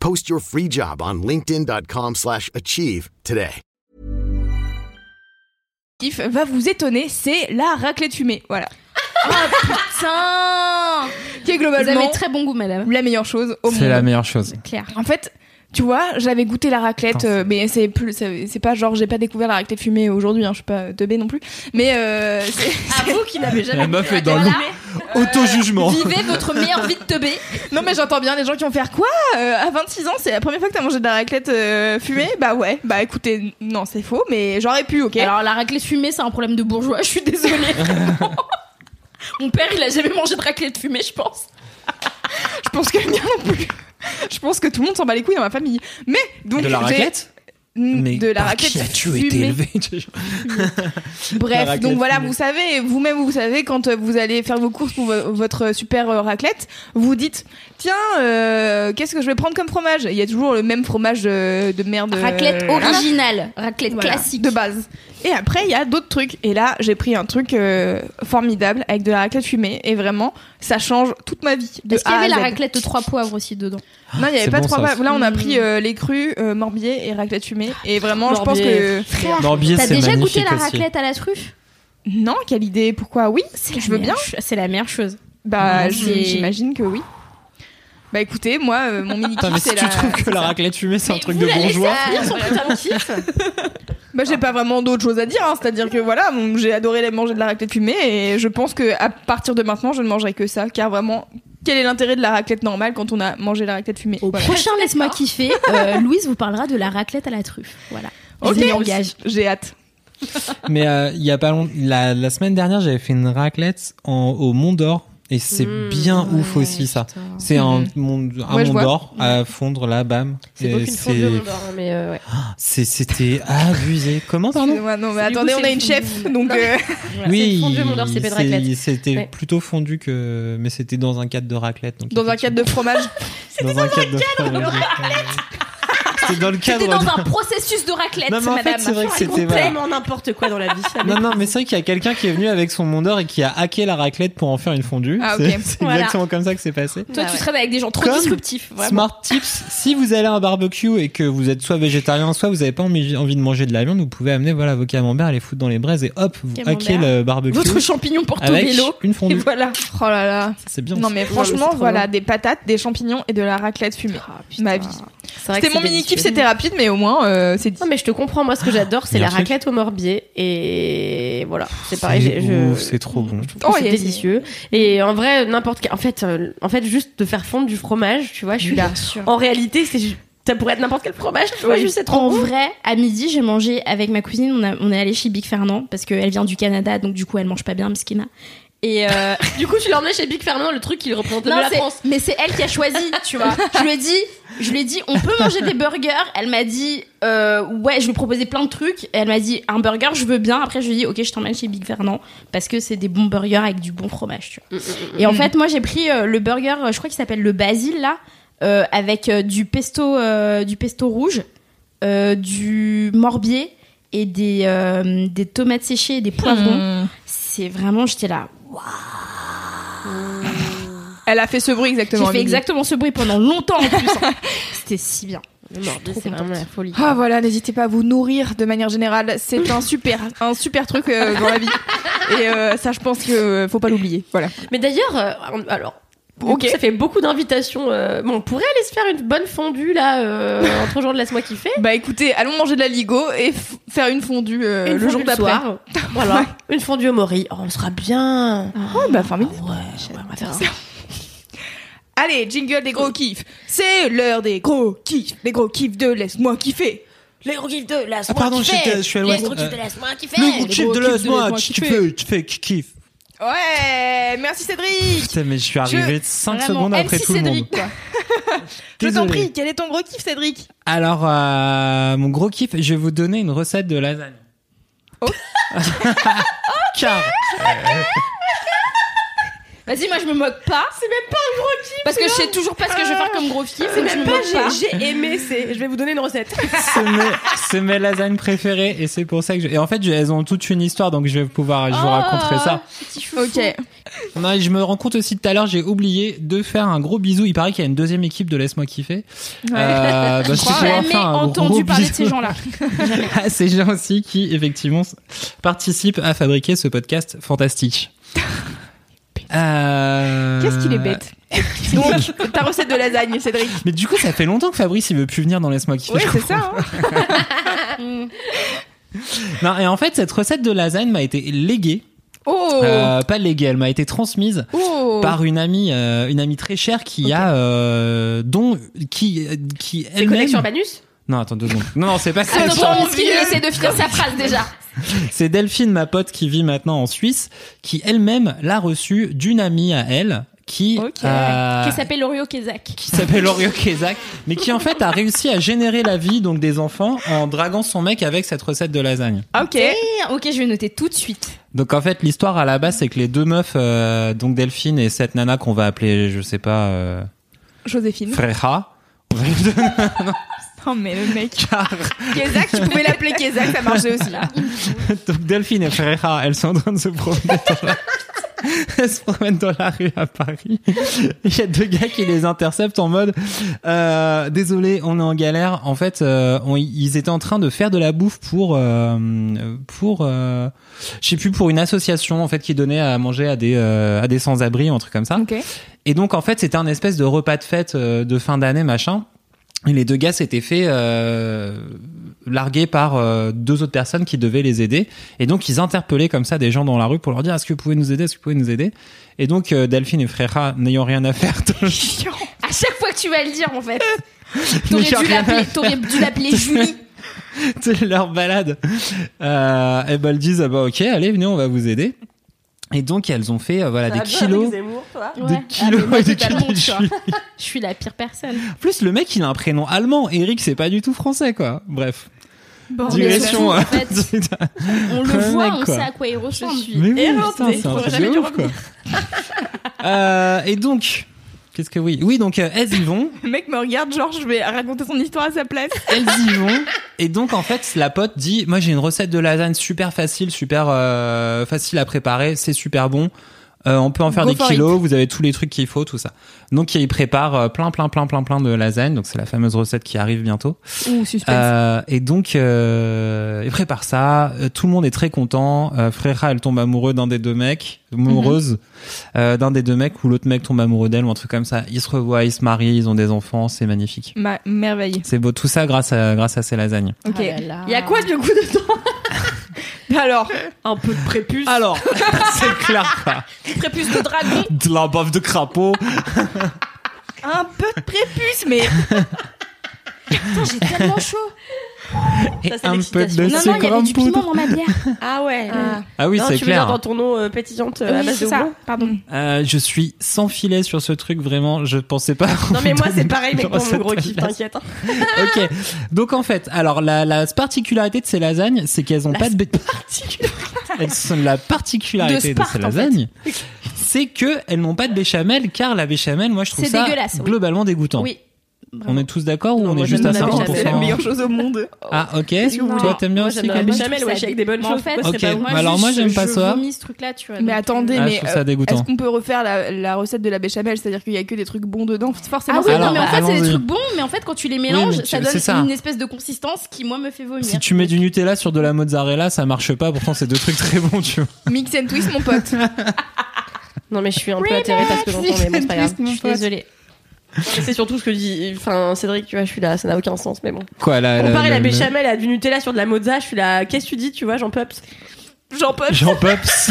Speaker 6: Post your free job on linkedin.com/achieve slash achieve today.
Speaker 3: kiff va vous étonner, c'est la raclette fumée. Voilà.
Speaker 4: Putain
Speaker 3: Qui est
Speaker 4: Vous
Speaker 3: globalement
Speaker 4: avez très bon goût, madame.
Speaker 3: la meilleure chose au monde.
Speaker 2: C'est la meilleure chose.
Speaker 4: Claire.
Speaker 3: En fait, Tu vois, j'avais goûté la raclette,
Speaker 2: Putain,
Speaker 3: euh, mais c'est plus, c'est c'est pas genre j'ai pas découvert la raclette fumée aujourd'hui, hein, je suis pas teubée non plus. Mais euh, c'est-
Speaker 4: Avoue qu'il n'avait jamais.
Speaker 2: La meuf est dans
Speaker 4: Voilà.
Speaker 2: le
Speaker 3: euh,
Speaker 2: auto-jugement.
Speaker 4: Ah, Vivez votre meilleure vie de teubé.
Speaker 3: non mais j'entends bien les gens qui vont faire quoi euh, à 26 ans, c'est la première fois que t'as mangé de la raclette euh, fumée. Bah ouais, bah écoutez, non c'est faux, mais j'aurais pu, ok.
Speaker 4: Alors la raclette fumée, c'est un problème de bourgeois. Je suis désolée. vraiment. Mon père, il a jamais mangé de raclette fumée, je pense.
Speaker 3: je pense que bien non plus. Je pense que tout le monde s'en bat les couilles dans ma famille. Mais donc
Speaker 2: De la
Speaker 3: j'ai-
Speaker 2: raclette
Speaker 3: Mm,
Speaker 2: Mais
Speaker 3: de la
Speaker 2: par
Speaker 3: raclette
Speaker 2: Qui as-tu
Speaker 3: fumée.
Speaker 2: été élevé La
Speaker 3: Bref,
Speaker 2: raclette
Speaker 3: donc voilà,
Speaker 2: fumée.
Speaker 3: vous savez, vous-même vous savez quand euh, vous allez faire vos courses pour vo- votre super euh, raclette, vous dites tiens, euh, qu'est-ce que je vais prendre comme fromage Il y a toujours le même fromage euh, de merde. euh,
Speaker 4: Raclette
Speaker 3: voilà.
Speaker 4: originale, raclette
Speaker 3: Voilà,
Speaker 4: classique.
Speaker 3: de base. Et après, il y a d'autres trucs. Et là, j'ai pris un truc euh, formidable avec de la raclette fumée. Et vraiment, ça change toute ma vie. de
Speaker 4: Est-ce qu'il y
Speaker 3: A à
Speaker 4: avait la
Speaker 3: Z.
Speaker 4: raclette de trois poivres aussi dedans
Speaker 3: Non, il n'y
Speaker 2: C'est
Speaker 3: avait pas
Speaker 2: bon,
Speaker 3: trois
Speaker 2: ça.
Speaker 3: poivres. Là, on a
Speaker 4: Mm.
Speaker 3: pris euh, les crus, euh, morbier et raclette fumée. Et vraiment, je pense
Speaker 1: Morbier.
Speaker 3: que.
Speaker 4: Frère,
Speaker 2: Morbier,
Speaker 4: t'as
Speaker 2: c'est
Speaker 4: déjà goûté
Speaker 2: magnifique
Speaker 4: la
Speaker 2: aussi.
Speaker 4: raclette à la truffe
Speaker 3: Non, quelle idée. Pourquoi Oui,
Speaker 4: C'est
Speaker 3: je veux bien.
Speaker 4: C'est la meilleure chose.
Speaker 3: Bah,
Speaker 4: Non,
Speaker 3: je-
Speaker 4: c'est-
Speaker 3: j'imagine que oui. Bah écoutez, moi, euh, mon mini
Speaker 2: Putain, mais
Speaker 3: kiff
Speaker 2: si
Speaker 3: c'est
Speaker 2: tu
Speaker 3: la.
Speaker 2: trouves que la raclette fumée, c'est un
Speaker 4: Mais
Speaker 2: truc
Speaker 4: vous
Speaker 2: de
Speaker 4: la laissez
Speaker 2: bourgeois.
Speaker 4: finir son putain de kiff.
Speaker 3: Bah j'ai pas vraiment d'autre chose à dire, hein. c'est-à-dire que voilà, bon, j'ai adoré les manger de la raclette fumée et je pense que à partir de maintenant, je ne mangerai que ça, car vraiment, quel est l'intérêt de la raclette normale quand on a mangé la raclette fumée
Speaker 4: Au
Speaker 3: Voilà.
Speaker 4: prochain Laisse-moi kiffer, euh, Louise vous parlera de la raclette à la truffe. Voilà.
Speaker 3: Ok.
Speaker 4: Je m'y engage.
Speaker 3: J'ai hâte.
Speaker 2: Mais euh, il y a pas long- la, la semaine dernière, j'avais fait une raclette en- au Mont d'Or et c'est bien ouf aussi ça. C'est un, mont, un
Speaker 3: Ouais, je
Speaker 2: Mont
Speaker 3: vois.
Speaker 2: d'Or à fondre là, bam.
Speaker 1: C'est
Speaker 2: Et
Speaker 1: beau qu'une
Speaker 2: c'est-
Speaker 1: fondue au Mont d'Or, mais euh,
Speaker 3: Ah,
Speaker 1: ouais.
Speaker 2: c'est- C'était abusé. Comment pardon
Speaker 3: Excusez-moi, non mais
Speaker 1: C'est- du
Speaker 3: attendez,
Speaker 1: coup,
Speaker 3: on a
Speaker 1: c'est
Speaker 3: une
Speaker 1: le-
Speaker 3: chef, donc
Speaker 1: Non, mais-
Speaker 3: euh,
Speaker 1: Voilà, c'est fondue au Mont d'Or, c'est pas de
Speaker 2: c'est-
Speaker 1: raclette.
Speaker 2: C'était
Speaker 1: Ouais.
Speaker 2: plutôt fondu que, mais c'était dans un cadre de raclette. Donc
Speaker 3: dans un cadre de fromage.
Speaker 2: dans un cadre de raclette. C'était dans le cadre.
Speaker 4: C'était dans
Speaker 2: de-
Speaker 4: un processus de raclette,
Speaker 2: Non, mais en fait,
Speaker 4: madame.
Speaker 2: c'est vrai que
Speaker 4: Raconte-
Speaker 2: c'était voilà.
Speaker 1: Tellement n'importe quoi dans la vie. ça.
Speaker 2: Non, non, mais c'est vrai qu'il y a quelqu'un qui est venu avec son Mont d'Or et qui a hacké la raclette pour en faire une fondue.
Speaker 3: Ah, ok.
Speaker 2: C'est- C'est
Speaker 4: Voilà.
Speaker 2: exactement comme ça que c'est passé.
Speaker 4: Toi,
Speaker 1: Bah
Speaker 4: tu
Speaker 1: ouais.
Speaker 4: traînes avec des gens trop
Speaker 2: Comme
Speaker 4: disruptifs, vraiment.
Speaker 2: Smart tips, si vous allez à un barbecue et que vous êtes soit végétarien, soit vous n'avez pas envie envie de manger de la viande, vous pouvez amener voilà, vos camemberts, les foutre dans les braises et hop, vous
Speaker 4: Camembert.
Speaker 2: hackez le barbecue
Speaker 4: Votre champignon
Speaker 2: avec
Speaker 4: portobello.
Speaker 2: une
Speaker 3: Et
Speaker 2: fondue.
Speaker 3: voilà. Oh là là.
Speaker 2: C'est bien.
Speaker 3: Non mais
Speaker 1: mais c'est
Speaker 3: franchement,
Speaker 1: trop
Speaker 3: voilà,
Speaker 1: bon.
Speaker 3: des patates, des champignons et de la raclette fumée.
Speaker 4: putain.
Speaker 3: Ma vie.
Speaker 1: Ah, C'est vrai que
Speaker 3: C'était mon
Speaker 1: c'est
Speaker 3: mini kiff,
Speaker 1: délicieux.
Speaker 3: c'était rapide, mais au moins euh, c'est dit.
Speaker 1: Non mais je te comprends, moi ce que j'adore c'est
Speaker 2: Ah, Il y a
Speaker 1: la
Speaker 2: un truc.
Speaker 1: raclette au morbier et voilà, c'est pareil, j'ai- je-
Speaker 2: ouf, c'est trop bon.
Speaker 1: je trouve que
Speaker 3: Oh,
Speaker 1: c'est
Speaker 3: yes.
Speaker 1: délicieux et en vrai n'importe quel en fait euh, en fait juste de faire fondre du fromage, tu vois, je suis là. En réalité, c'est ju- ça pourrait être n'importe quel fromage, tu vois,
Speaker 4: Oui.
Speaker 1: juste c'est trop
Speaker 4: En
Speaker 1: bon.
Speaker 4: vrai, à midi, j'ai mangé avec ma cousine. On, a- on est allé chez Big Fernand parce qu'elle vient du Canada, donc du coup, elle mange pas bien, Mskina. Et euh,
Speaker 1: Du coup, tu l'as emmené chez Big Fernand, le truc qui représente
Speaker 4: non,
Speaker 1: la
Speaker 4: c'est-
Speaker 1: France.
Speaker 4: mais c'est elle qui a choisi, tu vois. Je lui ai dit, je lui ai dit, on peut manger des burgers. Elle m'a dit, euh, ouais, je lui ai proposé plein de trucs. Et elle m'a dit, un burger, je veux bien. Après, je lui ai dit, ok, je t'emmène chez Big Fernand parce que c'est des bons burgers avec du bon fromage, tu vois.
Speaker 1: Mm,
Speaker 4: Et en fait, moi, j'ai pris euh, le burger, euh, je crois qu'il s'appelle le basil là, euh, avec euh, du pesto, euh, du pesto rouge, euh, du morbier et des euh, des tomates séchées et des poivrons.
Speaker 1: Mm.
Speaker 3: Mmh.
Speaker 4: C'est vraiment, j'étais là.
Speaker 3: Elle a fait ce bruit exactement.
Speaker 4: J'ai fait
Speaker 3: Amélie.
Speaker 4: exactement ce bruit pendant longtemps en plus. hein. C'était si bien.
Speaker 1: Le morbier,
Speaker 4: trop
Speaker 1: c'est vraiment la folie.
Speaker 3: Ah voilà, n'hésitez pas à vous nourrir de manière générale. C'est un super, un super truc euh, dans la vie. Et euh, ça, je pense que euh, faut pas l'oublier. Voilà.
Speaker 1: Mais d'ailleurs, euh, alors.
Speaker 3: Ok.
Speaker 1: Ça fait beaucoup d'invitations. euh, bon, on pourrait aller se faire une bonne fondue là, euh, entre gens de laisse-moi kiffer.
Speaker 3: Bah écoutez, allons manger de la ligo et f- faire une fondue euh,
Speaker 1: Une
Speaker 3: le
Speaker 1: fondue
Speaker 3: jour d'après.
Speaker 1: soir. Voilà, une fondue au mori. Oh, on sera bien.
Speaker 4: Ah,
Speaker 3: Oh, bah formidable.
Speaker 1: Ouais, ouais, on va faire ça.
Speaker 3: Allez, jingle des gros kiffs. C'est l'heure des gros kiffs, les gros kiffs de laisse-moi kiffer.
Speaker 1: Les gros kiffs de la
Speaker 2: Ah, pardon, j'étais- je suis à l'ouest. Euh, Le
Speaker 4: kiff
Speaker 2: chip
Speaker 4: de
Speaker 2: de
Speaker 4: laisse-moi
Speaker 2: l'os, moi,
Speaker 4: kiffer.
Speaker 2: tu fais, tu fais, qui kiffe.
Speaker 3: Ouais, merci Cédric.
Speaker 2: Putain, mais je suis arrivé 5 secondes après
Speaker 4: MC
Speaker 2: tout le monde.
Speaker 4: Cédric, quoi.
Speaker 3: Je t'en
Speaker 2: Désolé.
Speaker 3: prie, quel est ton gros kiff, Cédric
Speaker 2: Alors, euh, mon gros kiff, je vais vous donner une recette de lasagne. Oh Car
Speaker 4: Vas-y, moi je me moque pas. C'est même pas un gros kiff. Parce que je sais toujours pas ce que je vais faire comme gros kiff. C'est même pas.
Speaker 1: J'ai aimé, c'est. Je vais vous donner une recette.
Speaker 2: c'est mes, c'est mes lasagnes préférées et c'est pour ça que je... Et en fait, je- elles ont toute une histoire, donc je vais pouvoir, je vous
Speaker 4: Oh,
Speaker 2: raconterai ça.
Speaker 3: Ok.
Speaker 2: Non, et je me rends compte aussi tout à l'heure, j'ai oublié de faire un gros bisou. Il paraît qu'il y a une deuxième équipe de Laisse-moi kiffer. Euh, bah, je vais pouvoir
Speaker 4: Jamais
Speaker 2: faire un
Speaker 4: entendu
Speaker 2: gros
Speaker 4: parler de
Speaker 2: bisou
Speaker 4: ces gens-là.
Speaker 2: à ces gens aussi qui, effectivement, s- participent à fabriquer ce podcast fantastique. Euh,
Speaker 4: Euh.
Speaker 3: Qu'est-ce qu'il est bête Donc, ta recette de lasagne, Cédric.
Speaker 2: Mais du coup, ça fait longtemps que Fabrice, il veut plus venir dans Laisse-moi kiffer.
Speaker 3: Oui,
Speaker 2: je
Speaker 3: c'est
Speaker 2: comprends.
Speaker 3: ça. hein.
Speaker 2: Non, et en fait, cette recette de lasagne m'a été léguée.
Speaker 3: Oh,
Speaker 2: Euh, pas léguée, elle m'a été transmise
Speaker 3: oh.
Speaker 2: par une amie, euh, une amie très chère qui a, euh, dont, qui, qui
Speaker 1: C'est
Speaker 2: elle-même.
Speaker 1: connexion Urbanus
Speaker 2: Non, attends deux secondes. Non, non, c'est pas ça.
Speaker 4: Attends,
Speaker 3: bon
Speaker 4: parce qu'il
Speaker 3: Dieu.
Speaker 4: essaie de finir sa phrase déjà.
Speaker 2: C'est Delphine, ma pote, qui vit maintenant en Suisse, qui elle-même l'a reçue d'une amie à elle, qui,
Speaker 4: Ok.
Speaker 2: euh,
Speaker 4: Qui s'appelle Orio Kezak.
Speaker 2: qui s'appelle Orio Kezak, mais qui en fait a réussi à générer la vie donc des enfants en draguant son mec avec cette recette de lasagne.
Speaker 3: Ah, Ok.
Speaker 4: Ok, je vais noter tout de suite.
Speaker 2: Donc en fait l'histoire à la base c'est que les deux meufs, euh, donc Delphine et cette nana qu'on va appeler je sais pas euh,
Speaker 3: Joséphine.
Speaker 2: Freja, on va lui donner
Speaker 3: Oh, mais le mec.
Speaker 2: car
Speaker 3: Kézak, tu pouvais l'appeler Kézak, ça marchait aussi.
Speaker 2: Donc Delphine et Ferreira, elles sont en train de se promener dans la... elles se promènent dans la rue à Paris. Il y a deux gars qui les interceptent en mode euh, désolé, on est en galère. En fait, euh, on- ils étaient en train de faire de la bouffe pour euh, pour euh, je sais plus pour une association en fait qui donnait à manger à des euh, à des sans-abri, un truc comme ça.
Speaker 3: Ok.
Speaker 2: Et donc en fait, c'était un espèce de repas de fête euh, de fin d'année machin. Et les deux gars s'étaient fait euh, larguer par euh, deux autres personnes qui devaient les aider. Et donc ils interpellaient comme ça des gens dans la rue pour leur dire est-ce que vous pouvez nous aider, est-ce que vous pouvez nous aider. Et donc euh, Delphine et Frera n'ayant rien à faire, dans le-
Speaker 4: À chaque fois que tu vas le dire, en fait. T'aurais
Speaker 2: N'ayant
Speaker 4: dû
Speaker 2: rien à
Speaker 4: l'appeler- T'aurais dû l'appeler Julie.
Speaker 2: de leur balade, euh, et ben elles disent ah bah ok allez venez on va vous aider. Et donc elles ont fait euh, voilà des kilos, des
Speaker 4: Ouais.
Speaker 2: kilos
Speaker 4: Ah, mais moi,
Speaker 2: et des
Speaker 4: totalement,
Speaker 2: kilos de
Speaker 4: tu vois.
Speaker 2: chili.
Speaker 4: Je suis la pire personne.
Speaker 2: En plus le mec il a un prénom allemand, Eric c'est pas du tout français quoi. Bref,
Speaker 3: Bon,
Speaker 4: mais
Speaker 2: digression.
Speaker 4: surtout, en
Speaker 2: hein.
Speaker 4: fait, On le
Speaker 2: Un
Speaker 4: voit,
Speaker 2: mec,
Speaker 4: on
Speaker 2: quoi.
Speaker 4: sait à quoi il ressemble.
Speaker 2: Mais oui,
Speaker 3: errante,
Speaker 2: putain,
Speaker 3: mais
Speaker 2: c'est un
Speaker 3: j'aurais
Speaker 2: truc
Speaker 3: jamais
Speaker 2: de
Speaker 3: dû
Speaker 2: ouf, quoi. Euh, et donc, qu'est-ce que oui Oui, donc euh, elles y vont,
Speaker 3: le mec me regarde, genre, je vais raconter son histoire à sa place.
Speaker 2: elles y vont. Et donc en fait, la pote dit, moi j'ai une recette de lasagne super facile, super euh, facile à préparer, c'est super bon. Euh, on peut en faire
Speaker 4: Go
Speaker 2: des
Speaker 4: for
Speaker 2: kilos, vous avez tous les trucs qu'il faut, tout ça. Donc il prépare euh, plein, plein, plein, plein, plein de lasagne. Donc c'est la fameuse recette qui arrive bientôt.
Speaker 3: Ouh, suspense.
Speaker 2: Euh, et donc, euh, il prépare ça. Euh, Tout le monde est très content. Euh, Frera, elle tombe amoureux d'un des deux mecs, amoureuse euh, d'un des deux mecs, ou l'autre mec tombe amoureux d'elle, ou un truc comme ça. Ils se revoient, ils se marient, ils ont des enfants, c'est magnifique.
Speaker 3: Ma merveille.
Speaker 2: C'est beau, tout ça grâce à grâce à ces lasagnes.
Speaker 3: Ok.
Speaker 4: Oh là là.
Speaker 3: Il y a quoi de coup dedans Alors,
Speaker 1: Un peu de prépuce.
Speaker 2: Alors, c'est clair, quoi.
Speaker 4: Prépuce de dragon.
Speaker 2: Ah, de la bave de crapaud.
Speaker 3: un peu de prépuce, mais
Speaker 4: Putain, j'ai tellement chaud.
Speaker 2: Et
Speaker 1: c'est
Speaker 2: un peu
Speaker 1: l'excitation.
Speaker 2: de
Speaker 4: Non, non, il y avait
Speaker 2: sucre en
Speaker 4: du piment
Speaker 2: poudre.
Speaker 4: dans ma bière.
Speaker 1: Ah ouais.
Speaker 4: Ah.
Speaker 2: Ah oui,
Speaker 1: non,
Speaker 2: c'est
Speaker 1: tu veux dire dans
Speaker 2: clair.
Speaker 1: ton eau euh, pétillante euh, à
Speaker 4: Oui,
Speaker 1: base
Speaker 4: c'est
Speaker 1: de
Speaker 4: ça.
Speaker 1: houblon
Speaker 4: Pardon.
Speaker 2: Euh, je suis sans filet sur ce truc, vraiment. Je pensais pas.
Speaker 1: Non mais moi c'est pareil mais pour
Speaker 2: Grâce
Speaker 1: mon
Speaker 2: à
Speaker 1: gros
Speaker 2: ta
Speaker 1: kiff,
Speaker 2: lasagne.
Speaker 1: t'inquiète. hein.
Speaker 2: Ok. Donc en fait, alors la, la particularité de ces lasagnes, c'est qu'elles ont pas de bé- Elles sont la particularité de,
Speaker 4: De Sparte,
Speaker 2: ces
Speaker 4: en fait.
Speaker 2: lasagnes, c'est que elles n'ont pas de béchamel car la béchamel, moi je trouve
Speaker 4: C'est
Speaker 2: ça
Speaker 4: dégueulasse, oui.
Speaker 2: globalement dégoûtant.
Speaker 4: Oui.
Speaker 2: On est tous d'accord ou
Speaker 1: Non,
Speaker 2: on
Speaker 1: moi,
Speaker 2: est
Speaker 1: j'aime
Speaker 2: juste à
Speaker 1: la béchamel,
Speaker 2: 50
Speaker 3: c'est la meilleure chose au monde.
Speaker 2: Ah ok. Toi t'aimes bien
Speaker 1: Moi,
Speaker 2: aussi
Speaker 1: j'aime la
Speaker 2: Camille
Speaker 1: béchamel, ouais, je suis avec des bonnes
Speaker 4: Mais
Speaker 1: choses.
Speaker 4: En fait,
Speaker 1: Pourquoi
Speaker 2: Ok.
Speaker 1: c'est pas bon
Speaker 4: moi,
Speaker 2: Bah Alors,
Speaker 4: juste,
Speaker 2: moi, j'aime
Speaker 4: je-
Speaker 2: pas
Speaker 4: je
Speaker 2: ça.
Speaker 4: vomis ce truc-là, tu vois.
Speaker 3: Mais
Speaker 4: donc,
Speaker 3: attendez,
Speaker 2: Ah, je
Speaker 3: mais
Speaker 2: trouve ça
Speaker 3: euh,
Speaker 2: dégoûtant.
Speaker 3: est-ce qu'on peut refaire la, la recette de la béchamel C'est-à-dire qu'il y a que des trucs bons dedans Forcément,
Speaker 4: Ah oui,
Speaker 3: c'est
Speaker 2: Alors,
Speaker 4: non, mais
Speaker 3: bon.
Speaker 4: en fait, c'est
Speaker 2: allons-y.
Speaker 4: des trucs bons, mais en fait, quand tu les
Speaker 2: mais
Speaker 4: mélanges,
Speaker 2: tu-
Speaker 4: ça
Speaker 2: c'est
Speaker 4: donne
Speaker 2: ça.
Speaker 4: une espèce de consistance qui, moi, me fait vomir.
Speaker 2: Si tu mets du Nutella sur de la mozzarella, ça marche pas. Pourtant c'est deux trucs très bons, tu vois.
Speaker 3: mix and twist, mon pote.
Speaker 1: Non mais je suis un peu atterrée parce que j'entends mais bon c'est pas grave.
Speaker 2: mon
Speaker 1: Je suis
Speaker 2: pote.
Speaker 1: désolée. C'est surtout ce que dit enfin Cédric, tu vois, je suis là, ça n'a aucun sens mais bon.
Speaker 2: Quoi Euh, la
Speaker 1: Comparer la
Speaker 2: le-
Speaker 1: béchamel à du Nutella sur de la mozza, je suis là, qu'est-ce que tu dis, tu vois, j'en peux
Speaker 3: J'en peux.
Speaker 2: le- Jean Pops.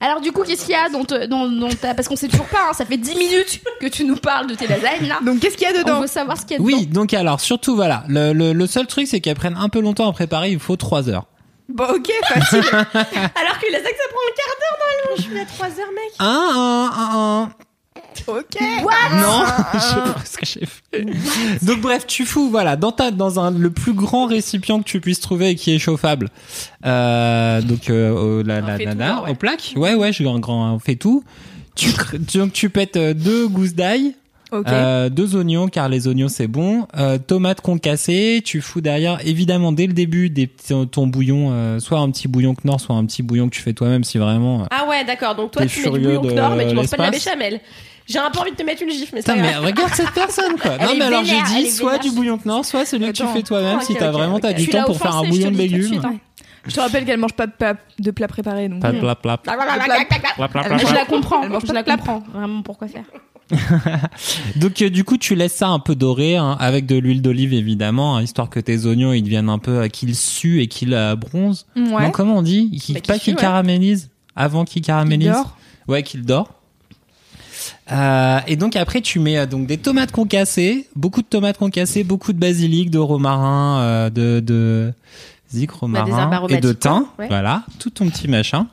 Speaker 4: Alors, du coup, qu'est-ce qu'il y a dans, te- dans, dans ta. Parce qu'on sait toujours pas, hein, ça fait 10 minutes que tu nous parles de tes lasagnes, là.
Speaker 3: Donc, qu'est-ce qu'il y a
Speaker 4: On
Speaker 3: dedans
Speaker 4: veut savoir ce qu'il y a
Speaker 2: Oui, donc alors surtout voilà, le, le- le seul truc c'est qu'elles prennent un peu longtemps à préparer. Il faut trois heures.
Speaker 3: Bon, ok, facile.
Speaker 1: Alors que la sac, ça prend un quart d'heure normalement, je suis là 3 heures mec.
Speaker 2: Un, un, un, un.
Speaker 3: ok.
Speaker 2: Non,
Speaker 3: Ah.
Speaker 2: je sais pas ce que j'ai fait. Donc bref, tu fous voilà dans ta dans un le plus grand récipient que tu puisses trouver et qui est chauffable. Euh, donc euh, au- la, la
Speaker 3: fait
Speaker 2: nana
Speaker 3: tout, ouais.
Speaker 2: aux plaques. Ouais ouais, je veux un grand on fait tout. Tu cr- donc tu pètes euh, deux gousses d'ail,
Speaker 3: Ok.
Speaker 2: euh, deux oignons car les oignons c'est bon, euh, tomates concassées, tu fous derrière évidemment dès le début des petits- ton bouillon euh, soit un petit bouillon Knorr soit un petit bouillon que tu fais toi-même si vraiment euh,
Speaker 1: Ah ouais, d'accord. Donc toi
Speaker 2: T'es
Speaker 1: tu mets du
Speaker 2: furieux
Speaker 1: bouillon
Speaker 2: de
Speaker 1: Knorr mais tu manges pas de la
Speaker 2: l'espace.
Speaker 1: béchamel. J'ai un peu envie de te mettre une gifle mais ça
Speaker 2: Putain, mais regarde cette personne, quoi. non,
Speaker 4: est
Speaker 2: mais alors j'ai
Speaker 4: vénère, elle
Speaker 2: dit
Speaker 4: est
Speaker 2: soit
Speaker 4: vénère.
Speaker 2: du bouillon de Nord, soit celui que
Speaker 3: Attends.
Speaker 2: tu fais toi-même
Speaker 1: Ok,
Speaker 2: si t'as
Speaker 1: ok,
Speaker 2: vraiment
Speaker 1: ok.
Speaker 2: t'as du
Speaker 4: Tu
Speaker 2: temps
Speaker 4: l'as
Speaker 2: pour faire un
Speaker 4: offensée, je
Speaker 2: bouillon
Speaker 4: te
Speaker 2: de
Speaker 4: le dis tout de
Speaker 2: légumes.
Speaker 4: suite, hein.
Speaker 3: Je te rappelle qu'elle mange pas de, pla- de plats préparés, donc. Hmm.
Speaker 2: Plap, plap, plap.
Speaker 4: dedans. Je la comprends.
Speaker 3: Elle mange
Speaker 4: Je
Speaker 3: pas
Speaker 4: la
Speaker 3: de clap.
Speaker 4: comprends. Vraiment, pourquoi faire
Speaker 2: Donc euh, du coup, tu laisses ça un peu doré hein, avec de l'huile d'olive évidemment, hein, histoire que tes oignons ils deviennent un peu euh, qu'ils suent et qu'ils euh, bronzent.
Speaker 3: Ouais.
Speaker 2: Non, comment on dit Qu'ils-
Speaker 3: Bah, qu'ils
Speaker 2: Pas qu'ils
Speaker 3: suent, ouais.
Speaker 2: caramélisent avant qu'ils caramélisent.
Speaker 3: dorent.
Speaker 2: Ouais, qu'ils dorent. Euh, et donc après tu mets euh, donc des tomates concassées, beaucoup de tomates concassées, beaucoup de basilic, de romarin, euh, de de zic
Speaker 1: Bah, des
Speaker 2: romarin
Speaker 1: herbes
Speaker 2: et de
Speaker 1: aromatiques,
Speaker 2: thym.
Speaker 1: quoi. Ouais.
Speaker 2: Voilà, tout ton petit machin.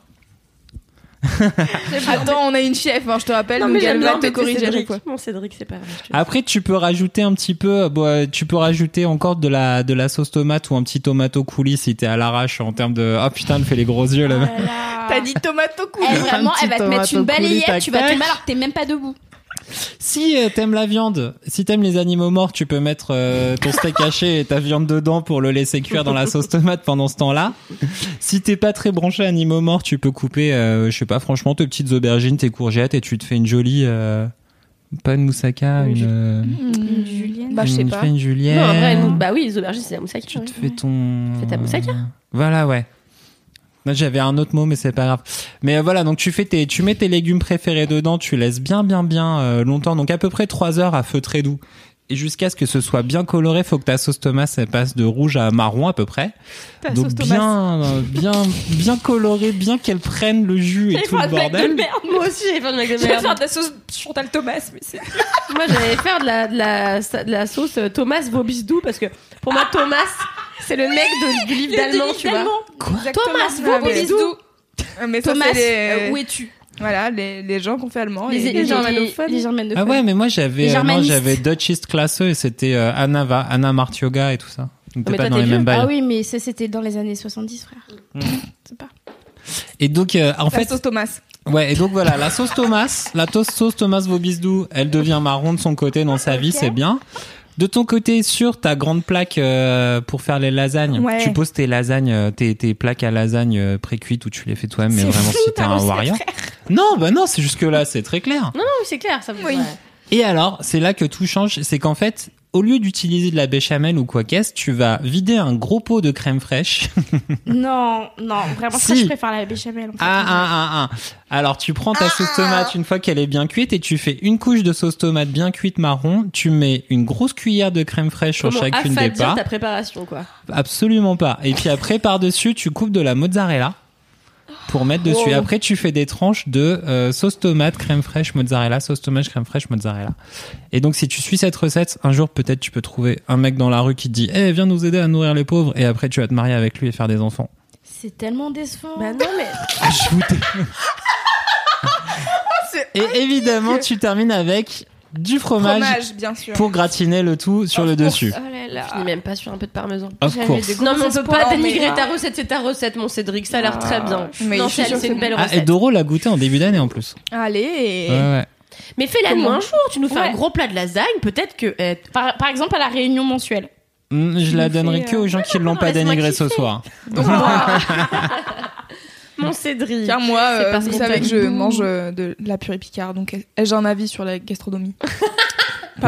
Speaker 3: Attends, on a une chef, hein, je te rappelle,
Speaker 1: Non, mais
Speaker 3: donc elle
Speaker 1: j'aime
Speaker 3: va
Speaker 1: bien
Speaker 3: te
Speaker 1: embêter
Speaker 3: corriger à chaque
Speaker 1: Cédric.
Speaker 3: fois.
Speaker 1: Mon Cédric, c'est pas grave. je te-
Speaker 2: Après, tu peux rajouter un petit peu, euh, bon, euh, tu peux rajouter encore de la, de la sauce tomate ou un petit tomato coulis si t'es à l'arrache en termes de, ah putain, elle fait les gros yeux là.
Speaker 3: T'as dit tomate au cou.
Speaker 4: Elle, Eh, vraiment,
Speaker 2: petit
Speaker 4: elle va te mettre
Speaker 2: tomate au
Speaker 4: une
Speaker 2: coulis, tac,
Speaker 4: balayette, tu vas
Speaker 2: tac.
Speaker 4: tomber alors que t'es même pas debout.
Speaker 2: si euh, t'aimes la viande, si t'aimes les animaux morts, tu peux mettre euh, ton steak haché et ta viande dedans pour le laisser cuire dans la sauce tomate pendant ce temps-là. Si t'es pas très branché animaux morts, tu peux couper, euh, je sais pas, franchement, tes petites aubergines, tes courgettes et tu te fais une jolie, euh, pas une moussaka,
Speaker 1: Une
Speaker 2: une,
Speaker 1: ju-
Speaker 2: euh,
Speaker 3: Julienne. Bah, je sais
Speaker 2: une,
Speaker 3: pas.
Speaker 2: fais une julienne.
Speaker 1: Non, en vrai, nous- bah oui, les aubergines, c'est la moussaka.
Speaker 2: Tu
Speaker 1: oui.
Speaker 2: te fais ton.
Speaker 1: Fais ta moussaka.
Speaker 2: Voilà, ouais. Là, J'avais un autre mot, mais c'est pas grave. Mais euh, voilà, donc tu fais tes, tu mets tes légumes préférés dedans, tu laisses bien, bien, bien euh, longtemps, donc à peu près 3 heures à feu très doux. Et jusqu'à ce que ce soit bien coloré, faut que ta sauce tomate elle passe de rouge à marron à peu près.
Speaker 3: Ta
Speaker 2: donc
Speaker 3: sauce tomate.
Speaker 2: bien, euh, bien, bien coloré, bien qu'elle prenne le jus et
Speaker 1: J'avais
Speaker 2: tout
Speaker 1: fait
Speaker 2: le
Speaker 1: un blague de
Speaker 2: bordel.
Speaker 1: merde. Moi aussi, j'avais fait une blague de merde.
Speaker 3: de la sauce Chantal Thomas, mais c'est.
Speaker 1: Moi, j'allais faire de la, de la, de la sauce euh, Thomas Vobisdou parce que pour moi, Thomas, c'est le mec de, du livre d'allemand, Oh, tu vois.
Speaker 4: Thomas, vous, vous,
Speaker 3: mais...
Speaker 4: bisous.
Speaker 3: mais ça,
Speaker 4: Thomas,
Speaker 3: c'est les...
Speaker 4: euh, où es-tu
Speaker 3: Voilà, les, Oh, les gens qu'on fait allemand.
Speaker 1: Les-
Speaker 3: et-
Speaker 1: les gens- germanophones.
Speaker 4: Les
Speaker 2: Ah
Speaker 4: germanophones.
Speaker 2: ouais, mais moi j'avais,
Speaker 4: Les
Speaker 2: euh, non,
Speaker 4: germanistes.
Speaker 2: j'avais Dutchist classe et c'était euh, Anna, Va- Anna Martioga et tout ça. Donc
Speaker 1: Ah,
Speaker 2: t'es
Speaker 1: mais
Speaker 2: pas
Speaker 1: toi,
Speaker 2: dans
Speaker 1: t'es
Speaker 2: les mêmes
Speaker 1: vieux.
Speaker 2: bails.
Speaker 4: Ah oui, mais ça, c'était dans les années 70, frère. C'est pas.
Speaker 2: Et donc, euh, en
Speaker 3: La
Speaker 2: fait,
Speaker 3: sauce Thomas.
Speaker 2: Ouais, et donc voilà, la sauce Thomas, la to- sauce Thomas Vobisdou, elle devient marron de son côté dans sa vie, c'est bien. De ton côté, sur ta grande plaque euh, pour faire les lasagnes,
Speaker 3: Ouais.
Speaker 2: tu poses tes lasagnes, euh, tes, tes plaques à lasagne euh, pré-cuites où tu les fais toi-même, mais
Speaker 3: C'est
Speaker 2: vraiment
Speaker 3: fou,
Speaker 2: si t'es
Speaker 3: t'as
Speaker 2: un
Speaker 3: lancé,
Speaker 2: warrior. Non, bah non, c'est jusque-là, c'est très clair.
Speaker 1: Non, non, c'est clair, ça me
Speaker 3: Oui.
Speaker 2: Et alors, c'est là que tout change, c'est qu'en fait, au lieu d'utiliser de la béchamel ou quoi qu'est-ce, tu vas vider un gros pot de crème fraîche.
Speaker 4: Non, non, vraiment, ça,
Speaker 2: Si.
Speaker 4: je préfère la béchamel. en fait.
Speaker 2: Ah, ah, ah, ah. Alors, tu prends ta sauce tomate une fois qu'elle est bien cuite et tu fais une couche de sauce tomate bien cuite marron. Tu mets une grosse cuillère de crème fraîche sur
Speaker 1: Comment
Speaker 2: chacune des
Speaker 1: affadir
Speaker 2: parts.
Speaker 1: ta préparation, quoi.
Speaker 2: Absolument pas. Et puis après, par-dessus, tu coupes de la mozzarella pour mettre dessus. Et Après, tu fais des tranches de euh, sauce tomate, crème fraîche, mozzarella, sauce tomate, crème fraîche, mozzarella. Et donc, si tu suis cette recette, un jour, peut-être, tu peux trouver un mec dans la rue qui te dit, eh, viens nous aider à nourrir les pauvres. Et après, tu vas te marier avec lui et faire des enfants.
Speaker 4: C'est tellement décevant.
Speaker 1: Bah non, mais
Speaker 2: Je vous dé- Et évidemment, tu termines avec du fromage,
Speaker 3: Fromage, bien sûr.
Speaker 2: pour gratiner le tout sur le dessus.
Speaker 4: Oh là
Speaker 1: je
Speaker 4: là.
Speaker 1: finis même pas sur un peu de parmesan.
Speaker 2: Of course.
Speaker 1: Non, mais on peut pas
Speaker 3: espoirs, mais-
Speaker 1: dénigrer ta recette, c'est ta recette, mon Cédric, ça a l'air très bien.
Speaker 3: mais
Speaker 1: non,
Speaker 3: je suis
Speaker 1: c'est
Speaker 3: sûre
Speaker 1: c'est
Speaker 3: que
Speaker 1: une
Speaker 3: c'est
Speaker 1: belle
Speaker 2: Ah, et
Speaker 1: recette.
Speaker 2: Doro l'a goûté en début d'année en plus.
Speaker 3: Allez.
Speaker 2: Ouais, ouais.
Speaker 1: Mais fais-la nous
Speaker 3: Comment
Speaker 1: un jour, tu nous fais un
Speaker 3: Ouais.
Speaker 1: gros plat de lasagne, peut-être que. euh,
Speaker 4: Par, par exemple, à la réunion mensuelle.
Speaker 2: Mm, Je la donnerai
Speaker 3: euh,
Speaker 2: que aux gens qui l'ont
Speaker 1: non,
Speaker 2: pas
Speaker 1: laisse-moi
Speaker 2: dénigré ce
Speaker 1: kiffer.
Speaker 2: soir.
Speaker 1: mon Cédric.
Speaker 3: Car moi,
Speaker 1: C'est
Speaker 3: euh,
Speaker 1: pas
Speaker 3: vous
Speaker 1: spontané.
Speaker 3: savez que je mange euh, de la purée Picard, donc euh, j'ai un avis sur la gastronomie. pas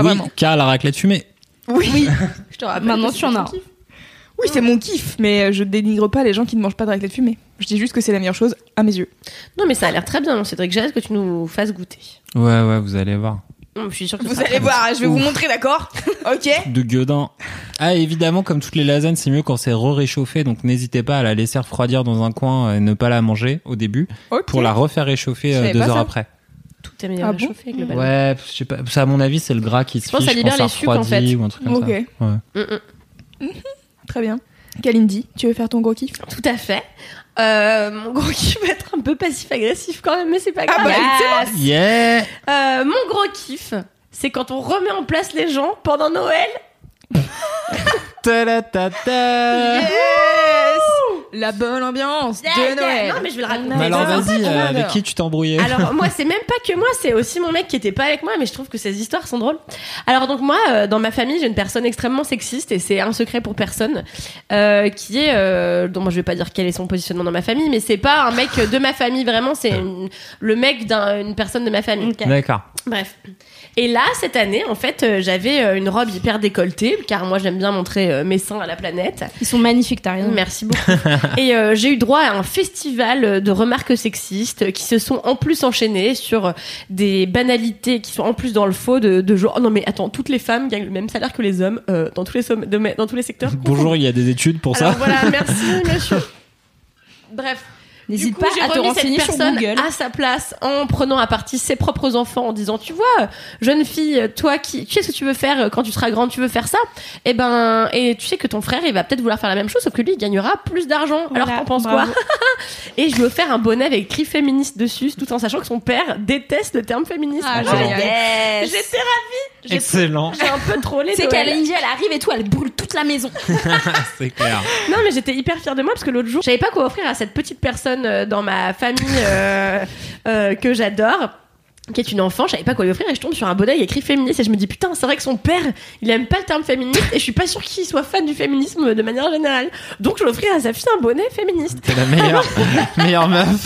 Speaker 2: oui,
Speaker 3: vraiment.
Speaker 2: car la raclette fumée.
Speaker 3: Oui. je te rappelle.
Speaker 4: Maintenant,
Speaker 3: que c'est
Speaker 4: tu en
Speaker 3: ton
Speaker 4: as.
Speaker 3: kiff. Oui, c'est mon kiff, mais euh, je dénigre pas les gens qui ne mangent pas de raclette fumée. Je dis juste que c'est la meilleure chose à mes yeux.
Speaker 1: Non, mais ça a l'air très bien, mon Cédric. J'ai hâte que tu nous fasses goûter.
Speaker 2: Ouais, ouais, vous allez voir.
Speaker 1: Non, Je suis sûre que
Speaker 3: Vous allez voir, Ah, je vais vous montrer, d'accord Ok
Speaker 2: De gueudin. Ah, et évidemment, comme toutes les lasagnes, c'est mieux quand c'est re-réchauffé, donc n'hésitez pas à la laisser refroidir dans un coin et ne pas la manger au début
Speaker 3: Ok.
Speaker 2: pour la refaire réchauffer
Speaker 3: Je
Speaker 2: euh,
Speaker 3: savais
Speaker 2: deux
Speaker 3: pas
Speaker 2: heures
Speaker 3: ça.
Speaker 2: après.
Speaker 1: Tout est meilleur
Speaker 3: Ah bon
Speaker 1: réchauffé, globalement.
Speaker 2: Ouais, je sais pas. Ça, à mon avis, c'est le gras qui se
Speaker 1: Bah, Je pense
Speaker 2: fiche.
Speaker 1: que ça libère
Speaker 2: je
Speaker 1: les
Speaker 2: pense que ça
Speaker 1: sucres, en
Speaker 2: refroidit
Speaker 1: fait.
Speaker 2: ou un truc comme
Speaker 3: Ok.
Speaker 2: ça. Ouais.
Speaker 1: Mm, mm.
Speaker 3: Très bien. Kalindi, tu veux faire ton gros kiff
Speaker 1: Tout à fait. Euh, mon gros kiff va être un peu passif-agressif quand même, mais c'est pas grave.
Speaker 3: bah,
Speaker 2: Yeah
Speaker 1: Euh, mon gros kiff, c'est quand on remet en place les gens pendant Noël.
Speaker 2: Ta la ta ta.
Speaker 3: Yes La bonne ambiance
Speaker 1: Yeah, yeah.
Speaker 3: de Noël
Speaker 1: Non, mais je vais le raconter.
Speaker 2: Mais alors
Speaker 3: Noël.
Speaker 2: vas-y, euh,
Speaker 3: Noël.
Speaker 2: avec qui tu t'embrouillais
Speaker 1: Alors moi c'est même pas que moi, c'est aussi mon mec qui était pas avec moi, mais je trouve que ces histoires sont drôles. Alors donc moi euh, dans ma famille j'ai une personne extrêmement sexiste et c'est un secret pour personne, euh, qui est, euh, dont moi je vais pas dire quel est son positionnement dans ma famille, mais c'est pas un mec de ma famille vraiment, c'est une- le mec d'une personne de ma famille.
Speaker 2: D'accord.
Speaker 1: Bref. Et là, cette année, en fait, euh, j'avais euh, une robe hyper décolletée, car moi, j'aime bien montrer euh, mes seins à la planète.
Speaker 4: Ils sont magnifiques, t'as rien.
Speaker 1: Merci beaucoup. Et euh, j'ai eu droit à un festival de remarques sexistes qui se sont en plus enchaînées sur des banalités qui sont en plus dans le faux de, de genre, oh non mais attends, toutes les femmes gagnent le même salaire que les hommes euh, dans, tous les somm- domaines- dans tous les secteurs.
Speaker 2: Bonjour, il y a des études pour
Speaker 1: Alors
Speaker 2: ça.
Speaker 1: voilà, merci monsieur. Bref. Du
Speaker 4: N'hésite
Speaker 1: coup,
Speaker 4: pas
Speaker 1: j'ai
Speaker 4: à te
Speaker 1: remis
Speaker 4: renseigner
Speaker 1: cette
Speaker 4: sur
Speaker 1: personne
Speaker 4: Google.
Speaker 1: à sa place en prenant à partie ses propres enfants en disant tu vois jeune fille toi qui qu'est-ce que tu veux faire quand tu seras grande tu veux faire ça et ben et tu sais que ton frère il va peut-être vouloir faire la même chose sauf que lui il gagnera plus d'argent alors
Speaker 4: Voilà,
Speaker 1: qu'on pense
Speaker 4: bravo.
Speaker 1: quoi et je lui ai offert un bonnet avec écrit féministe dessus tout en sachant que son père déteste le terme féministe
Speaker 4: Ah,
Speaker 1: Voilà.
Speaker 2: génial.
Speaker 4: yes.
Speaker 1: j'étais ravie J'ai-
Speaker 2: Excellent,
Speaker 1: j'ai un peu trollé
Speaker 4: C'est
Speaker 1: Noël.
Speaker 4: qu'Alindy, elle arrive et tout, elle brûle toute la maison.
Speaker 2: c'est clair.
Speaker 1: Non, mais j'étais hyper fière de moi parce que l'autre jour, je savais pas quoi offrir à cette petite personne euh, dans ma famille euh, euh, que j'adore qui est une enfant, je savais pas quoi lui offrir et je tombe sur un bonnet il y a écrit féministe et je me dis putain c'est vrai que son père il aime pas le terme féministe et je suis pas sûre qu'il soit fan du féminisme de manière générale donc je vais offrir à sa fille un bonnet féministe
Speaker 2: T'es la meilleure, meilleure meuf.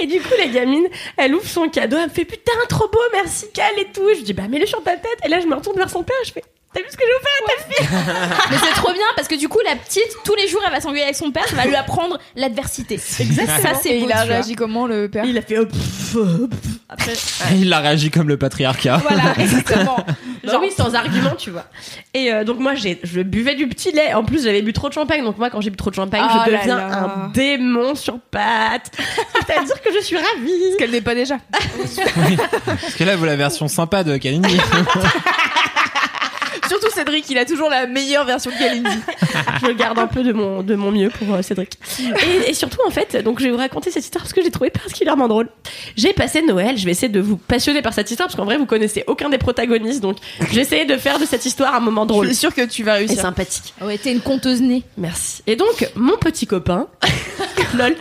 Speaker 1: et du coup la gamine elle ouvre son cadeau elle me fait putain trop beau merci Cal et tout Et je lui dis bah mets-le sur ta tête et là je me retourne vers son père et je fais t'as vu ce que j'ai offert à ta fille
Speaker 4: Mais c'est trop bien parce que du coup, la petite, tous les jours, elle va s'engueuler avec son père, ça va lui apprendre l'adversité. Ça, c'est
Speaker 3: Ah, Et il a
Speaker 4: beau, tu vois.
Speaker 3: réagi comment le père
Speaker 1: Et il a fait oh, pff, oh, pff. après
Speaker 2: Il a réagi comme le patriarcat.
Speaker 3: Voilà, exactement.
Speaker 1: Genre oui, sans argument, tu vois. Et euh, donc moi, j'ai, je buvais du petit lait. En plus, j'avais bu trop de champagne. Donc moi, quand j'ai bu trop de champagne,
Speaker 3: Oh
Speaker 1: je
Speaker 3: là
Speaker 1: deviens
Speaker 3: là.
Speaker 1: un démon sur pattes. C'est-à-dire que je suis ravie.
Speaker 3: Qu'elle n'est pas déjà.
Speaker 2: Parce que là, vous la version sympa de Kalini.
Speaker 3: Surtout Cédric, il a toujours la meilleure version de Kalindi.
Speaker 1: Je garde un peu de mon, de mon mieux pour euh, Cédric. Et, et surtout, en fait, donc je vais vous raconter cette histoire parce que j'ai trouvé particulièrement drôle. J'ai passé Noël. Je vais essayer de vous passionner par cette histoire parce qu'en vrai, vous connaissez aucun des protagonistes. Donc j'ai essayé de faire de cette histoire un moment
Speaker 3: Je
Speaker 1: drôle
Speaker 3: suis sûre que tu vas
Speaker 1: Oh, et
Speaker 3: réussir.
Speaker 1: sympathique.
Speaker 4: Ouais, t'es une conteuse née.
Speaker 1: Merci. Et donc, mon petit copain, lol,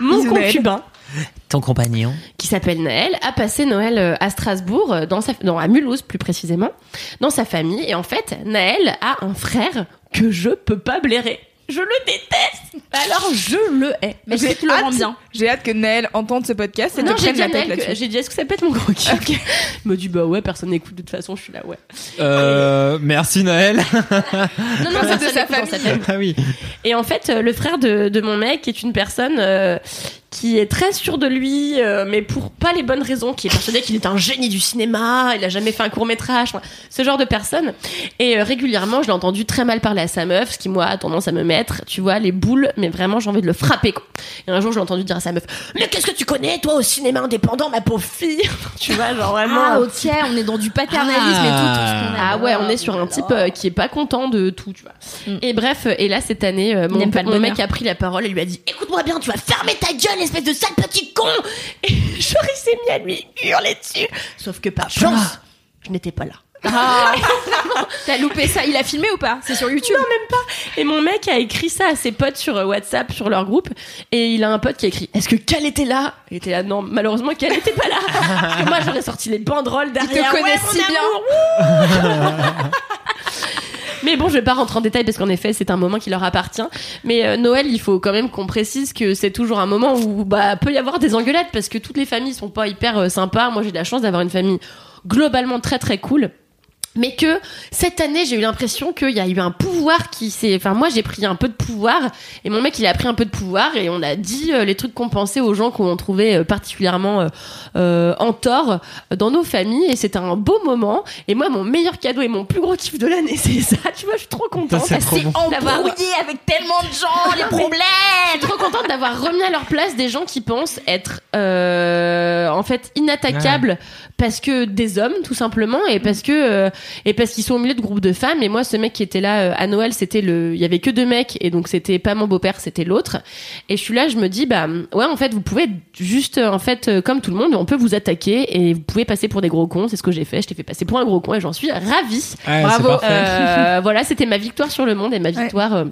Speaker 1: mon
Speaker 3: Bisous, Noël.
Speaker 1: concubin,
Speaker 2: Ton compagnon.
Speaker 1: qui s'appelle Noël, a passé Noël euh, à Strasbourg, euh, dans sa, non, à Mulhouse plus précisément, dans sa famille. Et en fait, Naël a un frère que je peux pas blairer. Je le déteste. Alors je le hais.
Speaker 4: Mais je sais que Laurent bien.
Speaker 3: J'ai hâte que Naël entende ce podcast et
Speaker 1: Non,
Speaker 3: te
Speaker 1: j'ai
Speaker 3: prenne
Speaker 1: dit, à
Speaker 3: la tête
Speaker 1: Naël que-
Speaker 3: là-dessus.
Speaker 1: j'ai dit, est-ce que ça peut être mon gros kiff Il me dit, bah ouais, personne n'écoute de toute façon, je suis là, ouais.
Speaker 2: Euh, merci Noël.
Speaker 1: Non, non,
Speaker 3: C'est de
Speaker 1: personne
Speaker 3: sa
Speaker 1: n'écoute dans
Speaker 3: famille.
Speaker 2: ah oui.
Speaker 1: Et en fait, euh, le frère de, de mon mec est une personne euh, qui est très sûre de lui, euh, mais pour pas les bonnes raisons, qui est persuadé qu'il est un génie du cinéma, il a jamais fait un court métrage, ce genre de personne. Et euh, régulièrement, je l'ai entendu très mal parler à sa meuf, ce qui moi a tendance à me mettre, tu vois, les boules, mais vraiment j'ai envie de le frapper. Quoi. Et un jour, je l'ai entendu dire à sa meuf, mais qu'est-ce que tu connais toi au cinéma indépendant, ma pauvre fille, tu vois, genre vraiment. euh,
Speaker 4: Ah, ok, on est dans du paternalisme et tout. tout ce qu'on a.
Speaker 1: Ah ouais, on est sur un type euh, qui est pas content de tout, tu vois. Et bref, et là cette année, euh, mon,
Speaker 4: Mm. n'aime pas le
Speaker 1: mon
Speaker 4: bonheur.
Speaker 1: mec a pris la parole et lui a dit "Écoute-moi bien, tu vas fermer ta gueule, espèce de sale petit con." Et Joris s'est mis à lui hurler dessus. Sauf que par chance, je n'étais pas là.
Speaker 4: Ah. T'as loupé ça. Il a filmé ou pas C'est sur YouTube.
Speaker 1: Non, même pas. Et mon mec a écrit ça à ses potes sur euh, WhatsApp, sur leur groupe. Et il a un pote qui a écrit Est-ce que Cal était là Il était là, non, malheureusement, Cal n'était pas là. Parce que moi, j'aurais sorti les banderoles derrière.
Speaker 4: te connaît
Speaker 1: Ouais,
Speaker 4: si
Speaker 1: mon amour, ouh Mais bon, je vais pas rentrer en détail parce qu'en effet, c'est un moment qui leur appartient. Mais euh, Noël, il faut quand même qu'on précise que c'est toujours un moment où bah peut y avoir des engueulades parce que toutes les familles sont pas hyper euh, sympas. Moi, j'ai de la chance d'avoir une famille globalement très très cool mais que cette année j'ai eu l'impression qu'il y a eu un pouvoir qui s'est enfin moi j'ai pris un peu de pouvoir et mon mec il a pris un peu de pouvoir et on a dit euh, les trucs qu'on pensait aux gens qu'on trouvait euh, particulièrement euh, euh, en tort euh, dans nos familles et c'était un beau moment et moi mon meilleur cadeau et mon plus gros kiff de l'année c'est ça tu vois je suis trop contente
Speaker 2: c'est trop bon.
Speaker 1: d'avoir
Speaker 4: Embrouillé avec tellement de gens, les problèmes.
Speaker 1: je suis trop contente d'avoir remis à leur place des gens qui pensent être euh, en fait inattaquables parce que des hommes tout simplement et parce que euh, et parce qu'ils sont au milieu de groupes de femmes et moi ce mec qui était là euh, à Noël c'était le il y avait que deux mecs et donc c'était pas mon beau-père c'était l'autre et je suis là je me dis bah ouais en fait vous pouvez être juste euh, en fait euh, comme tout le monde on peut vous attaquer et vous pouvez passer pour des gros cons c'est ce que j'ai fait je t'ai fait passer pour un gros con et j'en suis ravie
Speaker 2: Bravo.
Speaker 1: Euh, voilà c'était ma victoire sur le monde et ma
Speaker 3: Ouais.
Speaker 1: victoire euh,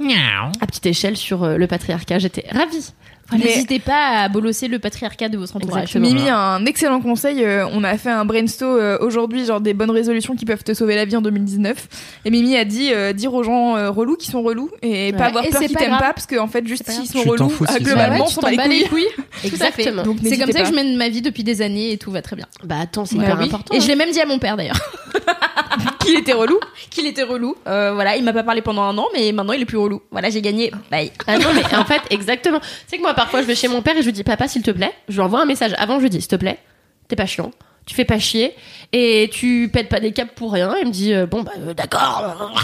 Speaker 1: à petite échelle sur euh, le patriarcat. J'étais ravie.
Speaker 3: Mais-
Speaker 4: N'hésitez pas à bolosser le patriarcat de votre entourage.
Speaker 1: Exactement.
Speaker 3: Mimi a un excellent conseil. euh, on a fait un brainstorm euh, aujourd'hui, genre des bonnes résolutions qui peuvent te sauver la vie en 2019. Et Mimi a dit euh, dire aux gens euh, relous qui sont relous
Speaker 1: Ouais.
Speaker 3: et pas avoir
Speaker 4: Et
Speaker 3: peur
Speaker 4: c'est
Speaker 3: qu'ils
Speaker 4: pas
Speaker 3: t'aiment
Speaker 4: grave.
Speaker 3: pas parce qu'en fait juste
Speaker 4: pas
Speaker 3: s'ils
Speaker 4: grave.
Speaker 3: sont
Speaker 2: Tu t'en
Speaker 3: relous,
Speaker 2: fous
Speaker 3: ah,
Speaker 2: s'ils sont
Speaker 3: globalement,
Speaker 2: relous.
Speaker 3: on s'en bat les couilles.
Speaker 4: Exactement.
Speaker 3: Donc,
Speaker 4: C'est comme
Speaker 3: n'hésitez
Speaker 4: ça que je
Speaker 3: pas.
Speaker 4: mène ma vie depuis des années et tout va très bien.
Speaker 1: Bah attends, c'est
Speaker 3: Bah
Speaker 1: hyper
Speaker 3: oui.
Speaker 1: important.
Speaker 4: Et je l'ai même dit à mon père d'ailleurs. qu'il était relou, qu'il était relou. Euh, voilà, il m'a pas parlé pendant un an, mais maintenant il est plus relou. Voilà, j'ai gagné. Bye.
Speaker 1: Ah non, mais en fait, exactement. Tu sais que moi, parfois, je vais chez mon père et je lui dis, papa, s'il te plaît, je lui envoie un message. Avant, je lui dis, s'il te plaît, t'es pas chiant, tu fais pas chier et tu pètes pas des câbles pour rien. Il me dit, euh, bon, bah, euh, d'accord.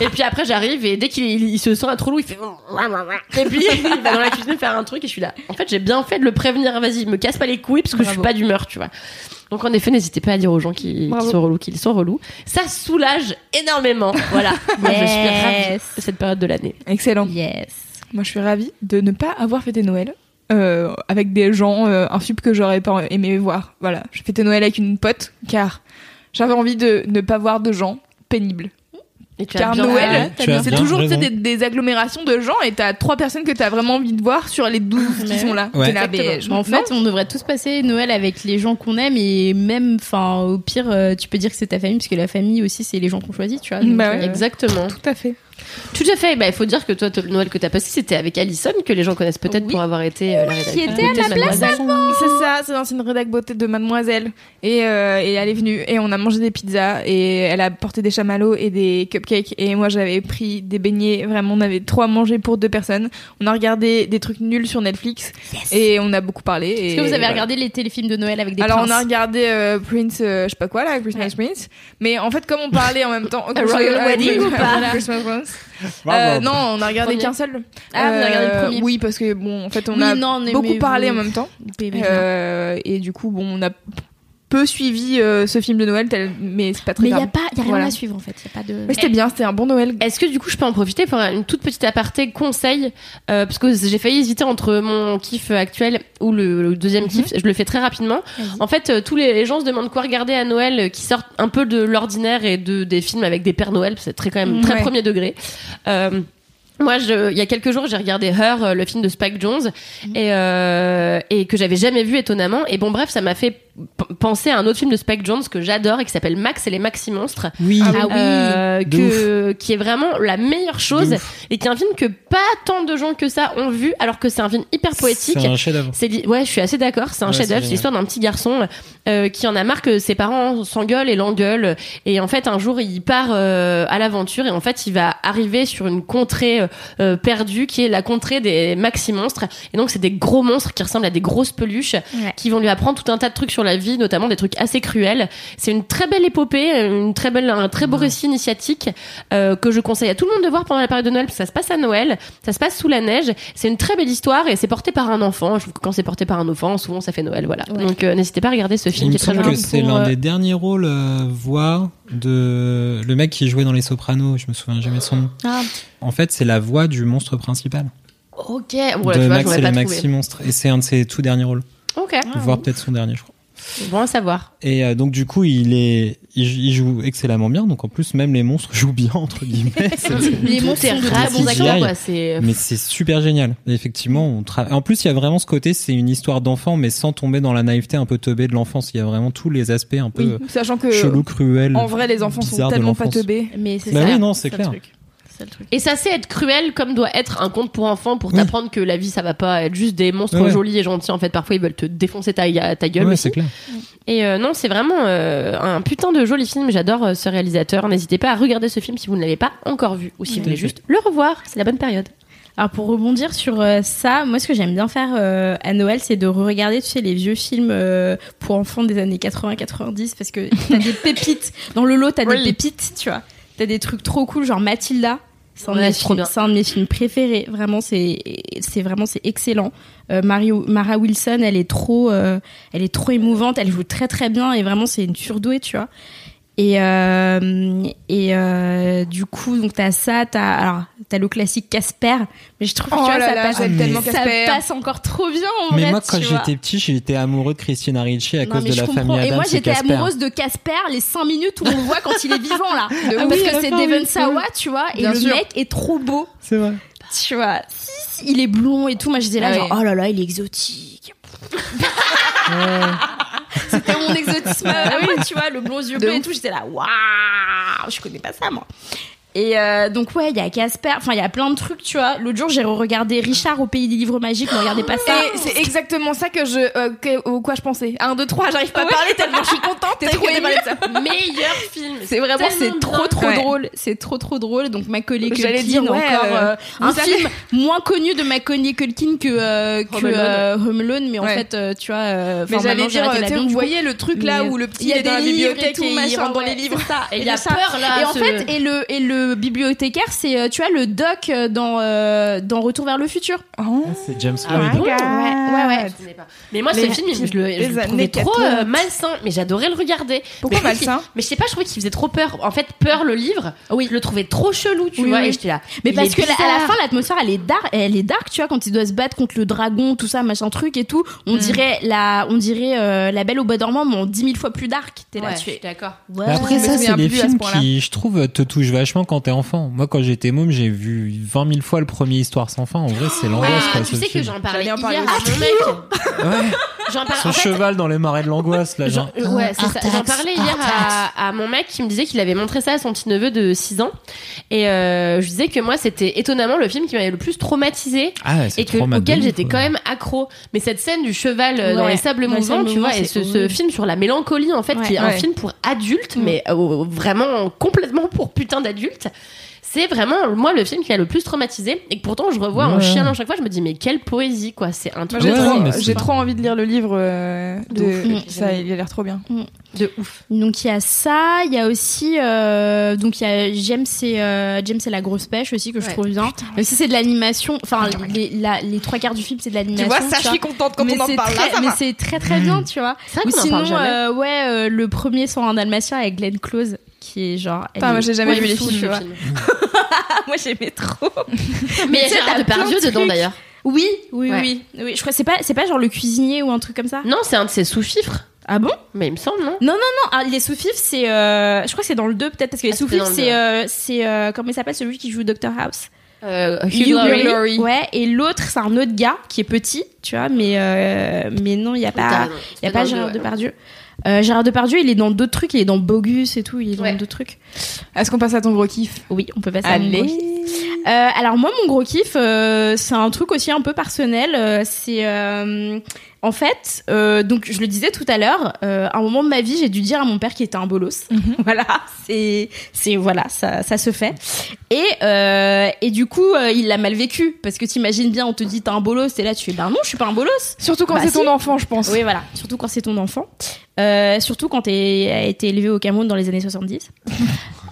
Speaker 1: et puis après, j'arrive et dès qu'il il- il se sent un trop lourd, il fait. Et puis, il va dans la cuisine faire un truc et je suis là. En fait, j'ai bien fait de le prévenir, vas-y, me casse pas les couilles parce que je suis
Speaker 4: Bravo.
Speaker 1: pas d'humeur, tu vois. Donc en effet, n'hésitez pas à dire aux gens qui, qui
Speaker 4: Bravo.
Speaker 1: sont relous qu'ils sont relous. Ça soulage énormément. Voilà. Moi, je suis ravie
Speaker 4: Yes.
Speaker 1: de cette période de l'année.
Speaker 3: Excellent.
Speaker 4: Yes.
Speaker 3: Moi, je suis ravie de ne pas avoir fêté Noël euh, avec des gens, euh, un film que j'aurais pas aimé voir. Voilà, je fêtais Noël avec une pote car j'avais envie de ne pas voir de gens pénibles.
Speaker 1: Et tu as
Speaker 3: Car
Speaker 1: bien fait.
Speaker 3: Noël,
Speaker 5: t'as Tu as
Speaker 3: c'est
Speaker 5: bien
Speaker 3: toujours tu sais,
Speaker 5: raison.
Speaker 3: des, des agglomérations de gens et t'as trois personnes que t'as vraiment envie de voir sur les 12 qui
Speaker 4: Ouais.
Speaker 3: sont là.
Speaker 5: Ouais.
Speaker 3: T'es là,
Speaker 4: Mais,
Speaker 3: Ah, mais-
Speaker 4: en
Speaker 3: non,
Speaker 4: fait, on devrait tous passer Noël avec les gens qu'on aime et même, enfin, au pire, euh, tu peux dire que c'est ta famille parce que la famille aussi, c'est les gens qu'on choisit, tu vois. donc,
Speaker 3: Bah
Speaker 4: euh,
Speaker 3: ouais.
Speaker 1: Exactement.
Speaker 3: tout à fait.
Speaker 1: Tout à fait. Bah, Il faut dire que toi, t- le Noël que t'as passé, c'était avec Alison, que les gens connaissent peut-être
Speaker 4: Oui.
Speaker 1: pour avoir été euh, la rédactrice.
Speaker 4: qui était à
Speaker 1: de
Speaker 4: la place
Speaker 1: Mademoiselle.
Speaker 3: C'est ça, c'est l'ancienne rédac beauté de Mademoiselle. Et, euh, et elle est venue et on a mangé des pizzas et elle a porté des chamallows et des cupcakes. Et moi j'avais pris des beignets, vraiment on avait trois à manger pour deux personnes. On a regardé des trucs nuls sur Netflix et on a beaucoup parlé.
Speaker 4: Est-ce
Speaker 3: et
Speaker 4: que vous avez
Speaker 3: voilà.
Speaker 4: regardé les téléfilms de Noël avec des
Speaker 3: Alors
Speaker 4: princes
Speaker 3: on a regardé euh, Prince, euh, je sais pas quoi là, Christmas Prince. Mais en fait comme on parlait en même temps, euh,
Speaker 4: A Royal Wedding ou pas
Speaker 3: Christmas Prince. Euh, non, on a regardé
Speaker 4: Premier.
Speaker 3: qu'un seul.
Speaker 4: Ah, vous avez regardé le
Speaker 3: Euh,
Speaker 4: premier.
Speaker 3: Oui, parce que bon, en fait on
Speaker 4: Oui,
Speaker 3: a
Speaker 4: non, mais-
Speaker 3: beaucoup
Speaker 4: mais
Speaker 3: parlé
Speaker 4: vous-
Speaker 3: en même temps.
Speaker 4: Bébé,
Speaker 3: Euh, et du coup, bon, on a peu suivi euh, ce film de Noël, tel- mais c'est pas très
Speaker 4: Mais il n'y
Speaker 3: grave.
Speaker 4: a, pas- y a rien
Speaker 3: Voilà.
Speaker 4: à suivre en fait. Il a pas de.
Speaker 3: Mais c'était bien, c'était un bon Noël.
Speaker 1: Est-ce que du coup je peux en profiter pour une toute petite aparté conseil euh, parce que j'ai failli hésiter entre mon kiff actuel ou le, le deuxième kiff je le fais très rapidement
Speaker 4: Vas-y.
Speaker 1: en fait euh, tous les, les gens se demandent quoi regarder à Noël euh, qui sortent un peu de l'ordinaire et de des films avec des pères Noël c'est très quand même très
Speaker 3: Ouais.
Speaker 1: premier degré Euh, moi, je, il y a quelques jours, j'ai regardé Her, euh, le film de Spike Jones, et, euh, et que j'avais jamais vu étonnamment. Et bon, bref, ça m'a fait p- penser à un autre film de Spike Jones que j'adore et qui s'appelle Max et les Maxi Monstres.
Speaker 5: Oui.
Speaker 4: Ah oui.
Speaker 1: Euh,
Speaker 5: De
Speaker 1: que, qui est vraiment la meilleure chose et qui est un film que pas tant de gens que ça ont vu alors que c'est un film hyper poétique.
Speaker 5: C'est un chef-d'œuvre.
Speaker 1: C'est li- ouais, je suis assez d'accord. C'est un
Speaker 5: Ouais, c'est
Speaker 1: chef-d'œuvre.
Speaker 5: génial.
Speaker 1: C'est l'histoire d'un petit garçon euh, qui en a marre que ses parents s'engueulent et l'engueulent. Et en fait, un jour, il part euh, à l'aventure et en fait, il va arriver sur une contrée euh, perdue qui est la contrée des maxi monstres. Et donc, c'est des gros monstres qui ressemblent à des grosses peluches
Speaker 4: Ouais.
Speaker 1: qui vont lui apprendre tout un tas de trucs sur la vie, notamment des trucs assez cruels. C'est une très belle épopée, une très belle, un très beau récit initiatique euh, que je conseille à tout le monde de voir pendant la période de Noël, parce que ça se passe à Noël, ça se passe sous la neige. C'est une très belle histoire et c'est porté par un enfant. Je trouve que quand c'est porté par un enfant, souvent ça fait Noël, voilà.
Speaker 4: Ouais.
Speaker 1: Donc euh, n'hésitez pas à regarder ce
Speaker 5: Il
Speaker 1: film
Speaker 5: me
Speaker 1: qui est très
Speaker 5: semble
Speaker 1: joli.
Speaker 5: que c'est
Speaker 1: Pour,
Speaker 5: l'un
Speaker 1: euh,
Speaker 5: des derniers rôles euh, voix de le mec qui jouait dans Les Sopranos. Je me souviens jamais de son nom.
Speaker 4: Ah.
Speaker 5: En fait, c'est la voix du monstre principal
Speaker 1: Ok,
Speaker 5: de
Speaker 1: voilà, tu
Speaker 5: Max
Speaker 1: vois, j'aurais
Speaker 5: et
Speaker 1: pas
Speaker 5: les
Speaker 1: trouvé. Ah,
Speaker 5: Maxi Monstres. Et c'est un de ses tout derniers rôles,
Speaker 1: Ok,
Speaker 5: voire peut-être son dernier, je crois.
Speaker 1: bon à savoir.
Speaker 5: Et euh, donc du coup, il est, il, jou- il joue excellemment bien. Donc en plus, même les monstres jouent bien entre guillemets. C'était-
Speaker 4: Les monstres
Speaker 1: C'est
Speaker 4: sont de
Speaker 1: très
Speaker 4: très
Speaker 5: ravi.
Speaker 1: bons
Speaker 4: bons acteurs.
Speaker 1: acteurs,
Speaker 5: CGI.
Speaker 1: quoi. C'est euh,
Speaker 5: mais c'est super génial. Et effectivement, on tra- en plus, il y a vraiment ce côté, c'est une histoire d'enfant, mais sans tomber dans la naïveté un peu teubée de l'enfance. Il y a vraiment tous les aspects un
Speaker 3: Oui,
Speaker 5: peu
Speaker 3: Euh, sachant que
Speaker 5: chelou, cruel.
Speaker 3: en vrai, les enfants sont
Speaker 5: bizarre de
Speaker 3: tellement pas
Speaker 5: l'enfance.
Speaker 3: teubés.
Speaker 4: Mais c'est
Speaker 5: Bah
Speaker 4: ça.
Speaker 5: oui, non, c'est
Speaker 4: le
Speaker 5: clair.
Speaker 4: truc. C'est le truc.
Speaker 1: Et ça sait être cruel comme doit être un conte pour enfants pour
Speaker 5: Oui.
Speaker 1: t'apprendre que la vie ça va pas être juste des monstres
Speaker 5: Ouais.
Speaker 1: jolis et gentils en fait parfois ils veulent te défoncer ta, ta gueule
Speaker 5: Ouais,
Speaker 1: aussi.
Speaker 5: c'est clair.
Speaker 1: et euh, non c'est vraiment euh, un putain de joli film j'adore euh, ce réalisateur n'hésitez pas à regarder ce film si vous ne l'avez pas encore vu ou si vous voulez juste le revoir c'est la bonne période
Speaker 4: Alors pour rebondir sur euh, ça, moi ce que j'aime bien faire euh, à Noël, c'est de regarder tu sais les vieux films euh, pour enfants des années 80-90 parce que t'as des pépites dans le lot, t'as
Speaker 1: Oui.
Speaker 4: des pépites, tu vois. T'as des trucs trop cool genre Mathilda. C'est un, de
Speaker 1: Ouais,
Speaker 4: mes
Speaker 1: c'est trop
Speaker 4: films-
Speaker 1: bien.
Speaker 4: c'est un de mes films préférés. Vraiment, c'est c'est vraiment c'est excellent. Euh, Mario, Mara Wilson, elle est trop, euh, elle est trop émouvante. Elle joue très très bien et vraiment c'est une surdouée, tu vois. Et, euh, et euh, du coup, donc t'as ça, t'as alors t'as le classique Casper, mais je trouve
Speaker 3: Oh
Speaker 4: que tu vois,
Speaker 3: là
Speaker 4: ça,
Speaker 3: là,
Speaker 4: passe,
Speaker 3: j'aime
Speaker 5: Ah,
Speaker 3: tellement
Speaker 4: ça
Speaker 3: Casper.
Speaker 4: passe encore trop bien. En
Speaker 5: Mais
Speaker 4: vrai,
Speaker 5: moi,
Speaker 4: tu
Speaker 5: quand
Speaker 4: vois.
Speaker 5: j'étais petit, j'étais amoureux de Christina Ricci à
Speaker 4: Non,
Speaker 5: cause
Speaker 4: mais
Speaker 5: de
Speaker 4: je
Speaker 5: la
Speaker 4: comprends.
Speaker 5: famille Adams
Speaker 4: Et moi, j'étais
Speaker 5: Casper.
Speaker 4: amoureuse de Casper les 5 minutes où on le voit quand il est vivant
Speaker 3: Ah
Speaker 4: là, parce
Speaker 3: oui, à
Speaker 4: que
Speaker 3: la
Speaker 4: c'est
Speaker 3: fin,
Speaker 4: Devon
Speaker 3: oui.
Speaker 4: Sawa, tu vois, et
Speaker 3: Bien
Speaker 4: le
Speaker 3: sûr.
Speaker 4: mec est trop beau,
Speaker 5: C'est vrai.
Speaker 4: tu vois. Si, si, il est blond et tout. Moi, j'étais là,
Speaker 3: Ah
Speaker 4: genre,
Speaker 3: ouais.
Speaker 4: oh là là, il est exotique. C'était mon exotisme. Ah oui, tu vois, le blond aux yeux
Speaker 3: De
Speaker 4: bleus et
Speaker 3: ouf.
Speaker 4: tout. J'étais là, waouh, je connais pas ça, moi. Et euh, donc ouais, il y a Casper, enfin il y a plein de trucs, tu vois. L'autre jour, j'ai regardé Richard au pays des livres magiques, ne regardez pas ça.
Speaker 3: Et c'est exactement ça que je, euh, que- au quoi je pensais. Un, deux, trois, j'arrive pas à parler tellement je suis contente. T'es trop émue.
Speaker 1: Meilleur film.
Speaker 4: C'est vraiment c'est
Speaker 1: tellement
Speaker 4: trop
Speaker 1: bien.
Speaker 4: trop
Speaker 3: Ouais.
Speaker 4: drôle, c'est trop trop drôle. Donc Macaulay Culkin
Speaker 3: J'allais dire, ouais,
Speaker 4: encore
Speaker 3: euh,
Speaker 4: euh, un
Speaker 3: vous
Speaker 4: film moins connu de Macaulay Culkin que euh, que
Speaker 1: Home Alone.
Speaker 4: euh, Home Alone, mais en
Speaker 3: Ouais.
Speaker 4: fait euh, tu vois. euh,
Speaker 3: Mais
Speaker 4: enfin,
Speaker 3: j'allais
Speaker 4: maintenant, j'ai
Speaker 3: dire,
Speaker 4: arrêté
Speaker 3: tu sais,
Speaker 4: l'avion,
Speaker 3: vous
Speaker 4: du coup.
Speaker 3: voyez le truc là
Speaker 4: Mais
Speaker 3: où le petit
Speaker 4: il y a
Speaker 3: est dans la
Speaker 4: des livres et
Speaker 3: bibliothèque
Speaker 4: tout,
Speaker 3: et il
Speaker 4: machin,
Speaker 3: rentre dans les
Speaker 4: ouais,
Speaker 3: livres.
Speaker 4: c'est ça. Et
Speaker 1: Et
Speaker 4: il
Speaker 1: il y a
Speaker 4: ça.
Speaker 1: peur, là,
Speaker 4: Et en
Speaker 1: ce-
Speaker 4: fait, et le et le bibliothécaire, c'est euh, tu vois le doc euh, dans euh, dans Retour vers le futur.
Speaker 3: Oh.
Speaker 2: C'est James
Speaker 1: Ah
Speaker 2: Lloyd.
Speaker 1: bon
Speaker 3: God.
Speaker 1: ouais, ouais, ouais. Mais moi,
Speaker 3: Les
Speaker 1: ce film, je le, je
Speaker 3: des
Speaker 1: le trouvais
Speaker 3: années
Speaker 1: trop
Speaker 3: 80.
Speaker 1: euh, malsain, mais j'adorais le regarder.
Speaker 3: Pourquoi
Speaker 1: Mais je trouve
Speaker 3: malsain
Speaker 1: qu'il- Mais je sais pas, je trouvais qu'il faisait trop peur. En fait, peur le livre, oui. je le trouvais trop chelou, tu
Speaker 4: Oui,
Speaker 1: vois,
Speaker 4: oui.
Speaker 1: et j'étais là.
Speaker 4: Mais
Speaker 1: il
Speaker 4: parce
Speaker 1: est
Speaker 4: que la- à la
Speaker 1: bizarre.
Speaker 4: fin, l'atmosphère, elle est dark, elle est dark, tu vois, quand il doit se battre contre le dragon, tout ça, machin truc et tout. On
Speaker 3: Hmm.
Speaker 4: dirait la, on dirait euh, la Belle au bois dormant, mais en 10 000 fois plus dark. T'es là,
Speaker 1: Ouais,
Speaker 4: tu
Speaker 1: je
Speaker 4: es.
Speaker 1: suis d'accord.
Speaker 5: Mais
Speaker 3: Je
Speaker 5: Après
Speaker 3: me
Speaker 5: ça,
Speaker 3: souviens
Speaker 5: c'est des
Speaker 3: plus à ce
Speaker 5: films
Speaker 3: point-là.
Speaker 5: qui, je trouve, te touchent vachement quand t'es enfant. Moi, quand j'étais môme, j'ai vu 20 000 fois le premier Histoire sans fin. En vrai, c'est l'angoisse.
Speaker 1: Ah,
Speaker 5: quoi,
Speaker 1: tu
Speaker 5: ce
Speaker 1: sais que
Speaker 5: film.
Speaker 1: j'en parlais
Speaker 3: J'allais
Speaker 1: hier
Speaker 3: en parler
Speaker 1: à
Speaker 3: aussi.
Speaker 1: mon mec.
Speaker 5: Ouais,
Speaker 1: J'en parlais.
Speaker 5: son
Speaker 1: en fait,
Speaker 5: cheval dans les marais de l'angoisse, là, genre.
Speaker 1: J'en- ouais, c'est ça. J'en parlais hier à, à mon mec qui me disait qu'il avait montré ça à son petit neveu de 6 ans. Et euh, je disais que moi, c'était étonnamment le film qui m'avait le plus traumatisé
Speaker 5: Ah, ouais, c'est
Speaker 1: et que,
Speaker 5: trop mal de
Speaker 1: auquel
Speaker 5: ouf,
Speaker 1: j'étais
Speaker 5: ouais.
Speaker 1: quand même accro. Mais cette scène du cheval euh, dans
Speaker 4: Ouais,
Speaker 1: les sables
Speaker 4: dans les
Speaker 1: mouvants,
Speaker 4: sables
Speaker 1: tu vois,
Speaker 4: mouvants,
Speaker 1: et
Speaker 4: c'est
Speaker 1: ce, ce
Speaker 4: horrible.
Speaker 1: film sur la mélancolie, en fait,
Speaker 4: Ouais, Mm.
Speaker 1: qui est un
Speaker 3: ouais.
Speaker 1: film pour adultes, mais euh, vraiment complètement pour putain d'adultes. C'est vraiment, moi, le film qui m'a le plus traumatisé. Et que pourtant, je revois en
Speaker 5: Ouais.
Speaker 1: chialant chaque fois, je me dis, mais quelle poésie, quoi. C'est un
Speaker 3: Moi,
Speaker 1: truc
Speaker 3: J'ai
Speaker 5: Ouais,
Speaker 3: trop,
Speaker 5: mais c'est-
Speaker 3: j'ai trop envie de lire le livre euh, de,
Speaker 4: ouf.
Speaker 3: ça, il a l'air trop bien.
Speaker 1: de ouf.
Speaker 4: Donc il y a ça, il y a aussi, euh, donc il y a James et euh, James et la grosse pêche aussi que je
Speaker 1: Ouais.
Speaker 4: trouve bien. Même si c'est de l'animation, enfin les, la- les trois quarts du film c'est de
Speaker 3: Tu
Speaker 4: l'animation.
Speaker 3: vois, ça, je
Speaker 4: vois.
Speaker 3: suis contente quand
Speaker 4: mais
Speaker 3: on en
Speaker 4: c'est
Speaker 3: parle.
Speaker 4: très,
Speaker 3: Là, ça
Speaker 4: mais
Speaker 3: va. Hmm.
Speaker 4: c'est très très bien, tu vois.
Speaker 1: C'est
Speaker 4: Ou
Speaker 1: vrai qu'on en
Speaker 4: sinon,
Speaker 1: parle jamais.
Speaker 4: euh, ouais, euh, le premier sans un dalmatien avec Glenn Close, qui est genre. elle
Speaker 3: Putain, moi,
Speaker 4: est-
Speaker 3: j'ai jamais
Speaker 4: Ouais,
Speaker 3: vu les
Speaker 4: fou,
Speaker 3: films,
Speaker 4: tu
Speaker 3: tu
Speaker 4: vois.
Speaker 3: vois.
Speaker 4: Ah, moi j'aimais trop.
Speaker 1: Mais il y a
Speaker 4: tu sais,
Speaker 1: Gérard
Speaker 4: t'as plein
Speaker 1: Depardieu
Speaker 4: de
Speaker 1: dedans,
Speaker 4: trucs.
Speaker 1: d'ailleurs.
Speaker 4: Oui, oui,
Speaker 1: Ouais.
Speaker 4: oui, oui. Je crois que c'est pas, c'est pas genre le cuisinier ou un truc comme ça.
Speaker 1: Non, c'est un de ses sous-fifres.
Speaker 4: Ah bon
Speaker 1: Mais il me semble, non
Speaker 4: Non, ah, les sous-fifs, c'est, euh, je crois que c'est dans le 2 peut-être parce que les
Speaker 1: Ah, c'était
Speaker 4: sous-fifs,
Speaker 1: dans le
Speaker 4: c'est,
Speaker 1: deux.
Speaker 4: euh, c'est euh, comment il s'appelle celui qui joue Dr House
Speaker 1: euh, Hugh
Speaker 4: Hugh
Speaker 1: Laurie.
Speaker 4: Laurie. Ouais, et l'autre, c'est un autre gars qui est petit, tu vois, mais euh, mais non, il y a pas, il y a pas Gérard Depardieu. Euh, Gérard Depardieu, il est dans d'autres trucs, il est dans Bogus et tout, il est dans
Speaker 1: Ouais.
Speaker 4: d'autres trucs.
Speaker 3: Est-ce qu'on passe à ton gros kiff
Speaker 4: Oui, on peut passer à mon gros kiff.
Speaker 3: Allez.
Speaker 4: Euh, alors moi, mon gros kiff, euh, c'est un truc aussi un peu personnel. euh, c'est euh, en fait, euh, donc je le disais tout à l'heure, euh, à un moment de ma vie, j'ai dû dire à mon père qu'il était un bolos. voilà, c'est c'est voilà, ça, ça se fait. Et euh, et du coup, euh, il l'a mal vécu parce que t'imagines bien, on te dit t'es un bolos, et là tu fais ben non, je suis pas un bolos.
Speaker 3: Surtout quand
Speaker 4: Bah,
Speaker 3: c'est
Speaker 4: si.
Speaker 3: ton enfant, je pense.
Speaker 4: Oui, voilà. Surtout quand c'est ton enfant. Euh, surtout quand t'es- a été élevé au Cameroun dans les années 70.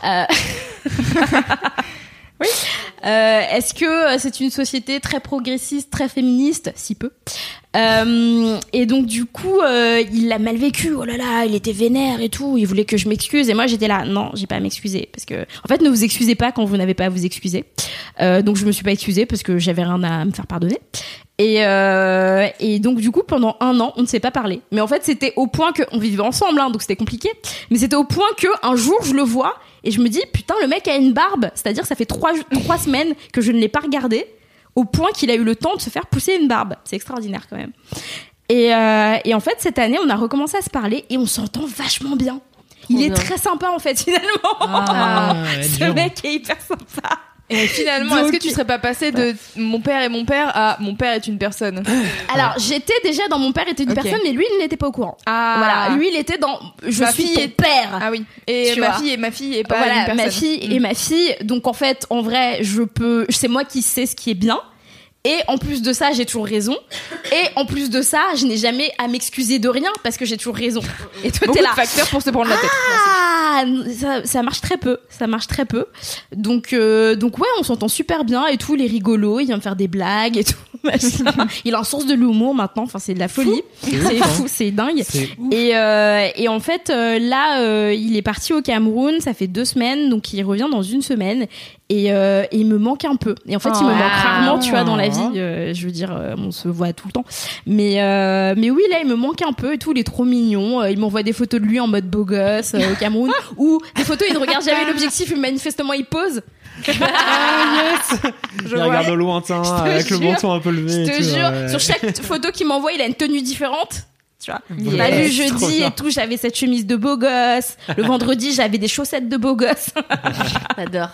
Speaker 4: Euh, Euh, Est-ce que euh, c'est une société très progressiste, très féministe Si peu. Euh, et donc du coup, euh, il l'a mal vécu. Oh là là, il était vénère et tout. Il voulait que je m'excuse. Et moi, j'étais là. Non, j'ai pas à m'excuser parce que, en fait, ne vous excusez pas quand vous n'avez pas à vous excuser. Euh, donc je me suis pas excusée parce que j'avais rien à me faire pardonner. Et, euh, et donc du coup pendant un an on ne s'est pas parlé. Mais en fait c'était au point que on vivait ensemble hein, donc c'était compliqué. Mais c'était au point que un jour je le vois et je me dis putain le mec a une barbe. C'est-à-dire ça fait trois trois semaines que je ne l'ai pas regardé au point qu'il a eu le temps de se faire pousser une barbe. C'est extraordinaire quand même. Et, euh, et en fait cette année on a recommencé à se parler et on s'entend vachement bien. Il est
Speaker 1: bien.
Speaker 4: très sympa en fait finalement.
Speaker 3: Ah,
Speaker 4: Ce mec est hyper sympa.
Speaker 3: Et finalement,
Speaker 4: Donc-
Speaker 3: est-ce que tu serais pas passé de mon père et mon père à mon père est une personne
Speaker 4: Alors j'étais déjà dans mon père était une
Speaker 3: Ok.
Speaker 4: personne mais lui il n'était pas au courant.
Speaker 3: Ah.
Speaker 4: Voilà, lui il était dans je
Speaker 3: Ma
Speaker 4: suis
Speaker 3: fille
Speaker 4: ton
Speaker 3: est-
Speaker 4: père.
Speaker 3: Ah oui. Et
Speaker 4: Tu
Speaker 3: ma
Speaker 4: vois.
Speaker 3: fille et ma fille et pas
Speaker 4: voilà,
Speaker 3: une personne.
Speaker 4: Bah,
Speaker 3: Mm.
Speaker 4: ma fille et ma fille. Donc en fait, en vrai, je peux, c'est moi qui sais ce qui est bien. Et en plus de ça, j'ai toujours raison. Et en plus de ça, je n'ai jamais à m'excuser de rien parce que j'ai toujours raison. Et toi,
Speaker 3: Beaucoup
Speaker 4: t'es
Speaker 3: de
Speaker 4: là.
Speaker 3: facteurs pour se prendre la tête.
Speaker 4: Ah, ça, ça marche très peu, ça marche très peu. Donc, euh, donc ouais, on s'entend super bien et tout. Il est rigolo, il vient me faire des blagues et tout. machin. il a un sens de l'humour maintenant. Enfin, c'est de la folie. C'est
Speaker 3: hein.
Speaker 4: fou, c'est dingue.
Speaker 5: C'est
Speaker 4: Et, euh, et en fait, euh, là, euh, il est parti au Cameroun, ça fait deux semaines, donc il revient dans une semaine. Et, euh, et il me manque un peu. Et en fait, il me
Speaker 5: Oh.
Speaker 4: manque
Speaker 1: Ah.
Speaker 4: rarement, tu vois, dans la vie.
Speaker 5: Ah.
Speaker 4: Euh, je veux dire, euh, on se voit tout le temps. Mais, euh, mais oui, là, il me manque un peu et tout. Il est trop mignon. Euh, il m'envoie des photos de lui en mode beau gosse euh, au Cameroun. ou des photos, il ne regarde jamais l'objectif, mais manifestement, il pose.
Speaker 3: Je
Speaker 5: Il
Speaker 3: vois.
Speaker 5: regarde au lointain euh,
Speaker 4: te
Speaker 5: avec le
Speaker 4: jure,
Speaker 5: menton un peu levé.
Speaker 4: Je
Speaker 5: et
Speaker 4: te
Speaker 5: tout,
Speaker 4: jure,
Speaker 5: ouais.
Speaker 4: sur chaque photo qu'il m'envoie, il a une tenue différente. tu vois.
Speaker 5: Yes.
Speaker 4: Bah, le
Speaker 5: Trop
Speaker 4: jeudi
Speaker 5: bien.
Speaker 4: et tout, j'avais cette chemise de beau gosse. Le vendredi, j'avais des chaussettes de beau gosse.
Speaker 1: J'adore.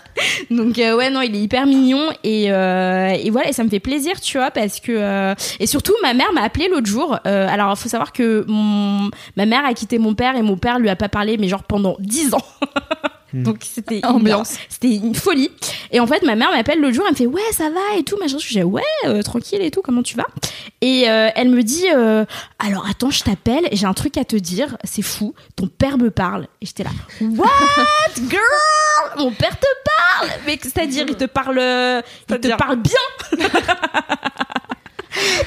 Speaker 4: Donc euh, ouais non il est hyper mignon et, euh, et voilà et ça me fait plaisir tu vois parce que euh, et surtout ma mère m'a appelé l'autre jour euh, alors faut savoir que mon- ma mère a quitté mon père et mon père lui a pas parlé mais genre pendant 10 ans donc c'était
Speaker 3: Ambiance.
Speaker 4: une- c'était une folie et en fait ma mère m'appelle l'autre jour elle me fait ouais ça va et tout machin je dis ouais euh, tranquille et tout comment tu vas et euh, elle me dit euh, alors attends je t'appelle j'ai un truc à te dire c'est fou ton père me parle et j'étais là what girl mon père te parle mais c'est-à-dire il te parle euh, il te
Speaker 3: C'est-à-dire
Speaker 4: parle bien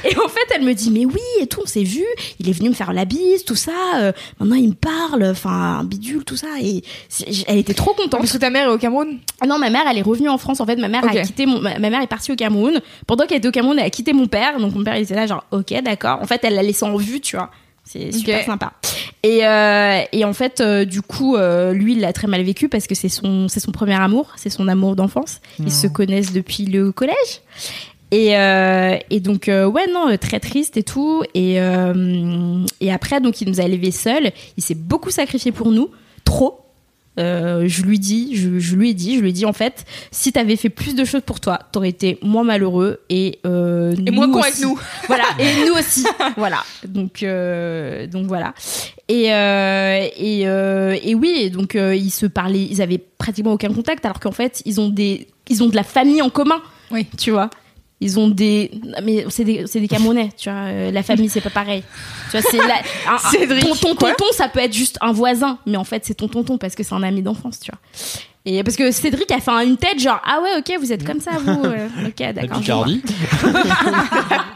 Speaker 4: et en fait elle me dit mais oui et tout on s'est vu il est venu me faire la bise tout ça euh, maintenant il me parle enfin un bidule tout ça et c'est- j- elle était trop contente
Speaker 3: Parce que ta mère est au Cameroun
Speaker 4: ah non, ma mère, elle est revenue en France. En fait, ma mère
Speaker 3: Ok.
Speaker 4: a quitté mon, ma ma mère est partie au Cameroun. Pendant qu'elle était au Cameroun, elle a quitté mon père. Donc mon père, il était là, genre, ok, d'accord. En fait, elle l'a laissé en vue, tu vois. C'est super
Speaker 3: Ok.
Speaker 4: sympa. Et, euh, et en fait, euh, du coup, euh, lui, il l'a très mal vécu parce que c'est son, c'est son premier amour, c'est son amour d'enfance. Ils se connaissent depuis le collège. Et, euh, et donc, euh, ouais, non, euh, très triste et tout. Et, euh, et après, donc, il nous a élevés seuls. Il s'est beaucoup sacrifié pour nous. Trop. Euh, je lui dis, je, je lui ai dit, je lui ai dit, en fait, si t'avais fait plus de choses pour toi, t'aurais été moins malheureux et, euh,
Speaker 3: Et moi,
Speaker 4: nous
Speaker 3: con
Speaker 4: aussi.
Speaker 3: avec nous.
Speaker 4: Voilà, et nous aussi. voilà. Donc, euh, donc voilà. Et, euh, et, euh, et oui, et donc euh, ils se parlaient, ils avaient pratiquement aucun contact, alors qu'en fait, ils ont, des, ils ont de la famille en commun.
Speaker 3: Oui.
Speaker 4: Tu vois ils ont des mais c'est des, c'est des Camerounais tu vois euh, la famille c'est pas pareil tu vois c'est la, un- un-
Speaker 3: Cédric,
Speaker 4: ton ton
Speaker 3: quoi
Speaker 4: tonton ça peut être juste un voisin mais en fait c'est ton tonton parce que c'est un ami d'enfance tu vois et parce que Cédric a fait un- une tête genre ah ouais ok vous êtes comme ça vous euh, ok
Speaker 5: La
Speaker 4: d'accord je vois.
Speaker 5: Picardie.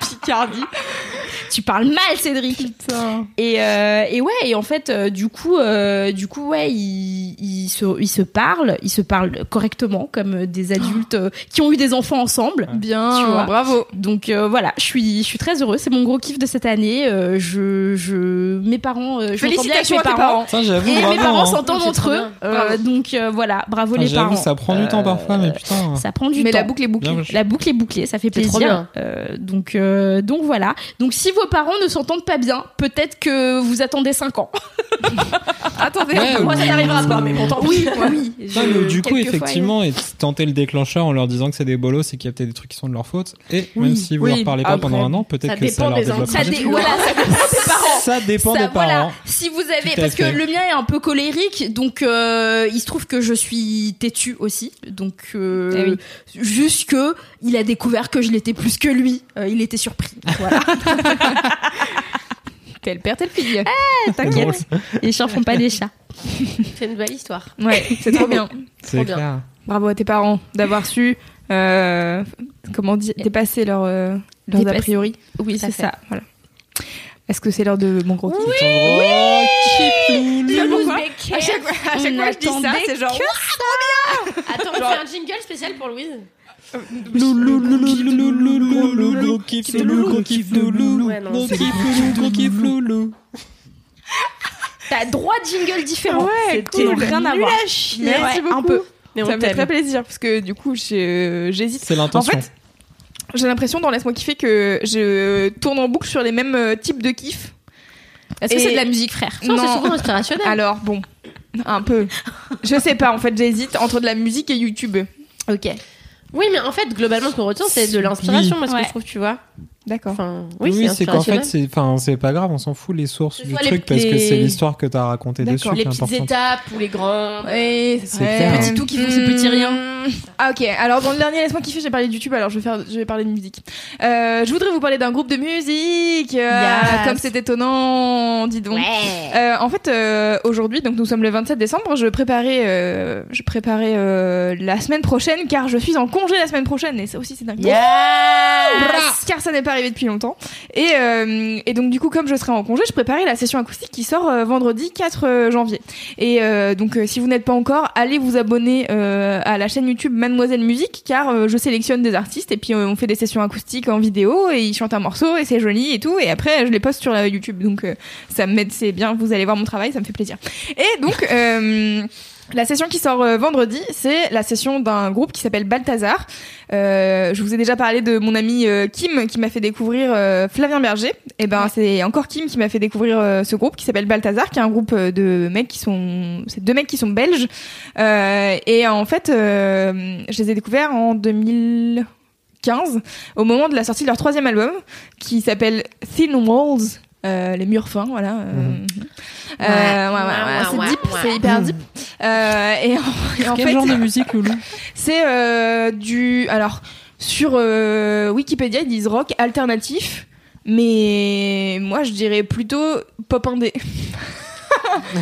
Speaker 4: Picardie. Tu parles mal, Cédric. Et, euh, et ouais, et en fait, euh, du coup, euh, du coup, ouais, ils, ils se, ils se parlent, ils se parlent correctement comme des adultes euh, qui ont eu des enfants ensemble.
Speaker 3: Bien,
Speaker 4: Tu vois.
Speaker 3: bravo.
Speaker 4: Donc euh, voilà, je suis, je suis très heureuse. C'est mon gros kiff de cette année. Euh, je, je, mes parents, euh, je m'entends bien avec
Speaker 3: Félicitations
Speaker 4: mes
Speaker 3: à tes
Speaker 4: parents.
Speaker 3: parents.
Speaker 5: Ça, j'avoue,
Speaker 4: Et
Speaker 5: bravo.
Speaker 4: mes parents
Speaker 5: hein.
Speaker 4: s'entendent
Speaker 1: C'est
Speaker 4: entre
Speaker 1: trop
Speaker 4: eux.
Speaker 1: bien.
Speaker 4: Euh, donc euh, voilà, bravo
Speaker 5: Enfin,
Speaker 4: les
Speaker 5: j'avoue,
Speaker 4: parents.
Speaker 5: ça prend du temps
Speaker 4: Euh,
Speaker 5: parfois, mais putain.
Speaker 4: Ça prend du
Speaker 3: Mais
Speaker 4: temps.
Speaker 3: la boucle est bouclée.
Speaker 5: Bien, je-
Speaker 4: La boucle est bouclée, ça fait
Speaker 1: C'est
Speaker 4: plaisir.
Speaker 1: trop bien.
Speaker 4: Euh, donc, euh, donc voilà. Donc si vos parents ne s'entendent pas bien, peut-être que vous attendez 5 ans.
Speaker 3: Attendez,
Speaker 5: Ouais,
Speaker 3: moi, ça
Speaker 5: ou-
Speaker 3: n'arrivera pas, mais pourtant, oui, oui.
Speaker 5: Non, mais du coup,
Speaker 3: quelquefois,
Speaker 5: effectivement, et tenter le déclencheur en leur disant que c'est des bolos c'est qu'il y a peut-être des trucs qui sont de leur faute. Et même si vous
Speaker 3: Oui.
Speaker 5: leur parlez pas
Speaker 3: Après,
Speaker 5: pendant un an, peut-être
Speaker 1: ça
Speaker 5: que ça
Speaker 1: dépend
Speaker 5: leur
Speaker 1: des
Speaker 5: développe
Speaker 1: enfants.
Speaker 4: Ça,
Speaker 5: un
Speaker 4: dé-
Speaker 5: truc.
Speaker 4: voilà, ça dépend des parents.
Speaker 5: Ça dépend
Speaker 4: Ça,
Speaker 5: des parents.
Speaker 4: voilà. Si vous avez,
Speaker 5: Tout à
Speaker 4: parce que
Speaker 5: fait.
Speaker 4: le mien est un peu colérique, donc euh, il se trouve que je suis têtue aussi, donc
Speaker 3: Eh
Speaker 4: euh, juste que il a découvert que je l'étais plus que lui, Euh, il était surpris. Voilà.
Speaker 3: Tel père, tel fille.
Speaker 4: Ah.
Speaker 5: C'est drôle,
Speaker 4: T'inquiète, les chats font pas des chats.
Speaker 1: C'est une belle histoire.
Speaker 3: Ouais, c'est trop bien.
Speaker 5: C'est
Speaker 1: bien.
Speaker 5: clair.
Speaker 3: Bravo à tes parents d'avoir su, euh, comment dire, dépasser leur, euh, leurs
Speaker 4: Dépasser.
Speaker 3: a priori.
Speaker 4: Oui,
Speaker 3: C'est ça, voilà. Est-ce que c'est l'heure de mon gros kiff
Speaker 5: Oh, kiff,
Speaker 3: Tu sais
Speaker 5: loulou.
Speaker 3: pourquoi À chaque fois, à chaque
Speaker 4: On
Speaker 3: fois que je dis ça,
Speaker 4: attendait
Speaker 3: c'est genre.
Speaker 1: Attends, on fait un jingle spécial pour Louise.
Speaker 5: Loulou, loulou, loulou, loulou, loulou, kiff, loulou, gros kiff, loulou,
Speaker 1: Ouais, non,
Speaker 5: gros
Speaker 1: c'est-
Speaker 5: kiff, loulou, gros kiff, loulou.
Speaker 4: T'as droit de jingle différent.
Speaker 3: Ouais,
Speaker 4: C'était
Speaker 3: cool.
Speaker 4: rien à
Speaker 3: Nul
Speaker 4: voir.
Speaker 3: à chier. Merci
Speaker 4: Ouais, un
Speaker 3: beaucoup.
Speaker 4: peu.
Speaker 1: Mais
Speaker 3: Ça
Speaker 1: on
Speaker 3: me fait très
Speaker 1: t'aime.
Speaker 3: plaisir parce que du coup, j'ai- euh, j'hésite.
Speaker 5: C'est l'intention.
Speaker 3: En fait, j'ai l'impression dans Laisse-moi kiffer que je tourne en boucle sur les mêmes euh, types de kiffs.
Speaker 4: Est-ce que
Speaker 3: Et-
Speaker 4: c'est de la musique, frère
Speaker 1: Non, c'est
Speaker 3: Non.
Speaker 1: souvent inspirationnel.
Speaker 3: Alors bon, un peu. Je sais pas, en fait, j'hésite entre de la musique et YouTube.
Speaker 4: Ok.
Speaker 1: Oui, mais en fait, globalement, ce qu'on retient, c'est de l'inspiration, moi, ce que
Speaker 4: Ouais.
Speaker 1: je trouve, tu vois.
Speaker 3: D'accord.
Speaker 1: Enfin, oui,
Speaker 5: Oui, c'est
Speaker 1: c'est
Speaker 5: qu'en fait,
Speaker 1: inspirationnel.
Speaker 5: c'est enfin, c'est pas grave, on s'en fout les sources
Speaker 1: Ce
Speaker 5: du
Speaker 1: soit les-
Speaker 5: truc parce que
Speaker 1: les-
Speaker 5: c'est l'histoire que t'as racontée
Speaker 3: D'accord.
Speaker 5: dessus qui
Speaker 1: les
Speaker 5: est
Speaker 1: petites
Speaker 5: importante.
Speaker 1: étapes ou les grands.
Speaker 3: Ouais,
Speaker 5: C'est clair.
Speaker 3: Petit
Speaker 5: Petits
Speaker 3: tout qui font ces petits riens. Hmm. Ah ok, alors dans le dernier Laisse-moi kiffer, j'ai parlé de YouTube, alors je vais, faire, je vais parler de musique. Euh, je voudrais vous parler d'un groupe de musique, euh,
Speaker 4: Yes.
Speaker 3: comme c'est étonnant, dis donc. Euh, en fait, euh, aujourd'hui, donc nous sommes le 27 décembre, je préparais, euh, je préparais euh, la semaine prochaine, car je suis en congé la semaine prochaine, et ça aussi c'est dingue. Yes Car ça n'est pas arrivé depuis longtemps. Et, euh, et donc du coup, comme je serai en congé, je préparais la session acoustique qui sort euh, vendredi 4 euh, janvier. Et euh, donc euh, si vous n'êtes pas encore, allez vous abonner euh, à la chaîne YouTube Mademoiselle Musique, car euh, je sélectionne des artistes et puis euh, on fait des sessions acoustiques en vidéo et ils chantent un morceau et c'est joli et tout. Et après, je les poste sur la YouTube, donc euh, ça m'aide, c'est bien. Vous allez voir mon travail, ça me fait plaisir. Et donc. euh, La session qui sort euh, vendredi, c'est la session d'un groupe qui s'appelle Balthazar. Euh, je vous ai déjà parlé de mon ami euh, Kim qui m'a fait découvrir euh, Flavien Berger. Et ben c'est encore Kim qui m'a fait découvrir euh, ce groupe qui s'appelle Balthazar, qui est un groupe euh, de mecs qui sont, c'est deux mecs qui sont belges. Euh, et en fait, euh, je les ai découverts en 2015 au moment de la sortie de leur troisième album qui s'appelle Thin Walls. euh, les murs fins, voilà. euh, euh,
Speaker 1: Ouais,
Speaker 3: ouais, ouais, ouais,
Speaker 1: Mhm. ouais,
Speaker 3: c'est
Speaker 1: ouais,
Speaker 3: deep,
Speaker 1: ouais.
Speaker 3: c'est hyper deep. Euh, et en, et en fait,
Speaker 5: musique, Loulou
Speaker 3: c'est euh, du. Alors, sur euh, Wikipédia, ils disent rock alternatif, mais moi je dirais plutôt pop indé.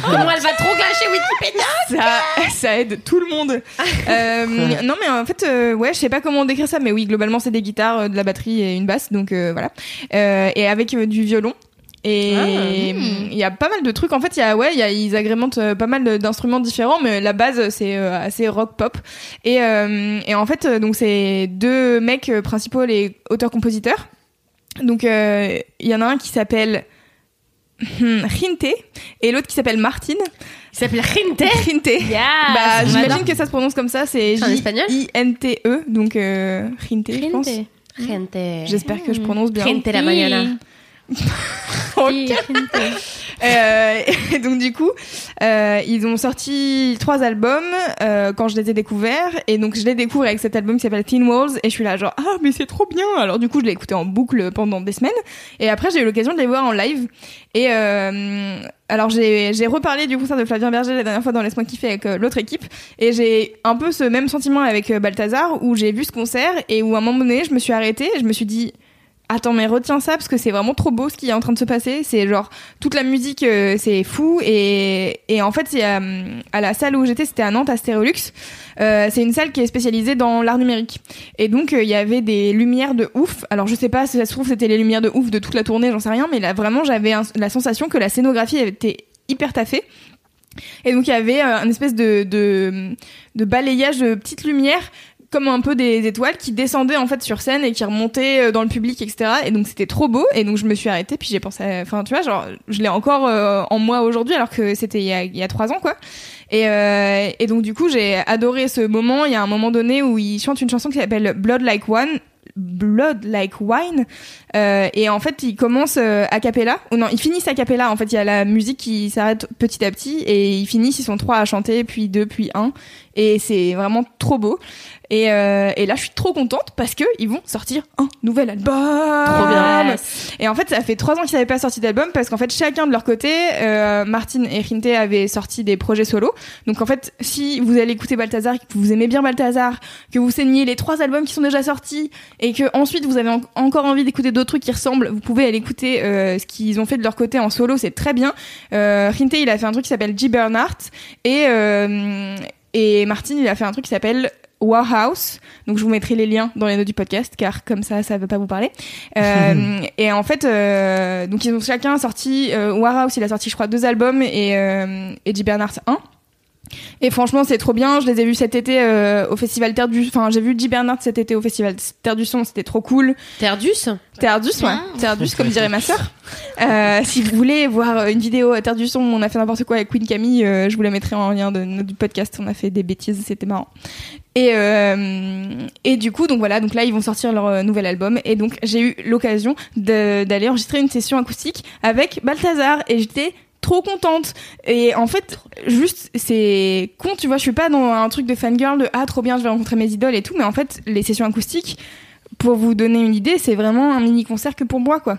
Speaker 1: Comment elle va trop gâcher Wikipédia
Speaker 3: Ça, ça aide tout le monde. Euh, non, mais en fait, euh, ouais, je sais pas comment décrire ça, mais oui, globalement, c'est des guitares, euh, de la batterie et une basse, donc euh, voilà. Euh, et avec euh, du violon. Et il y a pas mal de trucs. En fait, il y a, ouais, il y a, ils agrémentent euh, pas mal de- d'instruments différents, mais la base, c'est euh, assez rock-pop. Et, euh, et en fait, euh, donc, c'est deux mecs euh, principaux, les auteurs-compositeurs. Donc, euh, il y en a un qui s'appelle hmm, Rinte et l'autre qui s'appelle Martine.
Speaker 1: Il s'appelle Rinte.
Speaker 3: Rinte. Bah,
Speaker 1: Yeah
Speaker 3: j'imagine que ça se prononce comme ça, c'est
Speaker 1: Ah, C'est en espagnol
Speaker 3: J-I-N-T-E, donc euh, Rinte, je pense.
Speaker 1: Rinte.
Speaker 3: J'espère que je prononce bien.
Speaker 1: Rinte la mañana.
Speaker 3: Ok. Euh, et donc du coup, euh, ils ont sorti trois albums euh, quand je les ai découverts, et donc je les découvre avec cet album qui s'appelle Teen Walls, et je suis là genre ah mais c'est trop bien. Alors du coup, je l'ai écouté en boucle pendant des semaines, et après j'ai eu l'occasion de les voir en live. Et euh, alors j'ai j'ai reparlé du concert de Flavien Berger la dernière fois dans Laisse-moi kiffer avec euh, l'autre équipe, et j'ai un peu ce même sentiment avec euh, Balthazar où j'ai vu ce concert et où à un moment donné je me suis arrêtée, et je me suis dit Attends, mais retiens ça parce que c'est vraiment trop beau ce qui est en train de se passer. C'est genre toute la musique, euh, c'est fou. Et, et en fait, il y a, hum, à la salle où j'étais, c'était à Nantes, à Stérolux. Euh, c'est une salle qui est spécialisée dans l'art numérique. Et donc, euh, il y avait des lumières de ouf. Alors, je sais pas si ça se trouve, c'était les lumières de ouf de toute la tournée, j'en sais rien. Mais là, vraiment, j'avais un- la sensation que la scénographie était hyper taffée. Et donc, il y avait euh, un espèce de, de, de balayage de petites lumières comme un peu des étoiles qui descendaient en fait sur scène et qui remontaient euh, dans le public etc et donc c'était trop beau et donc je me suis arrêtée puis j'ai pensé à- enfin tu vois genre je l'ai encore euh, en moi aujourd'hui alors que c'était il y a, il y a trois ans quoi et, euh, et donc du coup j'ai adoré ce moment il y a un moment donné où il chante une chanson qui s'appelle Blood Like One Blood Like Wine euh, et en fait, ils commencent euh, a cappella. Oh non, ils finissent a cappella. En fait, il y a la musique qui s'arrête petit à petit et ils finissent. Ils sont trois à chanter, puis deux, puis un. Et c'est vraiment trop beau. Et, euh, et là, je suis trop contente parce que ils vont sortir un nouvel album. Trop Et en fait, ça fait trois ans qu'ils n'avaient pas sorti d'album parce qu'en fait, chacun de leur côté, euh, Martine et Rinte avaient sorti des projets solo. Donc en fait, si vous allez écouter Balthazar, que vous aimez bien Balthazar, que vous saignez les trois albums qui sont déjà sortis et que ensuite vous avez en- encore envie d'écouter d'autres trucs qui ressemblent, vous pouvez aller écouter euh, ce qu'ils ont fait de leur côté en solo, c'est très bien. Euh, Rinte, il a fait un truc qui s'appelle G Bernhardt et euh, et Martine, il a fait un truc qui s'appelle Warhouse. Donc je vous mettrai les liens dans les notes du podcast car comme ça ça va pas vous parler. Euh, et en fait euh, donc ils ont chacun sorti euh, Warhouse, il a sorti je crois deux albums et euh, et G Bernhardt un. Et franchement, c'est trop bien. Je les ai vus cet été euh, au festival Terre du. Enfin, j'ai vu J. Bernard cet été au festival Terre du Son. C'était trop cool.
Speaker 1: Terdus
Speaker 3: Terdus, ouais. Terdus, comme dirait ma sœur. Euh, si vous voulez voir euh, une vidéo à Terre du Son où on a fait n'importe quoi avec Queen Camille, euh, je vous la mettrai en lien de, du podcast. On a fait des bêtises, c'était marrant. Et, euh, et du coup, donc voilà, donc là, ils vont sortir leur euh, nouvel album. Et donc, j'ai eu l'occasion de- d'aller enregistrer une session acoustique avec Balthazar. Et j'étais trop contente. Et en fait, juste, c'est con, tu vois, je suis pas dans un truc de fangirl de ah, trop bien, je vais rencontrer mes idoles et tout. Mais en fait, les sessions acoustiques, pour vous donner une idée, c'est vraiment un mini concert que pour moi, quoi.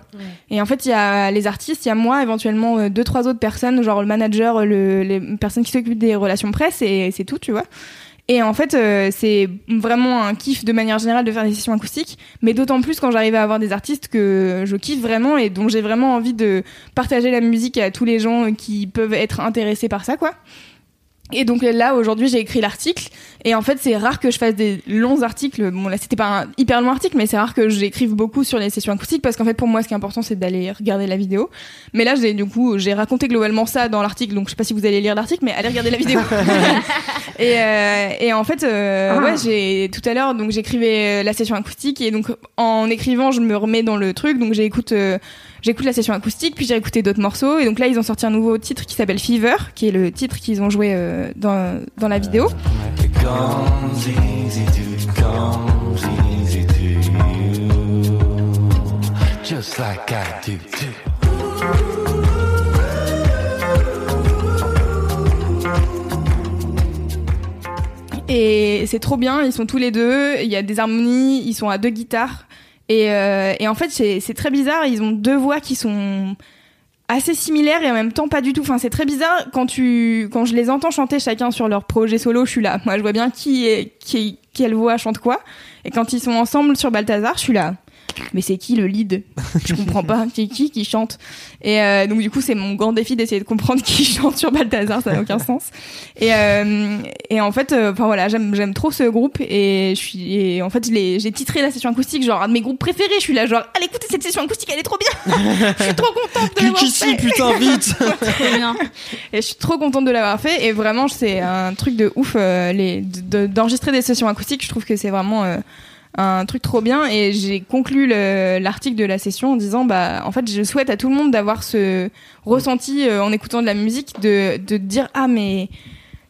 Speaker 3: Et en fait, il y a les artistes, il y a moi, éventuellement euh, deux, trois autres personnes, genre le manager, euh, le, les personnes qui s'occupent des relations presse, et c'est tout, tu vois. Et en fait, euh, c'est vraiment un kiff de manière générale de faire des sessions acoustiques, mais d'autant plus quand j'arrive à avoir des artistes que je kiffe vraiment et dont j'ai vraiment envie de partager la musique à tous les gens qui peuvent être intéressés par ça, quoi. Et donc là aujourd'hui j'ai écrit l'article et en fait c'est rare que je fasse des longs articles. Bon là c'était pas un hyper long article mais c'est rare que j'écrive beaucoup sur les sessions acoustiques parce qu'en fait pour moi ce qui est important c'est d'aller regarder la vidéo. Mais là j'ai du coup j'ai raconté globalement ça dans l'article donc je sais pas si vous allez lire l'article mais allez regarder la vidéo. et, euh, et en fait euh, ouais j'ai tout à l'heure donc j'écrivais euh, la session acoustique et donc en écrivant je me remets dans le truc donc j'écoute euh, j'écoute la session acoustique, puis j'ai écouté d'autres morceaux. Et donc là, ils ont sorti un nouveau titre qui s'appelle Fever, qui est le titre qu'ils ont joué euh, dans, dans la vidéo. Et c'est trop bien, ils sont tous les deux, il y a des harmonies, ils sont à deux guitares. Et, euh, et en fait, c'est c'est très bizarre, ils ont deux voix qui sont assez similaires et en même temps pas du tout. Enfin, c'est très bizarre quand, tu, quand je les entends chanter chacun sur leur projet solo, je suis là. Moi, je vois bien qui est, qui est- quelle voix chante quoi. Et quand ils sont ensemble sur Balthazar, je suis là. Mais c'est qui le lead Je comprends pas. C'est qui qui chante Et euh, donc, du coup, c'est mon grand défi d'essayer de comprendre qui chante sur Balthazar, ça n'a aucun sens. Et, euh, et en fait, euh, enfin voilà, j'aime j'aime trop ce groupe et je suis et en fait je l'ai- j'ai titré la session acoustique genre un de mes groupes préférés. Je suis là genre allez écoutez cette session acoustique, elle est trop bien. je suis trop contente de l'avoir fait.
Speaker 5: putain, vite
Speaker 3: Et je suis trop contente de l'avoir fait et vraiment c'est un truc de ouf euh, les de- de- d'enregistrer des sessions acoustiques. Je trouve que c'est vraiment euh, un truc trop bien et j'ai conclu le- l'article de la session en disant bah en fait je souhaite à tout le monde d'avoir ce ressenti euh, en écoutant de la musique de de te dire ah mais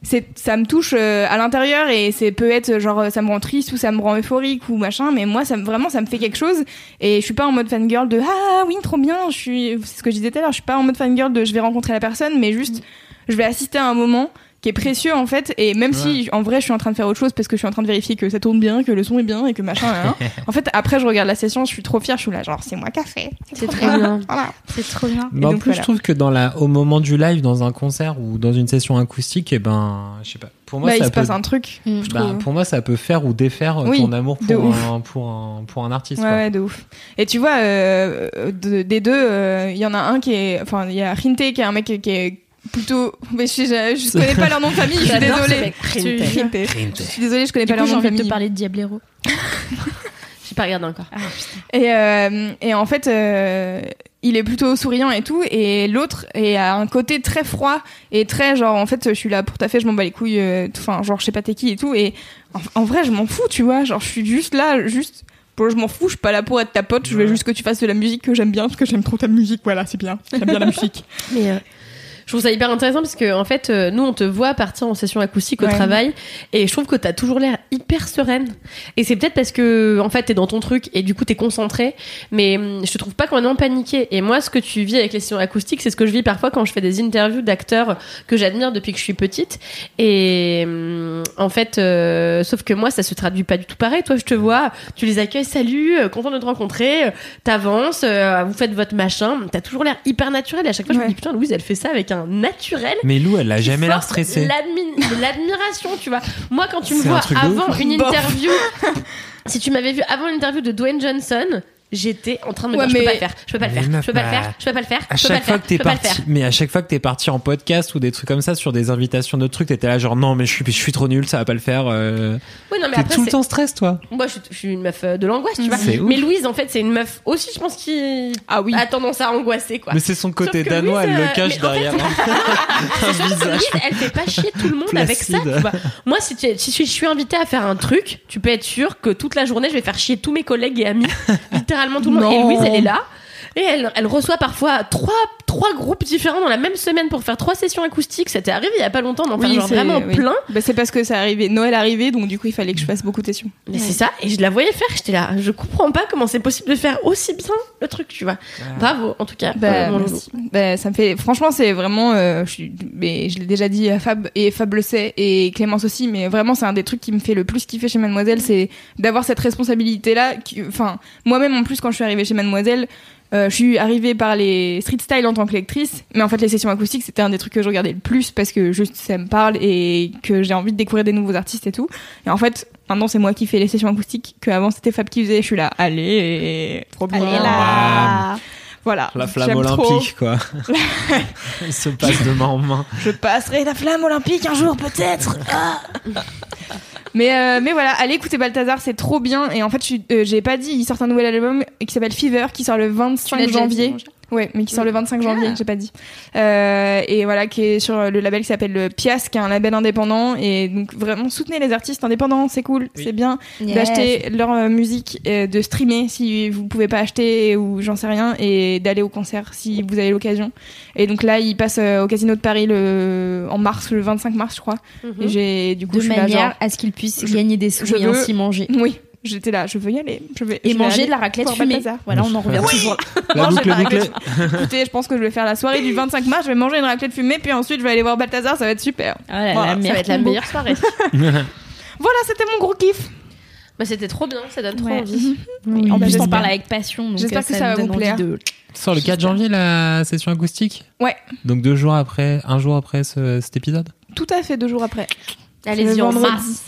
Speaker 3: c'est ça me touche euh, à l'intérieur et c'est peut être genre euh, ça me rend triste ou ça me rend euphorique ou machin mais moi ça me vraiment ça me fait quelque chose et je suis pas en mode fangirl de ah oui trop bien je suis c'est ce que je disais tout à l'heure je suis pas en mode fangirl de je vais rencontrer la personne mais juste je vais assister à un moment qui est précieux en fait et même si en vrai je suis en train de faire autre chose parce que je suis en train de vérifier que ça tourne bien que le son est bien et que machin hein. en fait après je regarde la session je suis trop fière je suis là genre c'est moi qui a fait
Speaker 4: C'est
Speaker 3: trop
Speaker 4: très bien.
Speaker 3: Voilà.
Speaker 4: C'est trop bien.
Speaker 3: Et
Speaker 5: Mais en
Speaker 3: donc,
Speaker 5: plus,
Speaker 3: voilà.
Speaker 5: je trouve que dans la, au moment du live, dans un concert ou dans une session acoustique, et ben, je sais pas. Pour moi,
Speaker 3: là Bah, il
Speaker 5: ça
Speaker 3: se
Speaker 5: peut,
Speaker 3: passe un truc
Speaker 4: Mm.
Speaker 3: je
Speaker 5: bah,
Speaker 3: trouve
Speaker 5: pour moi, ça peut faire ou défaire euh,
Speaker 3: Oui,
Speaker 5: ton amour
Speaker 3: de
Speaker 5: pour
Speaker 3: ouf.
Speaker 5: un, pour un, pour un artiste.
Speaker 3: Ouais,
Speaker 5: quoi.
Speaker 3: ouais, de ouf. Et tu vois, euh, de- des deux, euh, il y en a un qui est. Enfin, il y a Rinte qui est un mec qui est, qui est plutôt. Mais je, je, je connais pas leur nom de famille, je suis
Speaker 1: J'adore ce
Speaker 3: désolée.
Speaker 1: mec, Printer.
Speaker 3: Je suis- Je suis désolée, je connais
Speaker 4: Du
Speaker 3: pas leur
Speaker 4: coup, j'ai
Speaker 3: nom de
Speaker 4: envie de te
Speaker 3: famille.
Speaker 4: parler de Diablero.
Speaker 1: J'ai pas regardé encore.
Speaker 3: Et, euh, et en fait, euh, il est plutôt souriant et tout. Et l'autre est à un côté très froid et très genre, en fait, je suis là pour ta fête, je m'en bats les couilles. euh, Enfin, genre, je sais pas t'es qui et tout. Et en, en vrai, je m'en fous, tu vois. Genre, je suis juste là, juste. Pour, je m'en fous, je suis pas là pour être ta pote, je veux juste que tu fasses de la musique que j'aime bien, parce que j'aime trop ta musique, voilà, c'est bien. J'aime bien la musique.
Speaker 1: Mais euh, je trouve ça hyper intéressant parce que en fait, euh, nous on te voit partir en session acoustique au
Speaker 3: Ouais.
Speaker 1: travail et je trouve que t'as toujours l'air hyper sereine. Et c'est peut-être parce que en fait t'es dans ton truc et du coup t'es concentré. Mais hum, je te trouve pas quand même paniqué. Et moi, ce que tu vis avec les sessions acoustiques, c'est ce que je vis parfois quand je fais des interviews d'acteurs que j'admire depuis que je suis petite. Et hum, en fait, euh, sauf que moi, ça se traduit pas du tout pareil. Toi, je te vois, tu les accueilles, salut, euh, content de te rencontrer, euh, t'avances, euh, vous faites votre machin. T'as toujours l'air hyper naturel. Et à chaque fois, je me
Speaker 3: Ouais.
Speaker 1: dis putain, Louise, elle fait ça avec un naturel.
Speaker 2: Mais Lou, elle a
Speaker 1: qui
Speaker 2: jamais l'air
Speaker 1: force
Speaker 2: stressée.
Speaker 1: l'admi- L'admiration, tu vois. Moi, quand tu me
Speaker 5: C'est un
Speaker 1: vois
Speaker 5: truc de
Speaker 1: avant
Speaker 3: ouf.
Speaker 1: une
Speaker 3: Bof.
Speaker 1: interview, si tu m'avais vu avant l'interview de Dwayne Johnson, j'étais en train de me
Speaker 3: Ouais,
Speaker 1: dire je peux
Speaker 3: mais-
Speaker 1: pas le faire, je peux pas le
Speaker 2: Mais
Speaker 1: faire,
Speaker 2: meuf,
Speaker 1: je peux pas le
Speaker 2: bah,
Speaker 1: faire, je peux pas le faire,
Speaker 2: À
Speaker 1: je peux pas le
Speaker 2: chaque fois
Speaker 1: faire,
Speaker 2: que
Speaker 1: je
Speaker 2: t'es
Speaker 1: peux pas le faire.
Speaker 2: parti, mais à chaque fois que t'es parti en podcast ou des trucs comme ça sur des invitations de trucs, t'étais là genre non mais je suis, je suis trop nul, ça va pas le faire. euh.
Speaker 1: Oui, non, mais
Speaker 5: T'es
Speaker 1: après,
Speaker 5: tout le
Speaker 1: c'est-
Speaker 5: temps stress, toi.
Speaker 1: moi, je, suis- je suis une meuf euh, de l'angoisse, tu vois.
Speaker 5: C'est ouf.
Speaker 1: Mais Louise, en fait, c'est une meuf aussi, je pense, qui
Speaker 3: Ah oui.
Speaker 1: a tendance à angoisser, quoi.
Speaker 5: Mais c'est son côté
Speaker 1: que
Speaker 5: danois,
Speaker 1: Louise,
Speaker 5: elle
Speaker 1: euh,
Speaker 5: le cache
Speaker 1: mais en fait,
Speaker 5: derrière. un visage.
Speaker 1: Louise, elle fait pas chier tout le monde avec ça, tu
Speaker 5: Placide.
Speaker 1: vois. Moi, si, tu- si je suis invitée à faire un truc, tu peux être sûre que toute la journée, je vais faire chier tous mes collègues et amis, littéralement tout le monde. Et
Speaker 3: Non.
Speaker 1: Louise, elle est là. Et elle, elle reçoit parfois trois, trois groupes différents dans la même semaine pour faire trois sessions acoustiques. C'était arrivé il y a pas longtemps d'en faire genre
Speaker 3: c'est-
Speaker 1: vraiment
Speaker 3: oui.
Speaker 1: plein.
Speaker 3: Bah, c'est parce que ça arrivait, Noël arrivait, donc du coup il fallait que je fasse beaucoup de sessions.
Speaker 1: Mais c'est ça. Et je la voyais faire. J'étais là. Je comprends pas comment c'est possible de faire aussi bien le truc, tu vois. Bravo, en tout cas.
Speaker 3: Bah,
Speaker 1: Euh, mon loulou.
Speaker 3: merci. Bah, ça me fait, franchement, c'est vraiment, euh, je, suis- mais je l'ai déjà dit à Fab et Fab le sait et Clémence aussi, mais vraiment c'est un des trucs qui me fait le plus kiffer chez Mademoiselle, c'est d'avoir cette responsabilité là. Enfin, moi-même en plus quand je suis arrivée chez Mademoiselle. euh, je suis arrivée par les street style en tant que lectrice, mais en fait les sessions acoustiques c'était un des trucs que je regardais le plus parce que juste ça me parle et que j'ai envie de découvrir des nouveaux artistes et tout. Et en fait maintenant c'est moi qui fais les sessions acoustiques, que avant c'était Fab qui faisait, je suis là, allez, trop bien.
Speaker 4: Allez
Speaker 3: Ah,
Speaker 4: là
Speaker 3: Voilà.
Speaker 5: La flamme
Speaker 3: J'aime trop.
Speaker 5: olympique, quoi. Il se passe de main en main.
Speaker 3: Je passerai la flamme olympique un jour peut-être. Ah. mais euh, mais voilà, allez écouter Balthazar, c'est trop bien. Et en fait, je suis- euh, j'ai pas dit, ils sortent un nouvel album qui s'appelle Fever, qui sort le
Speaker 4: Tu l'as
Speaker 3: 25
Speaker 4: déjà dit,
Speaker 3: janvier.
Speaker 4: mon cher.
Speaker 3: Ouais, mais qui sort le 25 janvier, j'ai pas dit. Euh, et voilà, qui est sur le label qui s'appelle le Pias, qui est un label indépendant. Et donc vraiment, soutenez les artistes indépendants, c'est cool, c'est bien
Speaker 4: Bah,
Speaker 3: d'acheter leur euh, musique, euh, de streamer si vous pouvez pas acheter ou j'en sais rien, et d'aller au concert si vous avez l'occasion. Et donc là, il passe euh, au Casino de Paris le en mars, le 25 mars, je crois. Et j'ai du coup
Speaker 4: Mhm. de
Speaker 3: je suis là,
Speaker 4: manière
Speaker 3: genre,
Speaker 4: à ce qu'ils puissent
Speaker 3: je-
Speaker 4: gagner des sous
Speaker 3: je
Speaker 4: et
Speaker 3: veux-
Speaker 4: ainsi manger.
Speaker 3: oui, j'étais là, je veux y aller, je vais
Speaker 4: Et
Speaker 3: je vais
Speaker 4: manger
Speaker 3: aller
Speaker 4: de la raclette
Speaker 3: voir
Speaker 4: fumée.
Speaker 3: Balthazar.
Speaker 4: Voilà, on en revient
Speaker 2: Oui.
Speaker 4: toujours.
Speaker 2: La
Speaker 3: Non, j'ai
Speaker 2: boucle est
Speaker 3: pas
Speaker 2: bouclée.
Speaker 3: Écoutez, je pense que je vais faire la soirée du 25 mars, je vais manger une raclette fumée, puis ensuite je vais aller voir Balthazar, ça va être super.
Speaker 4: Ah là là,
Speaker 3: Voilà, ça
Speaker 4: merde,
Speaker 1: va être la
Speaker 4: combo.
Speaker 1: meilleure soirée.
Speaker 3: Voilà, c'était mon gros kiff.
Speaker 1: bah, c'était trop bien, ça donne trop
Speaker 4: Ouais.
Speaker 1: envie.
Speaker 4: Et En
Speaker 3: Bah,
Speaker 4: plus,
Speaker 3: j'espère.
Speaker 4: on parle avec passion. donc,
Speaker 3: J'espère
Speaker 4: euh,
Speaker 3: que ça va
Speaker 4: me donne
Speaker 3: vous
Speaker 4: envie
Speaker 3: plaire.
Speaker 4: de-
Speaker 2: Sort le 4 janvier la session acoustique
Speaker 3: Ouais.
Speaker 2: Donc deux jours après, un jour après ce- cet épisode
Speaker 3: Tout à fait, deux jours après.
Speaker 1: Allez-y,
Speaker 3: Le
Speaker 1: en
Speaker 3: vendredi.
Speaker 1: mars.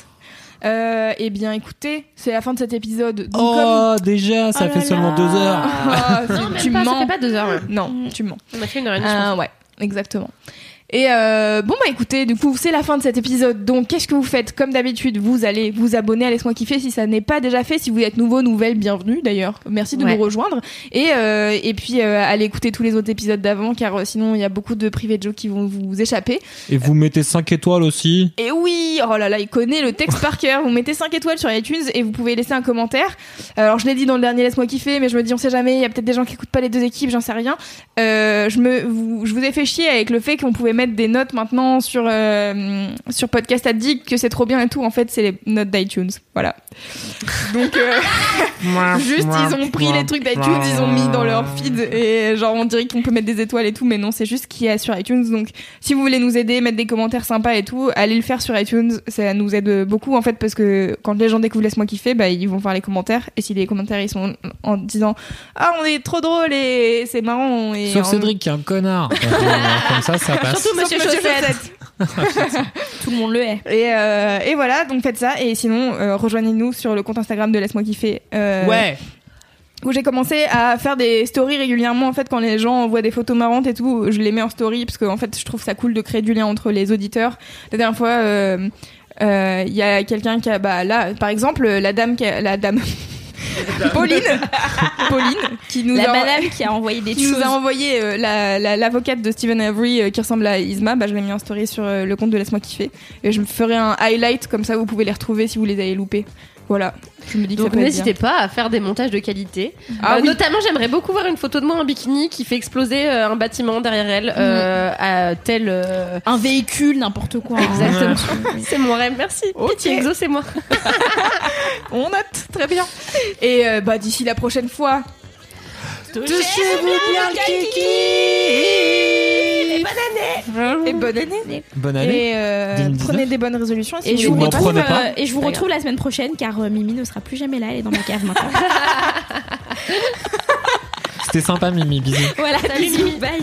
Speaker 3: Euh, eh bien, écoutez, c'est la fin de cet épisode. Donc,
Speaker 2: Oh, déjà, ça
Speaker 3: Oh
Speaker 2: fait
Speaker 3: là
Speaker 2: seulement
Speaker 3: là.
Speaker 2: deux heures.
Speaker 3: comme... Oh,
Speaker 1: Non, même
Speaker 3: tu
Speaker 1: pas, ça
Speaker 3: mens.
Speaker 1: fait pas deux heures. ouais. Mm.
Speaker 3: Non, tu mens.
Speaker 1: On a fait une heure et demie. je
Speaker 3: Euh, ouais, exactement. Et euh, bon bah écoutez, du coup c'est la fin de cet épisode. Donc qu'est-ce que vous faites Comme d'habitude, vous allez vous abonner à Laisse-moi kiffer si ça n'est pas déjà fait. Si vous êtes nouveau, nouvelle, bienvenue d'ailleurs. Merci de
Speaker 1: Ouais.
Speaker 3: nous rejoindre. Et euh, et puis euh, allez écouter tous les autres épisodes d'avant car euh, sinon il y a beaucoup de privés de jokes qui vont vous échapper.
Speaker 5: Et vous mettez 5 étoiles aussi.
Speaker 3: Et oui, oh là là, il connaît le texte par cœur. Vous mettez 5 étoiles sur iTunes et vous pouvez laisser un commentaire. Euh, Alors, je l'ai dit dans le dernier Laisse-moi kiffer, mais je me dis, on sait jamais, il y a peut-être des gens qui écoutent pas les deux équipes, j'en sais rien. Euh, je, me, vous, je vous ai fait chier avec le fait qu'on pouvait mettre des notes maintenant sur, euh, sur Podcast Addict, que c'est trop bien et tout. En fait, c'est les notes d'iTunes. Voilà. Donc, euh, juste, ils ont pris les trucs d'iTunes, ils ont mis dans leur feed et genre, on dirait qu'on peut mettre des étoiles et tout, mais non, c'est juste ce qu'il y a sur iTunes. Donc, si vous voulez nous aider, mettre des commentaires sympas et tout, allez le faire sur iTunes. Ça nous aide beaucoup en fait parce que quand les gens découvrent Laisse-moi kiffer, bah, ils vont faire les commentaires. Et si les commentaires ils sont en disant Ah, on est trop drôle et c'est marrant. on est-
Speaker 2: Sauf
Speaker 3: on-
Speaker 2: Cédric qui est un connard. Comme ça, ça passe.
Speaker 3: Sauf Monsieur Chaussette.
Speaker 4: Tout le monde le hait.
Speaker 3: Et, euh, et voilà, donc faites ça. Et sinon, euh, rejoignez-nous sur le compte Instagram de Laisse-moi kiffer. euh, où j'ai commencé à faire des stories régulièrement en fait quand les gens envoient des photos marrantes et tout je les mets en story parce que en fait je trouve ça cool de créer du lien entre les auditeurs la dernière fois euh, euh, il y a quelqu'un qui a bah là par exemple la dame qui a- la dame Pauline Pauline qui nous
Speaker 4: La
Speaker 3: a
Speaker 4: madame qui a envoyé des
Speaker 3: qui nous
Speaker 4: choses.
Speaker 3: a envoyé euh, la- la- l'avocate de Stephen Avery euh, qui ressemble à Isma, bah, je l'ai mis en story sur euh, le compte de Laisse-moi kiffer. Et je me ferai un highlight, comme ça vous pouvez les retrouver si vous les avez loupés. Voilà, je me dis que
Speaker 1: Donc
Speaker 3: ça peut être
Speaker 1: n'hésitez pas à faire des montages de qualité.
Speaker 3: bien. Ah
Speaker 1: Euh,
Speaker 3: oui.
Speaker 1: Notamment, j'aimerais beaucoup voir une photo de moi en bikini qui fait exploser euh, un bâtiment derrière elle euh, à tel. euh,
Speaker 4: Un véhicule, n'importe quoi.
Speaker 1: Exactement. c'est mon rêve. Merci.
Speaker 3: Ok.
Speaker 1: Pitié, Exo, c'est moi.
Speaker 3: On note, très bien. Et euh, bah d'ici la prochaine fois. Et bonne année.
Speaker 5: Bonne
Speaker 3: Et euh,
Speaker 5: 2019.
Speaker 3: prenez des bonnes résolutions. si
Speaker 4: Et
Speaker 3: vous
Speaker 4: je,
Speaker 5: Ou
Speaker 4: vous
Speaker 3: voulez
Speaker 5: n'en
Speaker 4: retrouve,
Speaker 5: prenez pas.
Speaker 4: euh, et je vous retrouve la semaine prochaine car euh, Mimi ne sera plus jamais là, elle est dans ma cave maintenant.
Speaker 5: C'était sympa, Mimi. Bisous.
Speaker 4: voilà, bisous, bye.